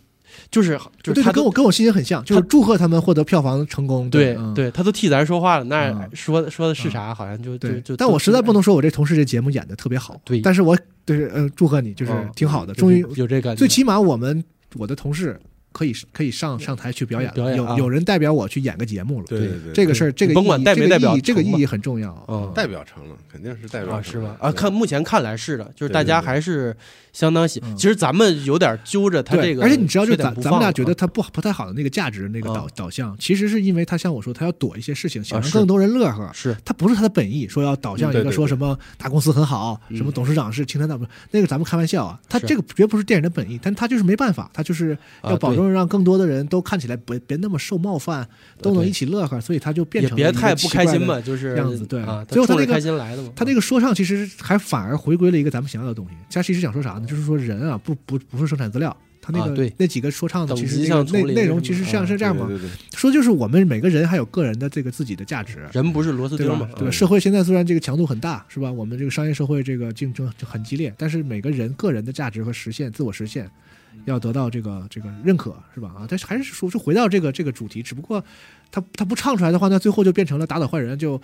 [SPEAKER 2] 就是就是
[SPEAKER 4] 对对，
[SPEAKER 2] 他
[SPEAKER 4] 跟我跟我心情很像，就是祝贺他们获得票房成功。
[SPEAKER 2] 对
[SPEAKER 4] 嗯
[SPEAKER 2] 对，他都替咱说话了，那
[SPEAKER 4] 嗯
[SPEAKER 2] 说的说的是啥？好像就就
[SPEAKER 4] 对
[SPEAKER 2] 就，
[SPEAKER 4] 但我实在不能说我这同事这节目演的特别好，
[SPEAKER 2] 对
[SPEAKER 4] 但是我对，呃，祝贺你，就是
[SPEAKER 2] 嗯
[SPEAKER 4] 挺好的，
[SPEAKER 2] 有
[SPEAKER 4] 终于
[SPEAKER 2] 有，有这感觉，
[SPEAKER 4] 最起码我们我的同事可以可以上上台去表演了，
[SPEAKER 2] 表演啊
[SPEAKER 4] 有有人代表我去演个节目了。
[SPEAKER 3] 对
[SPEAKER 2] 嗯
[SPEAKER 3] 对对，
[SPEAKER 4] 这个事儿，这个
[SPEAKER 2] 你甭管
[SPEAKER 4] 意义
[SPEAKER 2] 代没代表
[SPEAKER 4] 这个意义，
[SPEAKER 2] 成吧
[SPEAKER 4] 这个意义很重要。啊
[SPEAKER 2] 嗯，
[SPEAKER 3] 代表成了，肯定是代表
[SPEAKER 2] 啊
[SPEAKER 3] 成
[SPEAKER 2] 是
[SPEAKER 3] 了
[SPEAKER 2] 吗？啊，
[SPEAKER 3] 对
[SPEAKER 2] 看目前看来是的，就是
[SPEAKER 3] 对
[SPEAKER 2] 大
[SPEAKER 3] 对
[SPEAKER 2] 家
[SPEAKER 3] 对
[SPEAKER 2] 还是相当喜。
[SPEAKER 4] 嗯
[SPEAKER 2] 其实咱们有点揪着他
[SPEAKER 4] 对，
[SPEAKER 2] 这个，
[SPEAKER 4] 而且你知道，就
[SPEAKER 2] 咱
[SPEAKER 4] 咱咱们俩觉得他不不太好的那个价值
[SPEAKER 2] 嗯
[SPEAKER 4] 那个导、导向，其实是因为他像我说，他要躲一些事情，想
[SPEAKER 2] 啊
[SPEAKER 4] 让
[SPEAKER 2] 是
[SPEAKER 4] 更多人乐呵。
[SPEAKER 2] 是
[SPEAKER 4] 他不是他的本意，说要导
[SPEAKER 3] 嗯
[SPEAKER 4] 向一
[SPEAKER 3] 对
[SPEAKER 4] 个
[SPEAKER 3] 对
[SPEAKER 4] 说
[SPEAKER 3] 对
[SPEAKER 4] 什么大公司很好，
[SPEAKER 2] 嗯
[SPEAKER 4] 什么董事长是青山大不是那个咱们开玩笑啊，他这个绝不是电影的本意，但他就是没办法，他就是
[SPEAKER 2] 啊
[SPEAKER 4] 要
[SPEAKER 2] 对
[SPEAKER 4] 保证让更多的人都看起来别别那么受冒犯，都能
[SPEAKER 2] 对
[SPEAKER 4] 一起乐呵，所以他就变
[SPEAKER 2] 也
[SPEAKER 4] 成
[SPEAKER 2] 别
[SPEAKER 4] 了一个
[SPEAKER 2] 太
[SPEAKER 4] 奇
[SPEAKER 2] 不开
[SPEAKER 4] 怪
[SPEAKER 2] 心
[SPEAKER 4] 的
[SPEAKER 2] 吧，就是
[SPEAKER 4] 样子对
[SPEAKER 2] 啊，
[SPEAKER 4] 最后他
[SPEAKER 2] 冲着
[SPEAKER 4] 那个
[SPEAKER 2] 开心来的嘛。
[SPEAKER 4] 他那个说唱其实还反而回归了一个咱们想要的东西。他其实想说啥呢？就是说人啊，不不不是生产资料。他那个、
[SPEAKER 2] 啊对
[SPEAKER 4] 那几个说唱的，
[SPEAKER 2] 等
[SPEAKER 4] 其实
[SPEAKER 2] 级
[SPEAKER 4] 那个
[SPEAKER 2] 像丛
[SPEAKER 4] 内
[SPEAKER 2] 林
[SPEAKER 4] 内
[SPEAKER 2] 什
[SPEAKER 4] 容
[SPEAKER 2] 么
[SPEAKER 4] 其实
[SPEAKER 2] 的
[SPEAKER 4] 像
[SPEAKER 2] 啊
[SPEAKER 4] 是这样嘛，
[SPEAKER 3] 对对对
[SPEAKER 4] 说就是我们每个人还有个人的这个自己的价值，
[SPEAKER 2] 啊人不是螺丝
[SPEAKER 4] 对
[SPEAKER 2] 钉
[SPEAKER 4] 吧
[SPEAKER 2] 嘛？？
[SPEAKER 4] 对吧？
[SPEAKER 2] 嗯
[SPEAKER 4] 社会现在虽然这个强度很大，是吧？我们这个商业社会这个竞争就很激烈，但是每个人个人的价值和实现、自我实现，
[SPEAKER 2] 嗯
[SPEAKER 4] 要得到这个这个认可，是吧？啊，但是还是说，就回到这个这个主题，只不过他他不唱出来的话，那最后就变成了打倒坏人，就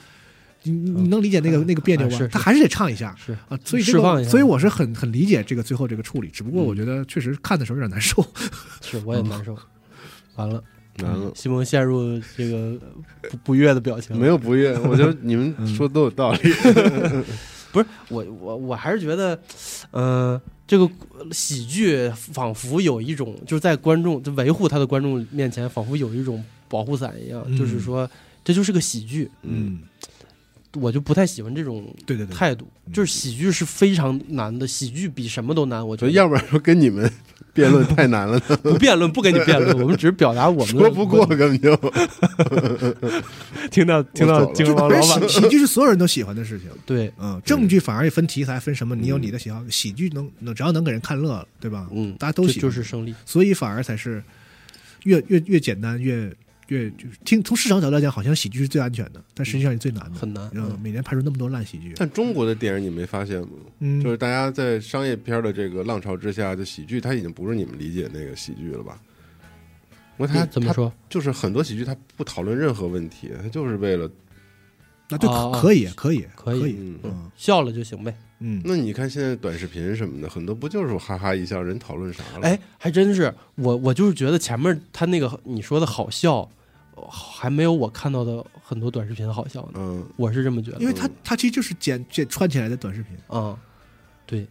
[SPEAKER 4] 你你你能理解那个、
[SPEAKER 2] 嗯
[SPEAKER 4] 那个别扭
[SPEAKER 2] 啊
[SPEAKER 4] 吧？
[SPEAKER 2] 是是
[SPEAKER 4] 他还是得唱一下。
[SPEAKER 2] 是
[SPEAKER 4] 啊，所以这
[SPEAKER 2] 释放一下
[SPEAKER 4] 个，
[SPEAKER 2] 嗯
[SPEAKER 4] 所以我是很很理解这个最后这个处理，只不过我觉得确实看的时候有点难受。
[SPEAKER 2] 是，我也难
[SPEAKER 4] <laughs>
[SPEAKER 2] 受。完了，
[SPEAKER 3] 难
[SPEAKER 4] 嗯
[SPEAKER 3] 了。
[SPEAKER 2] 西蒙陷入这个不不悦的表情。
[SPEAKER 3] 没有不悦，我觉得你们说的都有道理。
[SPEAKER 2] 嗯
[SPEAKER 3] <laughs>
[SPEAKER 2] 不是我我我还是觉得，呃，这个喜剧仿佛有一种就是在观众就维护他的观众面前，仿佛有一种保护伞一样，
[SPEAKER 4] 嗯
[SPEAKER 2] 就是说这就是个喜剧，
[SPEAKER 3] 嗯，
[SPEAKER 2] 我就不太喜欢这种
[SPEAKER 4] <laughs> 对对对，嗯
[SPEAKER 2] 态度。就是喜剧是非常难的，喜剧比什么都难。我
[SPEAKER 3] 我
[SPEAKER 2] 觉
[SPEAKER 3] 觉得
[SPEAKER 2] 得
[SPEAKER 3] 要不然说跟你们辩论太难了，
[SPEAKER 2] <laughs> 不辩论，不跟你辩论，我们只是表达我们的
[SPEAKER 3] 说不过
[SPEAKER 2] 观
[SPEAKER 3] 根本就。 <laughs>
[SPEAKER 2] 点。听到听
[SPEAKER 3] 我
[SPEAKER 2] 到
[SPEAKER 3] 走了
[SPEAKER 2] 京东
[SPEAKER 4] 就
[SPEAKER 2] 王
[SPEAKER 4] 而
[SPEAKER 2] 老
[SPEAKER 4] 喜
[SPEAKER 2] 板，
[SPEAKER 4] 喜剧是所有人都喜欢的事情。
[SPEAKER 2] 对，
[SPEAKER 4] 嗯，正剧反而也分题材，分什么，你有你的喜好，喜剧能能只要能给人看乐了，对吧？
[SPEAKER 2] 嗯，
[SPEAKER 4] 大家都
[SPEAKER 2] 这
[SPEAKER 4] 喜欢，
[SPEAKER 2] 就是胜利。
[SPEAKER 4] 所以反而才是越越越简单越越就是听从市场角度来讲，好像喜剧是最安全的，但实际上是最难的，
[SPEAKER 2] 嗯很难
[SPEAKER 4] 嗯
[SPEAKER 2] 嗯，
[SPEAKER 4] 每年拍出那么多烂喜剧，
[SPEAKER 3] 但中国的电影你没发现吗？
[SPEAKER 4] 嗯，
[SPEAKER 3] 就是大家在商业片的这个浪潮之下，就喜剧它已经不是你们理解那个喜剧了吧？我他
[SPEAKER 2] 嗯怎么说？
[SPEAKER 3] 就是很多喜剧它不讨论任何问题，它就是为了
[SPEAKER 4] 那对
[SPEAKER 2] 啊
[SPEAKER 4] 可可以可以
[SPEAKER 2] 可以
[SPEAKER 4] 以，
[SPEAKER 3] 嗯
[SPEAKER 4] 嗯
[SPEAKER 2] 笑了就行呗。
[SPEAKER 4] 嗯，
[SPEAKER 3] 那你看现在短视频什么的，很多不就是哈哈一笑，人讨论啥了？
[SPEAKER 2] 哎，，还真是我，我就是觉得前面他那个你说的好笑，呃还没有我看到的很多短视频好笑呢。
[SPEAKER 3] 嗯，
[SPEAKER 2] 我是这么觉得
[SPEAKER 4] 因为它它其实就是剪剪串起来的短视频。
[SPEAKER 2] 啊、对，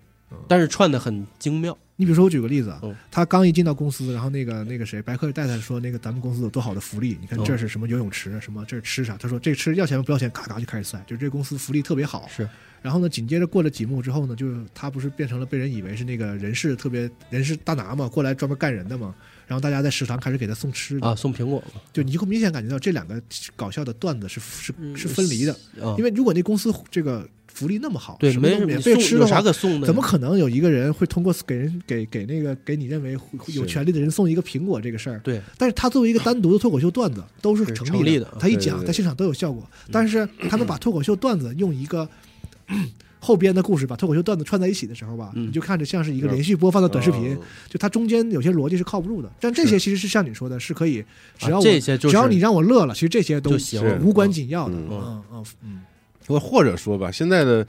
[SPEAKER 2] 但是串的很精妙。
[SPEAKER 4] 你比如说，我举个例子啊
[SPEAKER 2] 嗯，
[SPEAKER 4] 他刚一进到公司，然后那个那个谁，白客带他说，那个咱们公司有多好的福利，你看
[SPEAKER 2] 哦
[SPEAKER 4] 这是什么游泳池，什么这是吃啥，他说这吃要钱吗不要钱，咔咔就开始算，就这公司福利特别好。
[SPEAKER 2] 是，
[SPEAKER 4] 然后呢，紧接着过了几幕之后呢，就是他不是变成了被人以为是那个人事特别人事大拿嘛，过来专门干人的嘛，然后大家在食堂开始给他送吃的，
[SPEAKER 2] 啊，送苹果嘛，
[SPEAKER 4] 就你会明显感觉到这两个搞笑的段子是是是分离的，
[SPEAKER 2] 啊，
[SPEAKER 4] 因为如果那公司这个福利那么好，
[SPEAKER 2] 对，
[SPEAKER 4] 什么
[SPEAKER 2] 没什
[SPEAKER 4] 都
[SPEAKER 2] 么
[SPEAKER 4] 免费
[SPEAKER 2] 送
[SPEAKER 4] 吃
[SPEAKER 2] 有
[SPEAKER 4] 的话
[SPEAKER 2] 啥，可送的呀？
[SPEAKER 4] 怎么可能有一个人会通过给人给给那个给你认为有
[SPEAKER 3] 是
[SPEAKER 4] 权利的人送一个苹果这个事儿？
[SPEAKER 2] 对？
[SPEAKER 4] 但是他作为一个单独的脱口秀段子都是
[SPEAKER 2] 是
[SPEAKER 4] 成
[SPEAKER 2] 成立的
[SPEAKER 4] 的，他一
[SPEAKER 3] 对对
[SPEAKER 4] 讲
[SPEAKER 3] 对
[SPEAKER 4] 在现场都有效果。
[SPEAKER 2] 嗯
[SPEAKER 4] 但是
[SPEAKER 2] <clears throat>
[SPEAKER 4] 他能把脱口秀段子用一个 <clears throat> 咳后边的故事把脱口秀段子串在一起的时候吧，
[SPEAKER 2] 嗯
[SPEAKER 4] 你就看着像是一个连续播放的短视频
[SPEAKER 3] 哦，
[SPEAKER 4] 就它中间有些逻辑是靠不住的。但这些其实是像你说的，是可以只要我
[SPEAKER 2] 啊这些就是
[SPEAKER 4] 只要你让我乐了，其实这些都
[SPEAKER 2] 就行
[SPEAKER 3] 是
[SPEAKER 4] 无关紧要的。
[SPEAKER 3] 嗯
[SPEAKER 4] 嗯嗯嗯，
[SPEAKER 3] 或或者说吧，现在的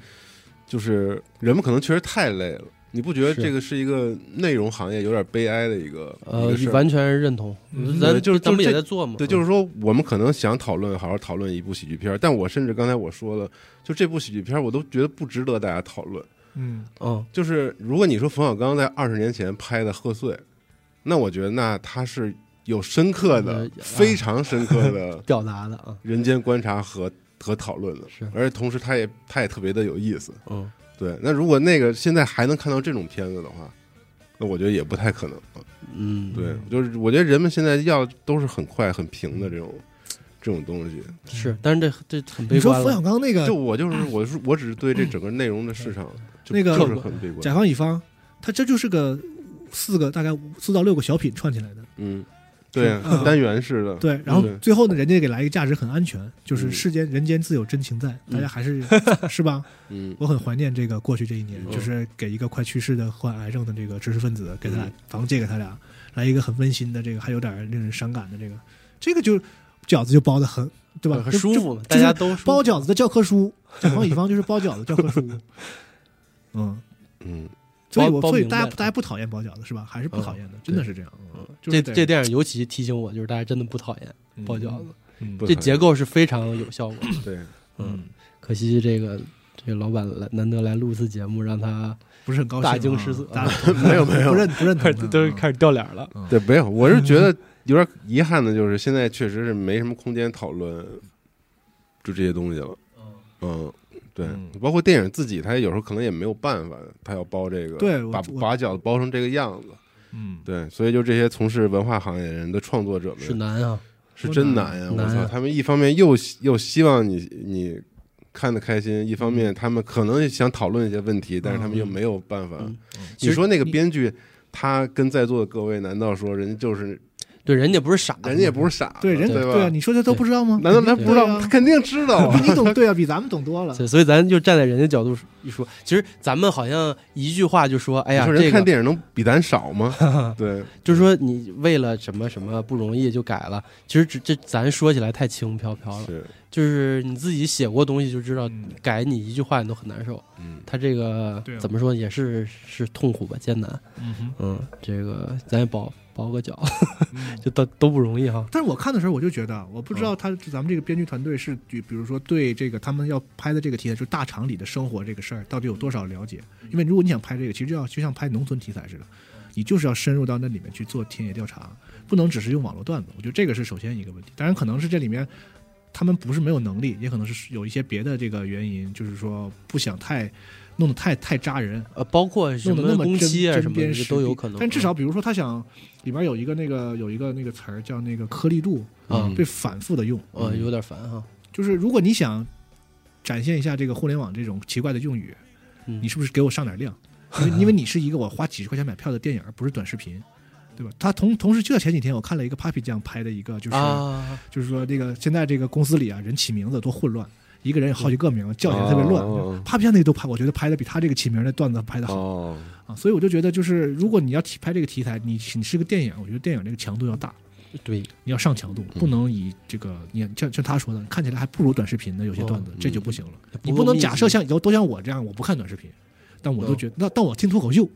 [SPEAKER 3] 就是人们可能确实太累了，你不觉得
[SPEAKER 2] 是
[SPEAKER 3] 这个是一个内容行业有点悲哀的一个一
[SPEAKER 2] 呃
[SPEAKER 3] 嗯个，事儿？
[SPEAKER 2] 完嗯全认同，
[SPEAKER 4] 嗯
[SPEAKER 2] 咱
[SPEAKER 3] 对就是
[SPEAKER 2] 咱们
[SPEAKER 3] 就是
[SPEAKER 2] 也
[SPEAKER 3] 这
[SPEAKER 2] 在做嘛，
[SPEAKER 3] 对，就是说我们可能想讨论，好好讨论一部喜剧片儿，但我甚至刚才我说了，就这部喜剧片儿，我都觉得不值得大家讨论。
[SPEAKER 4] 嗯，
[SPEAKER 2] 嗯，
[SPEAKER 3] 就是如果你说冯小刚在二十年前拍的《贺岁》，那我觉得那他是有深刻的
[SPEAKER 2] 呃、
[SPEAKER 3] 非常深刻的
[SPEAKER 2] 表达的啊，
[SPEAKER 3] 人间观察和和讨论的，
[SPEAKER 2] 是
[SPEAKER 3] 而且同时他也他也特别的有意思。
[SPEAKER 2] 嗯，
[SPEAKER 3] 对，那如果那个现在还能看到这种片子的话，那我觉得也不太可能了。
[SPEAKER 2] 嗯，
[SPEAKER 3] 对，就是我觉得人们现在要都是很快很平的这种这种东西。
[SPEAKER 2] 是，但是这这很
[SPEAKER 4] 你
[SPEAKER 2] 悲
[SPEAKER 4] 说
[SPEAKER 2] 观
[SPEAKER 4] 冯小
[SPEAKER 2] 了，
[SPEAKER 4] 刚那个
[SPEAKER 3] 就我就是我是我只是对这整个内容的市场就
[SPEAKER 4] 嗯那个
[SPEAKER 3] 就是很悲观嗯
[SPEAKER 4] 甲。方乙方，他这就是个四个大概五四到六个小品串起来的。
[SPEAKER 3] 嗯，对啊，
[SPEAKER 4] 嗯
[SPEAKER 3] 单元式的。
[SPEAKER 4] 对，然后
[SPEAKER 3] 对
[SPEAKER 4] 最后呢，人家给来一个价值很安全，就是
[SPEAKER 3] 嗯
[SPEAKER 4] 世间人间自有真情在，大家还是 <laughs> 是吧？
[SPEAKER 3] 嗯，
[SPEAKER 4] 我很怀念这个过去这一年，
[SPEAKER 3] 嗯
[SPEAKER 4] 就是给一个快去世的患癌症的这个知识分子，给他俩
[SPEAKER 3] 嗯
[SPEAKER 4] 房借给他俩，来一个很温馨的这个，还有点令人伤感的这个，这个就饺子就包的很对吧？
[SPEAKER 2] 很
[SPEAKER 4] 就
[SPEAKER 2] 舒
[SPEAKER 4] 就
[SPEAKER 2] 服嘛，
[SPEAKER 4] 就
[SPEAKER 2] 大
[SPEAKER 4] 是
[SPEAKER 2] 家都舒
[SPEAKER 4] 包
[SPEAKER 2] 服
[SPEAKER 4] 饺子的教科书，甲方乙方就是包饺子教科书，嗯。
[SPEAKER 3] 嗯，
[SPEAKER 4] 所以
[SPEAKER 2] 包
[SPEAKER 4] 我
[SPEAKER 2] 包
[SPEAKER 4] 所以
[SPEAKER 2] 明
[SPEAKER 4] 大
[SPEAKER 2] 白
[SPEAKER 4] 家
[SPEAKER 2] 了嗯
[SPEAKER 4] 大家不讨厌包饺子是吧？还是不讨厌的，真的是这样。嗯就是
[SPEAKER 2] 这
[SPEAKER 4] 得
[SPEAKER 2] 这电影尤其提醒我，就是大家真的不讨厌
[SPEAKER 4] 嗯
[SPEAKER 2] 包饺子，
[SPEAKER 4] 嗯
[SPEAKER 3] 不
[SPEAKER 2] 这
[SPEAKER 3] 讨厌
[SPEAKER 2] 结构是非常有效果的。
[SPEAKER 3] 对，
[SPEAKER 2] 嗯，可惜这个这个老板来难得来录次节目，让他
[SPEAKER 4] 不是很高兴啊，
[SPEAKER 2] 大惊失色
[SPEAKER 4] 大家
[SPEAKER 3] <laughs> 没有没有
[SPEAKER 4] 不认不认
[SPEAKER 2] <laughs>
[SPEAKER 4] 同
[SPEAKER 2] 开
[SPEAKER 4] 他
[SPEAKER 2] 始
[SPEAKER 4] 啊，
[SPEAKER 2] 都是开始掉脸了。
[SPEAKER 3] 对，没有，我是觉
[SPEAKER 4] 嗯
[SPEAKER 3] 得有点遗憾的，就是现在确实是没什么空间讨论就这些东西了。嗯，对
[SPEAKER 4] 嗯，
[SPEAKER 3] 包括电影自己，他有时候可能也没有办法，他要包这个，
[SPEAKER 4] 对我
[SPEAKER 3] 把
[SPEAKER 4] 我
[SPEAKER 3] 把饺子包成这个样子，
[SPEAKER 4] 嗯，
[SPEAKER 3] 对，所以就这些从事文化行业人的创作者们
[SPEAKER 2] 是难啊，
[SPEAKER 3] 是真难呀！
[SPEAKER 2] 多
[SPEAKER 3] 我
[SPEAKER 2] 难啊
[SPEAKER 3] 操，他们一方面又希又希望你你看得开心，一方
[SPEAKER 4] 嗯
[SPEAKER 3] 面他们可能也想讨论一些问题，但是他们又没有办法。
[SPEAKER 2] 嗯其
[SPEAKER 3] 你
[SPEAKER 2] 实
[SPEAKER 3] 说那个
[SPEAKER 2] 你
[SPEAKER 3] 编剧，他跟在座的各位，难道说人家就是
[SPEAKER 2] 对，人家不是傻子，
[SPEAKER 3] 人家也不是傻子，
[SPEAKER 4] 对人
[SPEAKER 3] 对
[SPEAKER 4] 对啊，
[SPEAKER 3] 吧？
[SPEAKER 4] 你说这都不知道吗？
[SPEAKER 3] 难道他不知道？
[SPEAKER 4] 对啊 <laughs>
[SPEAKER 3] 他肯定知道啊
[SPEAKER 4] 比！你懂对啊，比咱们懂多
[SPEAKER 2] <laughs>
[SPEAKER 4] 了。
[SPEAKER 2] 对，所以咱就站在人家角度一说，其实咱们好像一句话就说， <laughs> 哎呀，
[SPEAKER 3] 你说
[SPEAKER 2] 这
[SPEAKER 3] 人看
[SPEAKER 2] 个
[SPEAKER 3] 电影能比咱少
[SPEAKER 2] <laughs>
[SPEAKER 3] 吗？对，
[SPEAKER 2] 就是说你为了什么什么不容易就改了，其实这这咱说起来太轻飘飘了，
[SPEAKER 3] 是，
[SPEAKER 2] 就是你自己写过东西就知道，
[SPEAKER 4] 嗯
[SPEAKER 2] 改你一句话你都很难受。
[SPEAKER 3] 嗯，
[SPEAKER 2] 他这个
[SPEAKER 4] 对啊
[SPEAKER 2] 怎么说也是是痛苦吧，艰难。
[SPEAKER 4] 嗯哼
[SPEAKER 2] 嗯，这个咱也包包个 <laughs> 饺子，
[SPEAKER 4] <laughs> 嗯
[SPEAKER 2] 就都都不容易哈。
[SPEAKER 4] 但是我看的时候，我就觉得，我不知道他咱们这个编剧团队是，比比如说对这个他们要拍的这个题材，就是大厂里的生活这个事儿，到底有多少了解？因为如果你想拍这个，其实就要就像拍农村题材似的，你就是要深入到那里面去做田野调查，不能只是用网络段子。我觉得这个是首先一个问题。当然，可能是这里面他们不是没有能力，也可能是有一些别的这个原因，就是说不想太弄得太太扎人。
[SPEAKER 2] 呃，包括什
[SPEAKER 4] 弄得那
[SPEAKER 2] 么
[SPEAKER 4] 么
[SPEAKER 2] 工
[SPEAKER 4] 真
[SPEAKER 2] 期啊
[SPEAKER 4] 针
[SPEAKER 2] 什么
[SPEAKER 4] 砭
[SPEAKER 2] 的
[SPEAKER 4] 时
[SPEAKER 2] 都有
[SPEAKER 4] 弊
[SPEAKER 2] 可能。嗯
[SPEAKER 4] 但至少比如说他想里边有一个那个有一个那个词儿叫那个颗粒度，
[SPEAKER 2] 啊
[SPEAKER 4] 被反复的用。
[SPEAKER 2] 嗯呃有点烦哈。
[SPEAKER 4] 就是如果你想展现一下这个互联网这种奇怪的用语，
[SPEAKER 2] 嗯
[SPEAKER 4] 你是不是给我上点量？
[SPEAKER 2] <laughs>
[SPEAKER 4] 因为因为你是一个我花几十块钱买票的电影，而不是短视频。对吧？他同同时就在前几天，我看了一个 Papi 酱拍的一个，就是、
[SPEAKER 2] 啊，
[SPEAKER 4] 就是说这个现在这个公司里啊，人起名字多混乱，一个人有
[SPEAKER 2] 嗯
[SPEAKER 4] 好几个名，叫起来特别乱。
[SPEAKER 3] 哦
[SPEAKER 4] Papi 酱那个都拍，我觉得拍的比他这个起名的段子拍的好。
[SPEAKER 3] 哦，
[SPEAKER 4] 啊，所以我就觉得，就是如果你要提拍这个题材，你你是个电影，我觉得电影这个强度要大，
[SPEAKER 2] 啊对，
[SPEAKER 4] 你要上强度，
[SPEAKER 3] 嗯
[SPEAKER 4] 不能以这个你像像他说的，看起来还不如短视频的有些段子，这
[SPEAKER 3] 嗯
[SPEAKER 4] 就不行了。你不能假设像都都像我这样，我不看短视频，但
[SPEAKER 3] 哦
[SPEAKER 4] 我都觉得，那但我听脱
[SPEAKER 3] <laughs>
[SPEAKER 4] 口秀，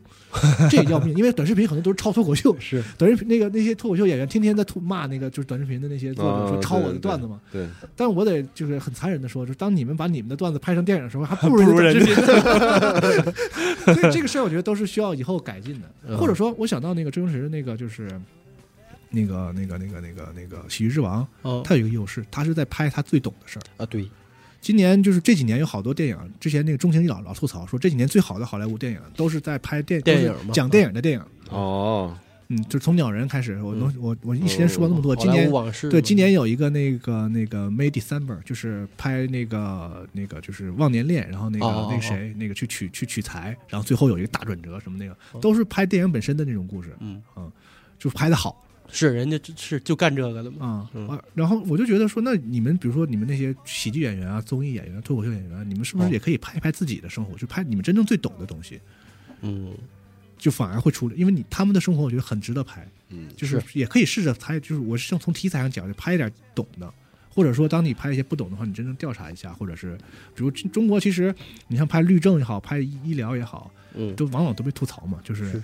[SPEAKER 4] 这也要命，因为短视频很多都是抄脱口秀，
[SPEAKER 2] 是
[SPEAKER 4] 短视频那个那些脱口秀演员天天在吐骂那个就是短视频的那些作者说
[SPEAKER 3] 啊
[SPEAKER 4] 抄我的
[SPEAKER 3] 对
[SPEAKER 4] 段子嘛，
[SPEAKER 3] 对，
[SPEAKER 4] 但我得就是很残忍的说，就是当你们把你们的段子拍成电影的时候，还不
[SPEAKER 2] 不
[SPEAKER 4] 如
[SPEAKER 2] 如
[SPEAKER 4] 人
[SPEAKER 2] 人
[SPEAKER 4] 家短视频。 <laughs> 所以这个事儿，我觉得都是需要以后改进的。
[SPEAKER 2] 嗯
[SPEAKER 4] 或者说，我想到那个周星驰的那个就是那个那个那个那个那个《喜剧之王》，
[SPEAKER 2] 哦
[SPEAKER 4] 他有一个优势，他是在拍他最懂的事儿。
[SPEAKER 2] 啊，对，
[SPEAKER 4] 今年就是这几年有好多电影，之前那个钟情老老吐槽说，这几年最好的好莱坞电影都是在拍电
[SPEAKER 2] 电影
[SPEAKER 4] 都是
[SPEAKER 2] 嘛
[SPEAKER 4] 讲电影的电影。
[SPEAKER 3] 哦，
[SPEAKER 4] 嗯，就是从《鸟人》开始，我能、我我一时间说了那么多，
[SPEAKER 2] 哦好
[SPEAKER 4] 今
[SPEAKER 2] 莱
[SPEAKER 4] 年
[SPEAKER 2] 坞啊往事
[SPEAKER 4] 对，
[SPEAKER 2] 嘛
[SPEAKER 4] 今年有一个那个那个 May December，就是拍那个那个就是忘年恋，然后那个、
[SPEAKER 2] 哦哦哦
[SPEAKER 4] 那个谁那个去取去取材，然后最后有一个大转折什么那
[SPEAKER 2] 哦
[SPEAKER 4] 个，都是拍电影本身的那种故事，
[SPEAKER 2] 嗯
[SPEAKER 4] 就拍的好
[SPEAKER 2] 是人家是就干这个的嘛。
[SPEAKER 4] 啊、
[SPEAKER 2] 嗯
[SPEAKER 4] 啊然后我就觉得说，那你们比如说你们那些喜剧演员啊、综艺演员啊、脱口秀演员啊，你们是不是
[SPEAKER 2] 哦
[SPEAKER 4] 也可以拍一拍自己的生活，就拍你们真正最懂的东西，
[SPEAKER 2] 嗯，
[SPEAKER 4] 就反而会出来，因为你他们的生活我觉得很值得拍。
[SPEAKER 3] 嗯，
[SPEAKER 4] 就是也可以试着拍，就是我是想从题材上讲，就拍一点懂的，或者说当你拍一些不懂的话，你真正调查一下，或者是比如中国其实你像拍律政也好，拍医医疗也好，
[SPEAKER 2] 嗯
[SPEAKER 4] 都往往都被吐槽嘛，就是
[SPEAKER 2] 是。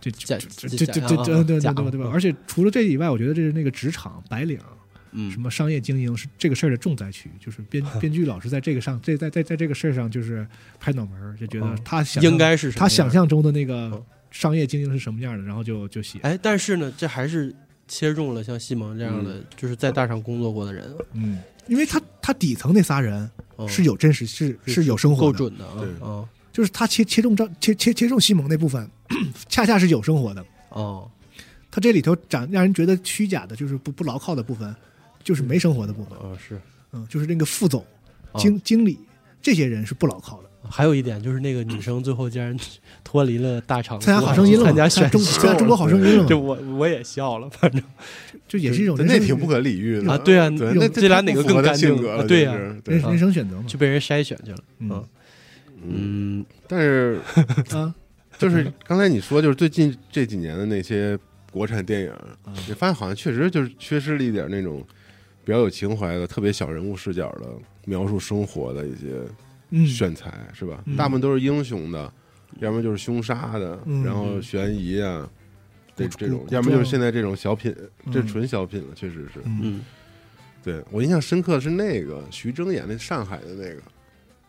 [SPEAKER 4] 这
[SPEAKER 2] 假
[SPEAKER 4] 这这
[SPEAKER 2] 假
[SPEAKER 4] 这这
[SPEAKER 2] 假
[SPEAKER 4] 这
[SPEAKER 2] 啊
[SPEAKER 4] 这对对
[SPEAKER 2] 假
[SPEAKER 4] 对吧对吧
[SPEAKER 2] 嗯？
[SPEAKER 4] 而且除了这以外，我觉得这是那个职场白领，什
[SPEAKER 2] 嗯，
[SPEAKER 4] 么商业经营是这个事儿的重灾区，就是
[SPEAKER 2] <laughs>
[SPEAKER 4] 编编剧老是在这个上，这在在在这个事儿上就是拍脑门儿，就觉得
[SPEAKER 2] 哦
[SPEAKER 4] 他想
[SPEAKER 2] 应
[SPEAKER 4] 象
[SPEAKER 2] 该是什么
[SPEAKER 4] 他想
[SPEAKER 2] 样
[SPEAKER 4] 象中的那个
[SPEAKER 2] 嗯
[SPEAKER 4] 商业经营是什么样的，然后就就写
[SPEAKER 2] 哎，但是呢，这还是切中了像西蒙这样的，就是在大厂工作过的人，啊
[SPEAKER 4] 嗯，因为他他底层那仨人
[SPEAKER 2] 嗯
[SPEAKER 4] 是有真实是
[SPEAKER 2] 是
[SPEAKER 4] 是有生活
[SPEAKER 2] 够
[SPEAKER 4] 的，
[SPEAKER 2] 准的啊
[SPEAKER 3] 对，
[SPEAKER 2] 哦
[SPEAKER 4] 就是他切切中张切切切中西蒙那部分，恰恰是有生活的。
[SPEAKER 2] 哦，
[SPEAKER 4] 他这里头展让人觉得虚假的，就是不不牢靠的部分，就是没生活的部分，
[SPEAKER 3] 啊
[SPEAKER 2] 哦是。
[SPEAKER 4] 嗯，就是那个副总、
[SPEAKER 2] 哦
[SPEAKER 4] 经经理这些人是不牢靠的。
[SPEAKER 2] 还有一点就是那个女生最后竟然脱离了大厂，
[SPEAKER 4] 参加好声音了嘛？
[SPEAKER 2] 参加
[SPEAKER 4] 参
[SPEAKER 2] 选
[SPEAKER 4] 中
[SPEAKER 2] 秀
[SPEAKER 4] 参加中国好声音了
[SPEAKER 2] 这
[SPEAKER 4] 嘛？
[SPEAKER 2] 我我也笑了，反正
[SPEAKER 4] 就也是一种人
[SPEAKER 3] 那
[SPEAKER 4] 生
[SPEAKER 3] 挺不可理喻的
[SPEAKER 2] 啊对啊
[SPEAKER 3] 对，
[SPEAKER 4] 用
[SPEAKER 3] 那
[SPEAKER 2] 这俩哪个
[SPEAKER 3] 不符
[SPEAKER 2] 更
[SPEAKER 3] 合他
[SPEAKER 2] 干
[SPEAKER 3] 性
[SPEAKER 2] 净
[SPEAKER 3] 格
[SPEAKER 2] 啊
[SPEAKER 3] 了？
[SPEAKER 2] 对
[SPEAKER 3] 呀
[SPEAKER 2] 啊，
[SPEAKER 4] 人
[SPEAKER 2] 啊
[SPEAKER 4] 人生选择嘛
[SPEAKER 2] 就？被人筛选去了。
[SPEAKER 4] 嗯
[SPEAKER 2] 嗯，
[SPEAKER 3] 但
[SPEAKER 4] <laughs>
[SPEAKER 3] 是嗯
[SPEAKER 4] 啊，
[SPEAKER 3] 就是刚才你说，就是最近这几年的那些国产电影，
[SPEAKER 4] 嗯
[SPEAKER 3] 你发现好像确实就是缺失了一点那种比较有情怀的、特别小人物视角的描述生活的一些
[SPEAKER 4] 嗯，
[SPEAKER 3] 选材，是吧
[SPEAKER 4] 嗯？
[SPEAKER 3] 大部分都是英雄的，要么就是凶杀的，
[SPEAKER 4] 嗯
[SPEAKER 3] 然后悬疑啊，这这
[SPEAKER 4] 古
[SPEAKER 3] 种，
[SPEAKER 4] 古
[SPEAKER 3] 要么就是
[SPEAKER 4] 装
[SPEAKER 3] 现在这种小品，
[SPEAKER 4] 嗯
[SPEAKER 3] 这纯小品了，确实是。
[SPEAKER 4] 嗯，
[SPEAKER 2] 嗯，
[SPEAKER 3] 对我印象深刻的是那个徐峥演那上海的那个，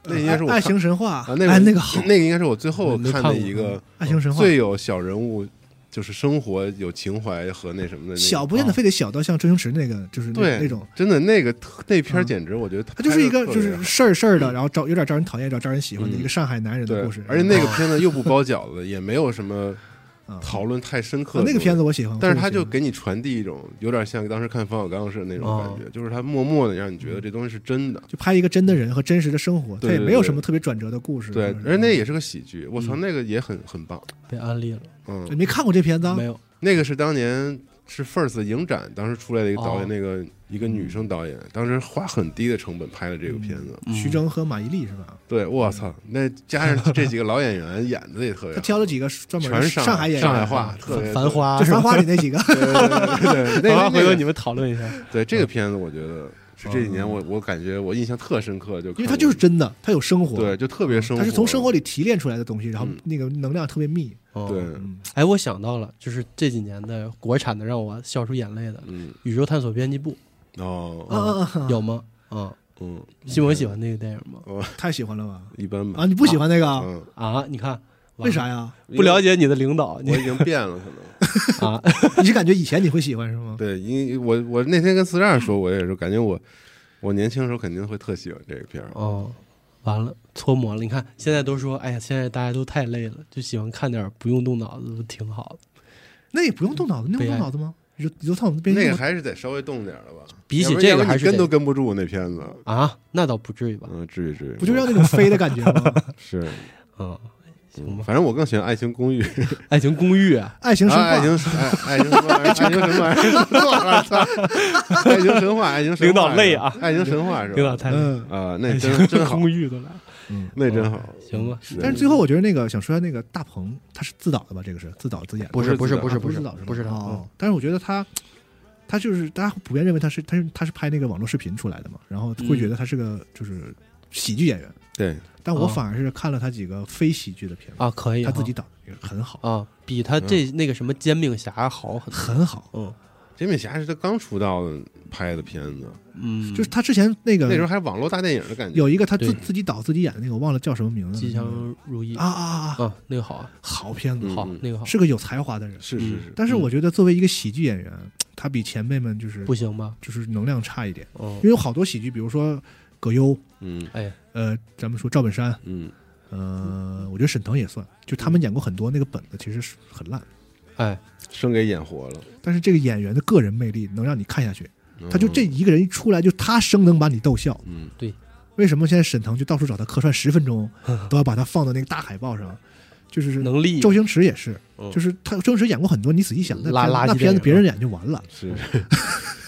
[SPEAKER 3] 那应该是我
[SPEAKER 4] 啊爱
[SPEAKER 3] 看
[SPEAKER 4] 情神话
[SPEAKER 3] 啊，
[SPEAKER 4] 哎
[SPEAKER 3] 那
[SPEAKER 4] 那
[SPEAKER 3] 那
[SPEAKER 4] 个好，
[SPEAKER 3] 那个应该是我最后
[SPEAKER 2] 没
[SPEAKER 3] 看
[SPEAKER 2] 看
[SPEAKER 3] 的
[SPEAKER 2] 过
[SPEAKER 3] 一个
[SPEAKER 4] 爱情神话
[SPEAKER 3] 最有小人物，就是生活有情怀和那什么的那个
[SPEAKER 4] 小不见得非得小到像周星驰那个，就是那
[SPEAKER 3] 对
[SPEAKER 4] 那种，
[SPEAKER 3] 真的那个特那片儿
[SPEAKER 4] 嗯
[SPEAKER 3] 简直，我觉得他
[SPEAKER 4] 他就是一个就是事儿事儿的，
[SPEAKER 3] 嗯
[SPEAKER 4] 然后招有点招人讨厌，有点招人喜欢的
[SPEAKER 2] 嗯
[SPEAKER 4] 一个上海男人
[SPEAKER 3] 对
[SPEAKER 4] 的故事，。
[SPEAKER 3] 而且那个
[SPEAKER 4] 哦
[SPEAKER 3] 片子又不包饺
[SPEAKER 4] <laughs>
[SPEAKER 3] 子，也没有什么
[SPEAKER 4] 嗯
[SPEAKER 3] 讨论太深刻
[SPEAKER 4] 啊
[SPEAKER 3] 的。
[SPEAKER 4] 那个片子，我喜欢，
[SPEAKER 3] 但是
[SPEAKER 4] 我
[SPEAKER 3] 他
[SPEAKER 4] 喜欢
[SPEAKER 3] 就给你传递一种有点像当时看冯小刚似的那种感
[SPEAKER 4] 哦
[SPEAKER 3] 觉，就是他默默的让你觉得这东西是真的。
[SPEAKER 4] 就拍一个真的人和真实的生活，
[SPEAKER 3] 对
[SPEAKER 4] 他也
[SPEAKER 3] 对
[SPEAKER 4] 没有
[SPEAKER 3] 对
[SPEAKER 4] 什么特别转折的故事。
[SPEAKER 3] 对
[SPEAKER 4] 或者，是
[SPEAKER 3] 而那也是个喜剧，我操，
[SPEAKER 2] 嗯
[SPEAKER 3] 那个也很很棒。
[SPEAKER 2] 被安利了，
[SPEAKER 3] 嗯
[SPEAKER 4] 你，没看过这片子啊
[SPEAKER 2] 没？有，
[SPEAKER 3] 那个是当年是 First 影展当时出来的一个导演，
[SPEAKER 2] 哦
[SPEAKER 3] 那个一个女生导演，当时花很低的成本拍的这个片子。
[SPEAKER 2] 嗯
[SPEAKER 4] 徐峥和马伊琍是吧？
[SPEAKER 3] 对，我操，那加上这几个老演员演的也特别
[SPEAKER 4] 他
[SPEAKER 3] 好，
[SPEAKER 4] 挑了几个专门
[SPEAKER 3] 全是
[SPEAKER 4] 上海演员，
[SPEAKER 3] 上海话，特别
[SPEAKER 2] 繁。花
[SPEAKER 4] 就是《
[SPEAKER 2] 吧
[SPEAKER 4] 繁花》里那
[SPEAKER 3] <laughs>
[SPEAKER 4] 几个。
[SPEAKER 3] 对对对对对，
[SPEAKER 2] 繁花 <laughs> 回
[SPEAKER 3] 那
[SPEAKER 2] 头
[SPEAKER 3] 那
[SPEAKER 2] 你
[SPEAKER 3] 个
[SPEAKER 2] 们讨论一下，
[SPEAKER 3] 对
[SPEAKER 4] 嗯
[SPEAKER 3] 这个片子，我觉得是这几年我我感觉我印象特深刻，就
[SPEAKER 4] 因为
[SPEAKER 3] 他
[SPEAKER 4] 他就是真的，他有生活，
[SPEAKER 3] 对，就特别生活，
[SPEAKER 4] 他是从生活里提炼出来的东西，然后
[SPEAKER 3] 嗯
[SPEAKER 4] 那个能量特别密。
[SPEAKER 2] 哦
[SPEAKER 3] 对，，
[SPEAKER 4] 嗯，
[SPEAKER 2] 哎，我想到了，就是这几年的国产的让我笑出眼泪的《
[SPEAKER 3] 嗯
[SPEAKER 2] 宇宙探索编辑部嗯
[SPEAKER 3] 哦
[SPEAKER 4] 啊啊啊！》
[SPEAKER 2] 有吗？啊，
[SPEAKER 3] 嗯，
[SPEAKER 2] 西蒙喜欢那个电影吗？
[SPEAKER 4] 太喜欢了吧？
[SPEAKER 3] 一般吧
[SPEAKER 4] 啊，你不喜欢那个啊？
[SPEAKER 3] 嗯，
[SPEAKER 2] 啊，你看
[SPEAKER 4] 为？啥呀？ <laughs>
[SPEAKER 2] 不了解你的领导，你
[SPEAKER 3] 我已经变了，可能。
[SPEAKER 2] 啊，
[SPEAKER 4] 你是感觉以前你会喜欢是吗？
[SPEAKER 3] 对，因为我我那天跟四十二说，我也是感觉我我年轻的时候肯定会特喜欢这个片儿。
[SPEAKER 2] 哦，完了，搓磨了。你看现在都说，哎呀，现在大家都太累了，就喜欢看点不用动脑子的，挺好的。
[SPEAKER 4] 那也不用动脑子，那不
[SPEAKER 2] 悲
[SPEAKER 4] 用
[SPEAKER 2] 哀
[SPEAKER 4] 动脑子吗？你就你就看我们编
[SPEAKER 3] 那
[SPEAKER 4] 辑
[SPEAKER 3] 个
[SPEAKER 4] 部，
[SPEAKER 3] 还是得稍微动点儿的吧，
[SPEAKER 2] 比起
[SPEAKER 3] 要不
[SPEAKER 2] 这
[SPEAKER 3] 要
[SPEAKER 2] 个
[SPEAKER 3] 不
[SPEAKER 2] 还
[SPEAKER 3] 你
[SPEAKER 2] 是
[SPEAKER 3] 跟
[SPEAKER 2] 得
[SPEAKER 3] 都跟不住那片子。
[SPEAKER 2] 啊，那倒不至于吧？
[SPEAKER 3] 嗯，至于至于，
[SPEAKER 4] 不就让那种飞的感觉吗？
[SPEAKER 3] 是，
[SPEAKER 2] 嗯，行
[SPEAKER 3] 嗯
[SPEAKER 2] 吧。
[SPEAKER 3] 反正我更喜欢《爱情公寓》
[SPEAKER 2] 爱情公寓啊，
[SPEAKER 4] 爱情神
[SPEAKER 3] 啊，爱
[SPEAKER 4] 话，
[SPEAKER 3] 情爱爱情什么玩意儿？爱情什么
[SPEAKER 2] <laughs>
[SPEAKER 3] 玩意儿？ <laughs> 我操！爱情神话，爱情神
[SPEAKER 2] 领
[SPEAKER 3] 话
[SPEAKER 2] 导累啊
[SPEAKER 3] 爱情神话是吧？
[SPEAKER 2] 领导太累了，
[SPEAKER 4] 嗯，
[SPEAKER 3] 啊，
[SPEAKER 2] <laughs>
[SPEAKER 3] 那真真好，
[SPEAKER 2] 公寓啊都来了，
[SPEAKER 3] 那真好。
[SPEAKER 2] 行吧？
[SPEAKER 4] 但是最后我觉得那个想说一下那个大鹏，他是自导的吧？这个是自导自演的，
[SPEAKER 2] <laughs> 不是不是不
[SPEAKER 4] 啊
[SPEAKER 2] 是
[SPEAKER 4] 不
[SPEAKER 2] 是
[SPEAKER 4] 自导吗
[SPEAKER 2] 不是他，
[SPEAKER 4] 哦。但是我觉得他，他就是大家普遍认为他是他是他是拍那个网络视频出来的嘛，然后会觉得他是个就是喜剧演员。
[SPEAKER 3] 对，
[SPEAKER 4] 但我
[SPEAKER 2] 哦
[SPEAKER 4] 反而是看了他几个非喜剧的片子，
[SPEAKER 2] 啊，可以
[SPEAKER 4] 他
[SPEAKER 2] 哈，
[SPEAKER 4] 自己导的也很好，
[SPEAKER 2] 啊，比他这那个什么煎饼侠好很多。
[SPEAKER 4] 很好。
[SPEAKER 2] 嗯
[SPEAKER 3] 煎饼侠是他刚出道的拍的片子，
[SPEAKER 2] 嗯，
[SPEAKER 4] 就是他之前那个
[SPEAKER 3] 那时候还网络大电影的感觉。
[SPEAKER 4] 有一个他
[SPEAKER 2] 对
[SPEAKER 4] 自自己导自己演的那个，我忘了叫什么名字了。
[SPEAKER 2] 吉祥如意
[SPEAKER 4] 啊啊啊！
[SPEAKER 2] 啊，那个好啊，
[SPEAKER 4] 好片子，
[SPEAKER 3] 嗯
[SPEAKER 2] 好那个好，
[SPEAKER 4] 是个有才华的人。
[SPEAKER 3] 是是是，
[SPEAKER 4] 但是我觉得作为一个喜剧演员，他比前辈们就是
[SPEAKER 2] 嗯不行吧？
[SPEAKER 4] 就是能量差一点，
[SPEAKER 2] 嗯
[SPEAKER 4] 因，为有好多喜剧，比如说葛优，
[SPEAKER 3] 嗯
[SPEAKER 2] 哎，
[SPEAKER 4] 呃，咱们说赵本山，
[SPEAKER 3] 嗯，
[SPEAKER 4] 呃，我觉得沈腾也算，就他们演过很多那个本子，其实是很烂，
[SPEAKER 2] 哎，
[SPEAKER 3] 生给演活了，
[SPEAKER 4] 但是这个演员的个人魅力能让你看下去，
[SPEAKER 3] 嗯
[SPEAKER 4] 他就这一个人一出来，就他生能把你逗笑。
[SPEAKER 3] 嗯
[SPEAKER 4] 为什么现在沈腾就到处找他客串十分
[SPEAKER 2] <laughs>
[SPEAKER 4] 钟，都要把他放到那个大海报上？就是
[SPEAKER 2] 能力
[SPEAKER 4] 周星驰也是，
[SPEAKER 3] 嗯
[SPEAKER 4] 就是他周星驰演过很多，你仔细想，那
[SPEAKER 2] 拉
[SPEAKER 4] 片
[SPEAKER 2] 垃圾
[SPEAKER 4] 那
[SPEAKER 2] 电
[SPEAKER 4] 片
[SPEAKER 2] 影
[SPEAKER 4] 子别人演就完了。
[SPEAKER 2] 嗯
[SPEAKER 3] 是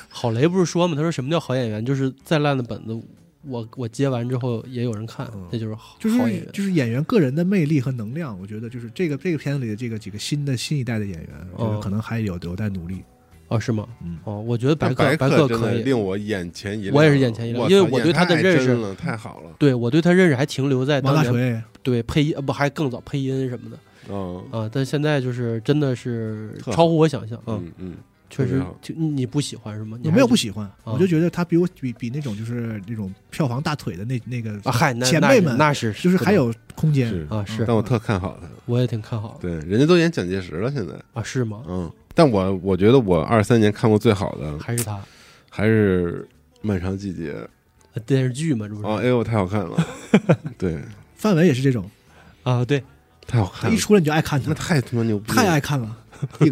[SPEAKER 2] 郝雷不是说嘛，他说什么叫好演员？就是再烂的本子，我我接完之后也有人看
[SPEAKER 4] 嗯，
[SPEAKER 2] 那就是好
[SPEAKER 4] 就
[SPEAKER 2] 好演
[SPEAKER 4] 是
[SPEAKER 2] 员。
[SPEAKER 4] 就是演员个人的魅力和能量，我觉得就是这个这个片子里的这个几个新的新一代的演员，我觉得
[SPEAKER 2] 哦
[SPEAKER 4] 可能还有有待努力。
[SPEAKER 2] 哦，是吗？
[SPEAKER 4] 嗯，
[SPEAKER 2] 哦，我觉得白
[SPEAKER 3] 但
[SPEAKER 2] 客
[SPEAKER 3] 白
[SPEAKER 2] 客
[SPEAKER 3] 真的
[SPEAKER 2] 可以，
[SPEAKER 3] 令我眼前一亮，
[SPEAKER 2] 我也是眼前一亮
[SPEAKER 3] 我
[SPEAKER 2] 因为
[SPEAKER 3] 操
[SPEAKER 2] 我对
[SPEAKER 3] 演
[SPEAKER 2] 他的
[SPEAKER 3] 太
[SPEAKER 2] 认识
[SPEAKER 3] 真了太好了，
[SPEAKER 2] 对我对他认识还停留在
[SPEAKER 4] 王
[SPEAKER 2] 哎当
[SPEAKER 4] 大
[SPEAKER 2] 年
[SPEAKER 4] 锤，
[SPEAKER 2] 对配音呃不还更早配音什么的
[SPEAKER 3] 嗯
[SPEAKER 2] 啊，但现在就是真的是
[SPEAKER 3] 特好
[SPEAKER 2] 超乎我想象啊，
[SPEAKER 3] 嗯嗯，
[SPEAKER 2] 确
[SPEAKER 3] 特别
[SPEAKER 2] 实
[SPEAKER 3] 好
[SPEAKER 2] 就你你不喜欢是吗？你
[SPEAKER 4] 我
[SPEAKER 2] 还
[SPEAKER 4] 没有
[SPEAKER 2] 是
[SPEAKER 4] 不喜欢，我就觉得他比我比比那种就是那种票房大腿的那那个
[SPEAKER 2] 啊，嗨，那
[SPEAKER 4] 前
[SPEAKER 2] 那
[SPEAKER 4] 辈
[SPEAKER 2] 是
[SPEAKER 4] 们
[SPEAKER 2] 那是
[SPEAKER 4] 就是还有空间
[SPEAKER 3] 是。
[SPEAKER 2] 啊是
[SPEAKER 3] 但，我特看好他，
[SPEAKER 2] 我也挺看好的
[SPEAKER 3] 对，人家都演蒋介石了，现在，
[SPEAKER 2] 啊，是吗？
[SPEAKER 3] 嗯，但我我觉得我二三年看过最好的
[SPEAKER 2] 还是他啊
[SPEAKER 3] 还是《漫长季节》
[SPEAKER 2] 电视剧嘛，这不
[SPEAKER 3] 啊，哎
[SPEAKER 2] 是
[SPEAKER 3] 呦，太好
[SPEAKER 2] <laughs>
[SPEAKER 3] 看了，对，
[SPEAKER 4] 范伟也是这种，
[SPEAKER 2] 啊？对，
[SPEAKER 3] 太好看
[SPEAKER 4] 一
[SPEAKER 3] 了，
[SPEAKER 4] 出来你就爱看
[SPEAKER 3] 那
[SPEAKER 4] 他，
[SPEAKER 3] 太他妈牛逼了，
[SPEAKER 4] 太爱看了。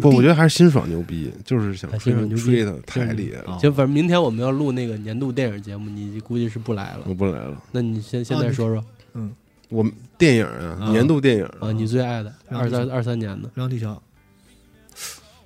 [SPEAKER 3] 不，我觉得还是辛爽牛逼，就是想
[SPEAKER 2] 哎辛
[SPEAKER 3] 吹
[SPEAKER 2] 爽
[SPEAKER 3] 牛
[SPEAKER 2] 牛逼嗯
[SPEAKER 3] 吹他，太厉害了，
[SPEAKER 4] 啊
[SPEAKER 2] 行，反正明天我们要录那个年度电影节目，你估计是不来了
[SPEAKER 3] 我。不来了。
[SPEAKER 2] 那你先现在
[SPEAKER 4] 你
[SPEAKER 2] 说说
[SPEAKER 3] 我们电影啊，
[SPEAKER 4] 啊
[SPEAKER 3] 年度电影，
[SPEAKER 2] 啊，你最爱的
[SPEAKER 4] 嗯
[SPEAKER 2] 二三二三年的，
[SPEAKER 4] 流浪地球，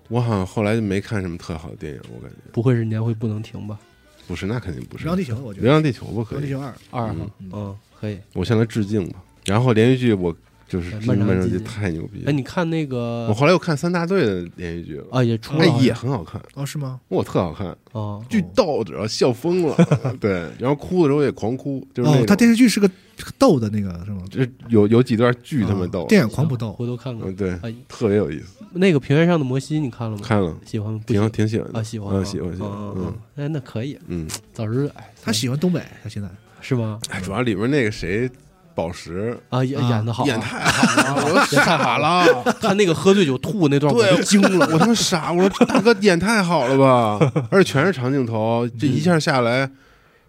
[SPEAKER 3] 我好像后来就没看什么特好的电影，我感觉
[SPEAKER 2] 不会是年会不能停吧？
[SPEAKER 3] 不是，那肯定不是。
[SPEAKER 4] 流浪地球，我觉
[SPEAKER 3] 流
[SPEAKER 4] 得
[SPEAKER 3] 浪地球吧，
[SPEAKER 4] 流
[SPEAKER 3] 可
[SPEAKER 4] 浪地
[SPEAKER 3] 以，
[SPEAKER 4] 球二，
[SPEAKER 2] 二哈，
[SPEAKER 4] 嗯
[SPEAKER 2] 嗯，可以。
[SPEAKER 3] 我向他致敬吧。然后连续剧我就是
[SPEAKER 2] 哎
[SPEAKER 3] 《漫
[SPEAKER 2] 漫长
[SPEAKER 3] 长
[SPEAKER 2] 季
[SPEAKER 3] 季
[SPEAKER 2] 节
[SPEAKER 3] 太牛逼
[SPEAKER 2] 哎，
[SPEAKER 3] 了。
[SPEAKER 2] 你看那个
[SPEAKER 3] 我后来又看三大队的连续剧了，
[SPEAKER 2] 啊，也出
[SPEAKER 3] 哎
[SPEAKER 2] 了好
[SPEAKER 3] 也
[SPEAKER 2] 像
[SPEAKER 3] 很好看，
[SPEAKER 4] 哦是吗？
[SPEAKER 3] 我特好看，
[SPEAKER 2] 啊，
[SPEAKER 4] <laughs>
[SPEAKER 3] 剧到者笑疯了，对，然后哭的时候也狂哭，就是那
[SPEAKER 4] 哦，
[SPEAKER 3] 种
[SPEAKER 4] 他电视剧是个逗的那个是吗？
[SPEAKER 3] 这有有几段巨他妈
[SPEAKER 4] 啊
[SPEAKER 3] 逗，
[SPEAKER 4] 电影狂不逗，
[SPEAKER 2] 回头看看
[SPEAKER 3] 嗯。对，
[SPEAKER 2] 啊，
[SPEAKER 3] 特别有意思，
[SPEAKER 2] 那个平原上的摩西你看了吗？
[SPEAKER 3] 看了
[SPEAKER 2] 喜欢吗？不喜
[SPEAKER 3] 挺
[SPEAKER 2] 欢
[SPEAKER 3] 挺喜欢的
[SPEAKER 2] 啊，喜欢啊
[SPEAKER 3] 嗯喜欢喜欢
[SPEAKER 2] 啊啊
[SPEAKER 3] 嗯
[SPEAKER 2] 哎，那可以，
[SPEAKER 3] 嗯，
[SPEAKER 2] 早日哎，
[SPEAKER 4] 他喜欢东北，他现在
[SPEAKER 2] 是吗？
[SPEAKER 3] 哎，主要里面那个谁，宝石
[SPEAKER 2] 啊，演
[SPEAKER 4] 啊
[SPEAKER 2] 演的好，
[SPEAKER 3] 演太好
[SPEAKER 2] <laughs>
[SPEAKER 3] 了，我
[SPEAKER 2] 演太好了。
[SPEAKER 3] 了，
[SPEAKER 2] 他那个喝醉酒吐那段，我
[SPEAKER 3] 对
[SPEAKER 2] 都惊了。
[SPEAKER 3] 我他妈傻，我说大哥演太好了
[SPEAKER 2] <laughs>
[SPEAKER 3] 吧，而且全是长镜头，
[SPEAKER 2] 嗯
[SPEAKER 3] 这一下下来，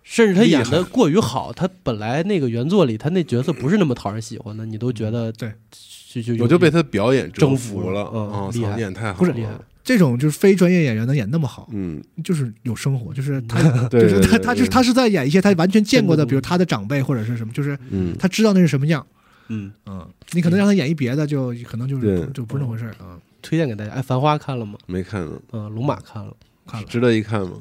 [SPEAKER 2] 甚至他演
[SPEAKER 3] 厉
[SPEAKER 2] 的过于好，他本来那个原作里他那角色不是那么讨人喜欢的，你都觉得
[SPEAKER 4] 对，
[SPEAKER 2] 就就
[SPEAKER 3] 嗯我就被他表演
[SPEAKER 2] 征
[SPEAKER 3] 服
[SPEAKER 2] 服了
[SPEAKER 3] 了，
[SPEAKER 2] 嗯
[SPEAKER 3] 啊，
[SPEAKER 2] 厉害
[SPEAKER 3] 操演太好
[SPEAKER 2] 不是
[SPEAKER 3] 了，
[SPEAKER 2] 厉害，
[SPEAKER 4] 这种就是非专业演员能演那么好，
[SPEAKER 2] <laughs>
[SPEAKER 3] 嗯，
[SPEAKER 4] 就是有生活，就是他
[SPEAKER 3] 对，
[SPEAKER 4] 就是
[SPEAKER 3] 对
[SPEAKER 4] 他他就是，他是在演一些他完全见过的，
[SPEAKER 2] 真的
[SPEAKER 4] 比如他的长辈或者是什么，就是
[SPEAKER 3] 对对嗯，
[SPEAKER 4] 他知道那是什么样。
[SPEAKER 2] 嗯，嗯
[SPEAKER 4] 嗯，你可能让他演一别的，就可能就是
[SPEAKER 3] 对
[SPEAKER 4] 就不是那回事儿啊。
[SPEAKER 2] 推荐给大家。哎，《繁花》看了吗？
[SPEAKER 3] 没看呢，
[SPEAKER 2] 嗯，《龙马》看了，
[SPEAKER 4] 看了，
[SPEAKER 3] 值得一看吗？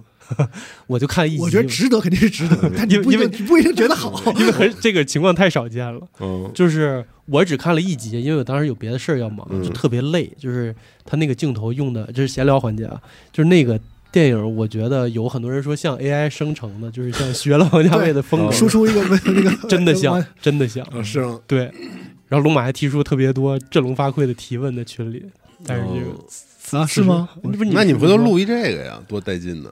[SPEAKER 2] 我就看一集。
[SPEAKER 4] 我觉得值得肯定是值得，但你
[SPEAKER 2] 因为
[SPEAKER 4] 不一定
[SPEAKER 2] 因
[SPEAKER 4] 你不一定觉得好。
[SPEAKER 2] 因为很这个情况太少见了。
[SPEAKER 3] 嗯，
[SPEAKER 2] 就是我只看了一集，因为我当时有别的事儿要忙，
[SPEAKER 3] 嗯
[SPEAKER 2] 就特别累。就是他那个镜头用的，这是闲聊环节啊，就是那个电影，我觉得有很多人说像 AI 生成的，就是像学了王家卫的风格，
[SPEAKER 3] 对
[SPEAKER 4] <laughs> 输出一个那个
[SPEAKER 2] <laughs> 真的像，真的像，
[SPEAKER 3] 啊是吗？
[SPEAKER 2] 对。然后龙马还提出特别多振聋发聩的提问在群里， <laughs> 但是这个
[SPEAKER 3] 哦
[SPEAKER 4] 啊？是吗？
[SPEAKER 2] 不是你
[SPEAKER 3] 那你回头录一这个呀，多带劲呢！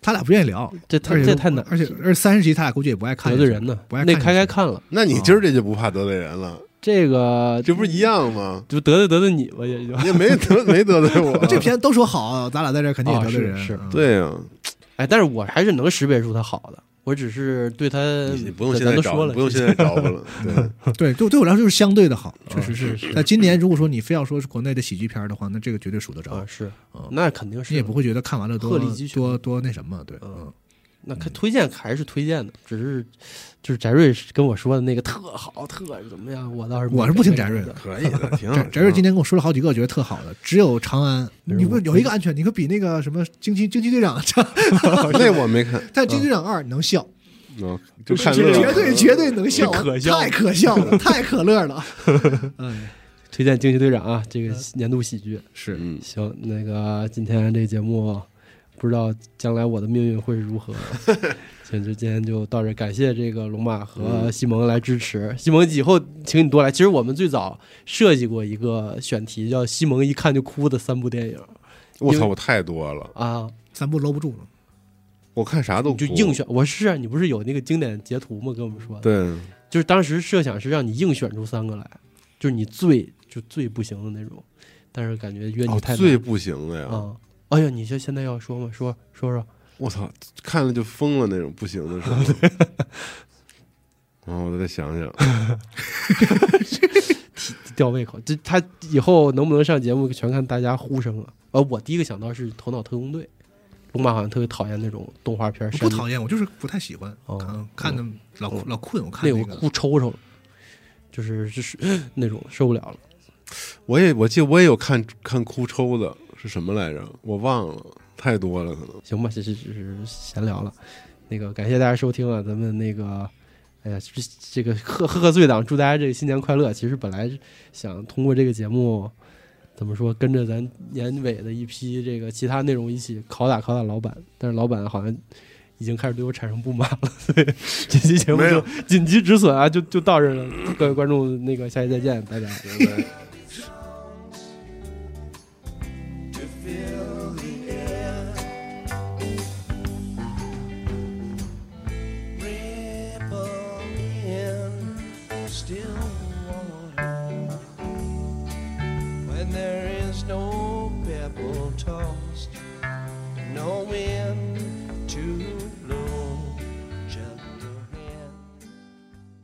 [SPEAKER 4] 他俩不愿意聊，
[SPEAKER 2] 这太
[SPEAKER 4] 而且
[SPEAKER 2] 这太难
[SPEAKER 4] 而且而且三十集他俩估计也不爱看
[SPEAKER 2] 得罪人呢，
[SPEAKER 4] 不爱
[SPEAKER 2] 那
[SPEAKER 4] 看
[SPEAKER 2] 开开看了
[SPEAKER 3] 那你今儿这就不怕得罪人了，
[SPEAKER 2] 这个
[SPEAKER 3] 这不是一样吗？
[SPEAKER 2] 就得罪得罪你吧，也就
[SPEAKER 3] 也没得没得罪
[SPEAKER 2] <laughs>
[SPEAKER 3] 我，
[SPEAKER 4] 这篇都说好，咱俩在这儿肯定也
[SPEAKER 2] 啊
[SPEAKER 4] 得罪
[SPEAKER 2] 是
[SPEAKER 4] 人。
[SPEAKER 2] 是
[SPEAKER 4] 嗯，
[SPEAKER 3] 对呀，
[SPEAKER 2] <laughs> 哎，但是我还是能识别出他好的，我只是对他
[SPEAKER 3] 你不
[SPEAKER 2] 嗯
[SPEAKER 3] 用
[SPEAKER 2] 咱
[SPEAKER 3] 现在
[SPEAKER 2] 都说
[SPEAKER 3] 找，
[SPEAKER 2] 了，
[SPEAKER 3] 不用现在找我了，
[SPEAKER 2] <laughs>
[SPEAKER 3] 对，
[SPEAKER 4] 对，对对我来说就是相对的好，确实
[SPEAKER 2] 啊是
[SPEAKER 4] 是。那今年如果说你非要说是国内的喜剧片儿的话，那这个绝对数得着
[SPEAKER 2] 啊，，是
[SPEAKER 4] 嗯，
[SPEAKER 2] 那肯定是
[SPEAKER 4] 你也不会觉得看完了多
[SPEAKER 2] 鹤立鸡群
[SPEAKER 4] 多多那什么，对，
[SPEAKER 2] 嗯
[SPEAKER 4] 嗯，
[SPEAKER 2] 那看推荐还是推荐的，只是就是翟瑞跟我说的那个特好，特怎么样，我倒是没
[SPEAKER 4] 我是不听翟瑞的
[SPEAKER 3] 可以的，挺好
[SPEAKER 4] 翟
[SPEAKER 3] 的。
[SPEAKER 4] 翟瑞今天跟我说了好几个，我觉得特好的，只有长安，
[SPEAKER 2] 嗯
[SPEAKER 4] 你不有一个安全，你可比那个什么惊奇惊奇队长 <laughs> 差，
[SPEAKER 3] 那我没看，
[SPEAKER 4] 但惊奇队长二能笑，
[SPEAKER 3] 嗯，就看
[SPEAKER 2] 是
[SPEAKER 3] 乐
[SPEAKER 4] 绝对绝对能笑，
[SPEAKER 2] 是可笑
[SPEAKER 4] 太可笑了，太可
[SPEAKER 2] <laughs>
[SPEAKER 4] 乐了，哎，
[SPEAKER 2] 推荐《惊奇队长》啊，这个年度喜剧。
[SPEAKER 4] 是
[SPEAKER 3] 嗯，
[SPEAKER 2] 行，那个今天这个节目，不知道将来我的命运会是如
[SPEAKER 3] <laughs>
[SPEAKER 2] 何。行，就今天就到这儿，感谢这个龙马
[SPEAKER 3] 嗯
[SPEAKER 2] 和西蒙来支持。西蒙以后请你多来。其实我们最早设计过一个选题，叫“西蒙一看就哭”的三部电影
[SPEAKER 3] 我操，我太多了，
[SPEAKER 2] 啊，
[SPEAKER 4] 咱不搂不住了，
[SPEAKER 3] 我看啥都
[SPEAKER 2] 你就
[SPEAKER 3] 哭
[SPEAKER 2] 硬。选。我是啊，你不是有那个经典截图吗？跟我们说的，
[SPEAKER 3] 对，
[SPEAKER 2] 就是当时设想是让你硬选出三个来，就是你最就最不行的那种，但是感觉约你
[SPEAKER 3] 哦
[SPEAKER 2] 太，难
[SPEAKER 3] 最不行的呀！
[SPEAKER 2] 啊、哎呀，你就现在要说吗？说说说。
[SPEAKER 3] 我操，看了就疯了那种，不行的时候。
[SPEAKER 2] <laughs>
[SPEAKER 3] 然后我再想想，
[SPEAKER 2] 吊胃口。这他以后能不能上节目，全看大家呼声了。呃，我第一个想到是《头脑特工队》，龙马好像特别讨厌那种动画片，
[SPEAKER 4] 我不
[SPEAKER 2] 删
[SPEAKER 4] 讨厌，我就是不太喜欢
[SPEAKER 2] 哦，
[SPEAKER 4] 看看的老老困，我看
[SPEAKER 2] 那
[SPEAKER 4] 那
[SPEAKER 2] 我
[SPEAKER 4] 个
[SPEAKER 2] 哭抽抽了，就是就是 <gasps> 那种受不了了。
[SPEAKER 3] 我也我记得我也有看看哭抽的，是什么来着？我忘了，太多了可能。
[SPEAKER 2] 行吧，这这这是闲聊了。那个感谢大家收听啊，咱们那个。哎呀，这这个喝喝喝醉党，祝大家这个新年快乐！其实本来是想通过这个节目，怎么说，跟着咱年尾的一批这个其他内容一起拷打拷打老板，但是老板好像已经开始对我产生不满了，所以这期节目
[SPEAKER 3] 没
[SPEAKER 2] 就
[SPEAKER 3] 有
[SPEAKER 2] 紧急止损啊，就就到这儿了。各位观众，那个下期再见，拜拜。
[SPEAKER 1] to fill the air. Ripple in still water when there is no pebble tossed, no wind too low, just the wind.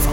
[SPEAKER 5] 方。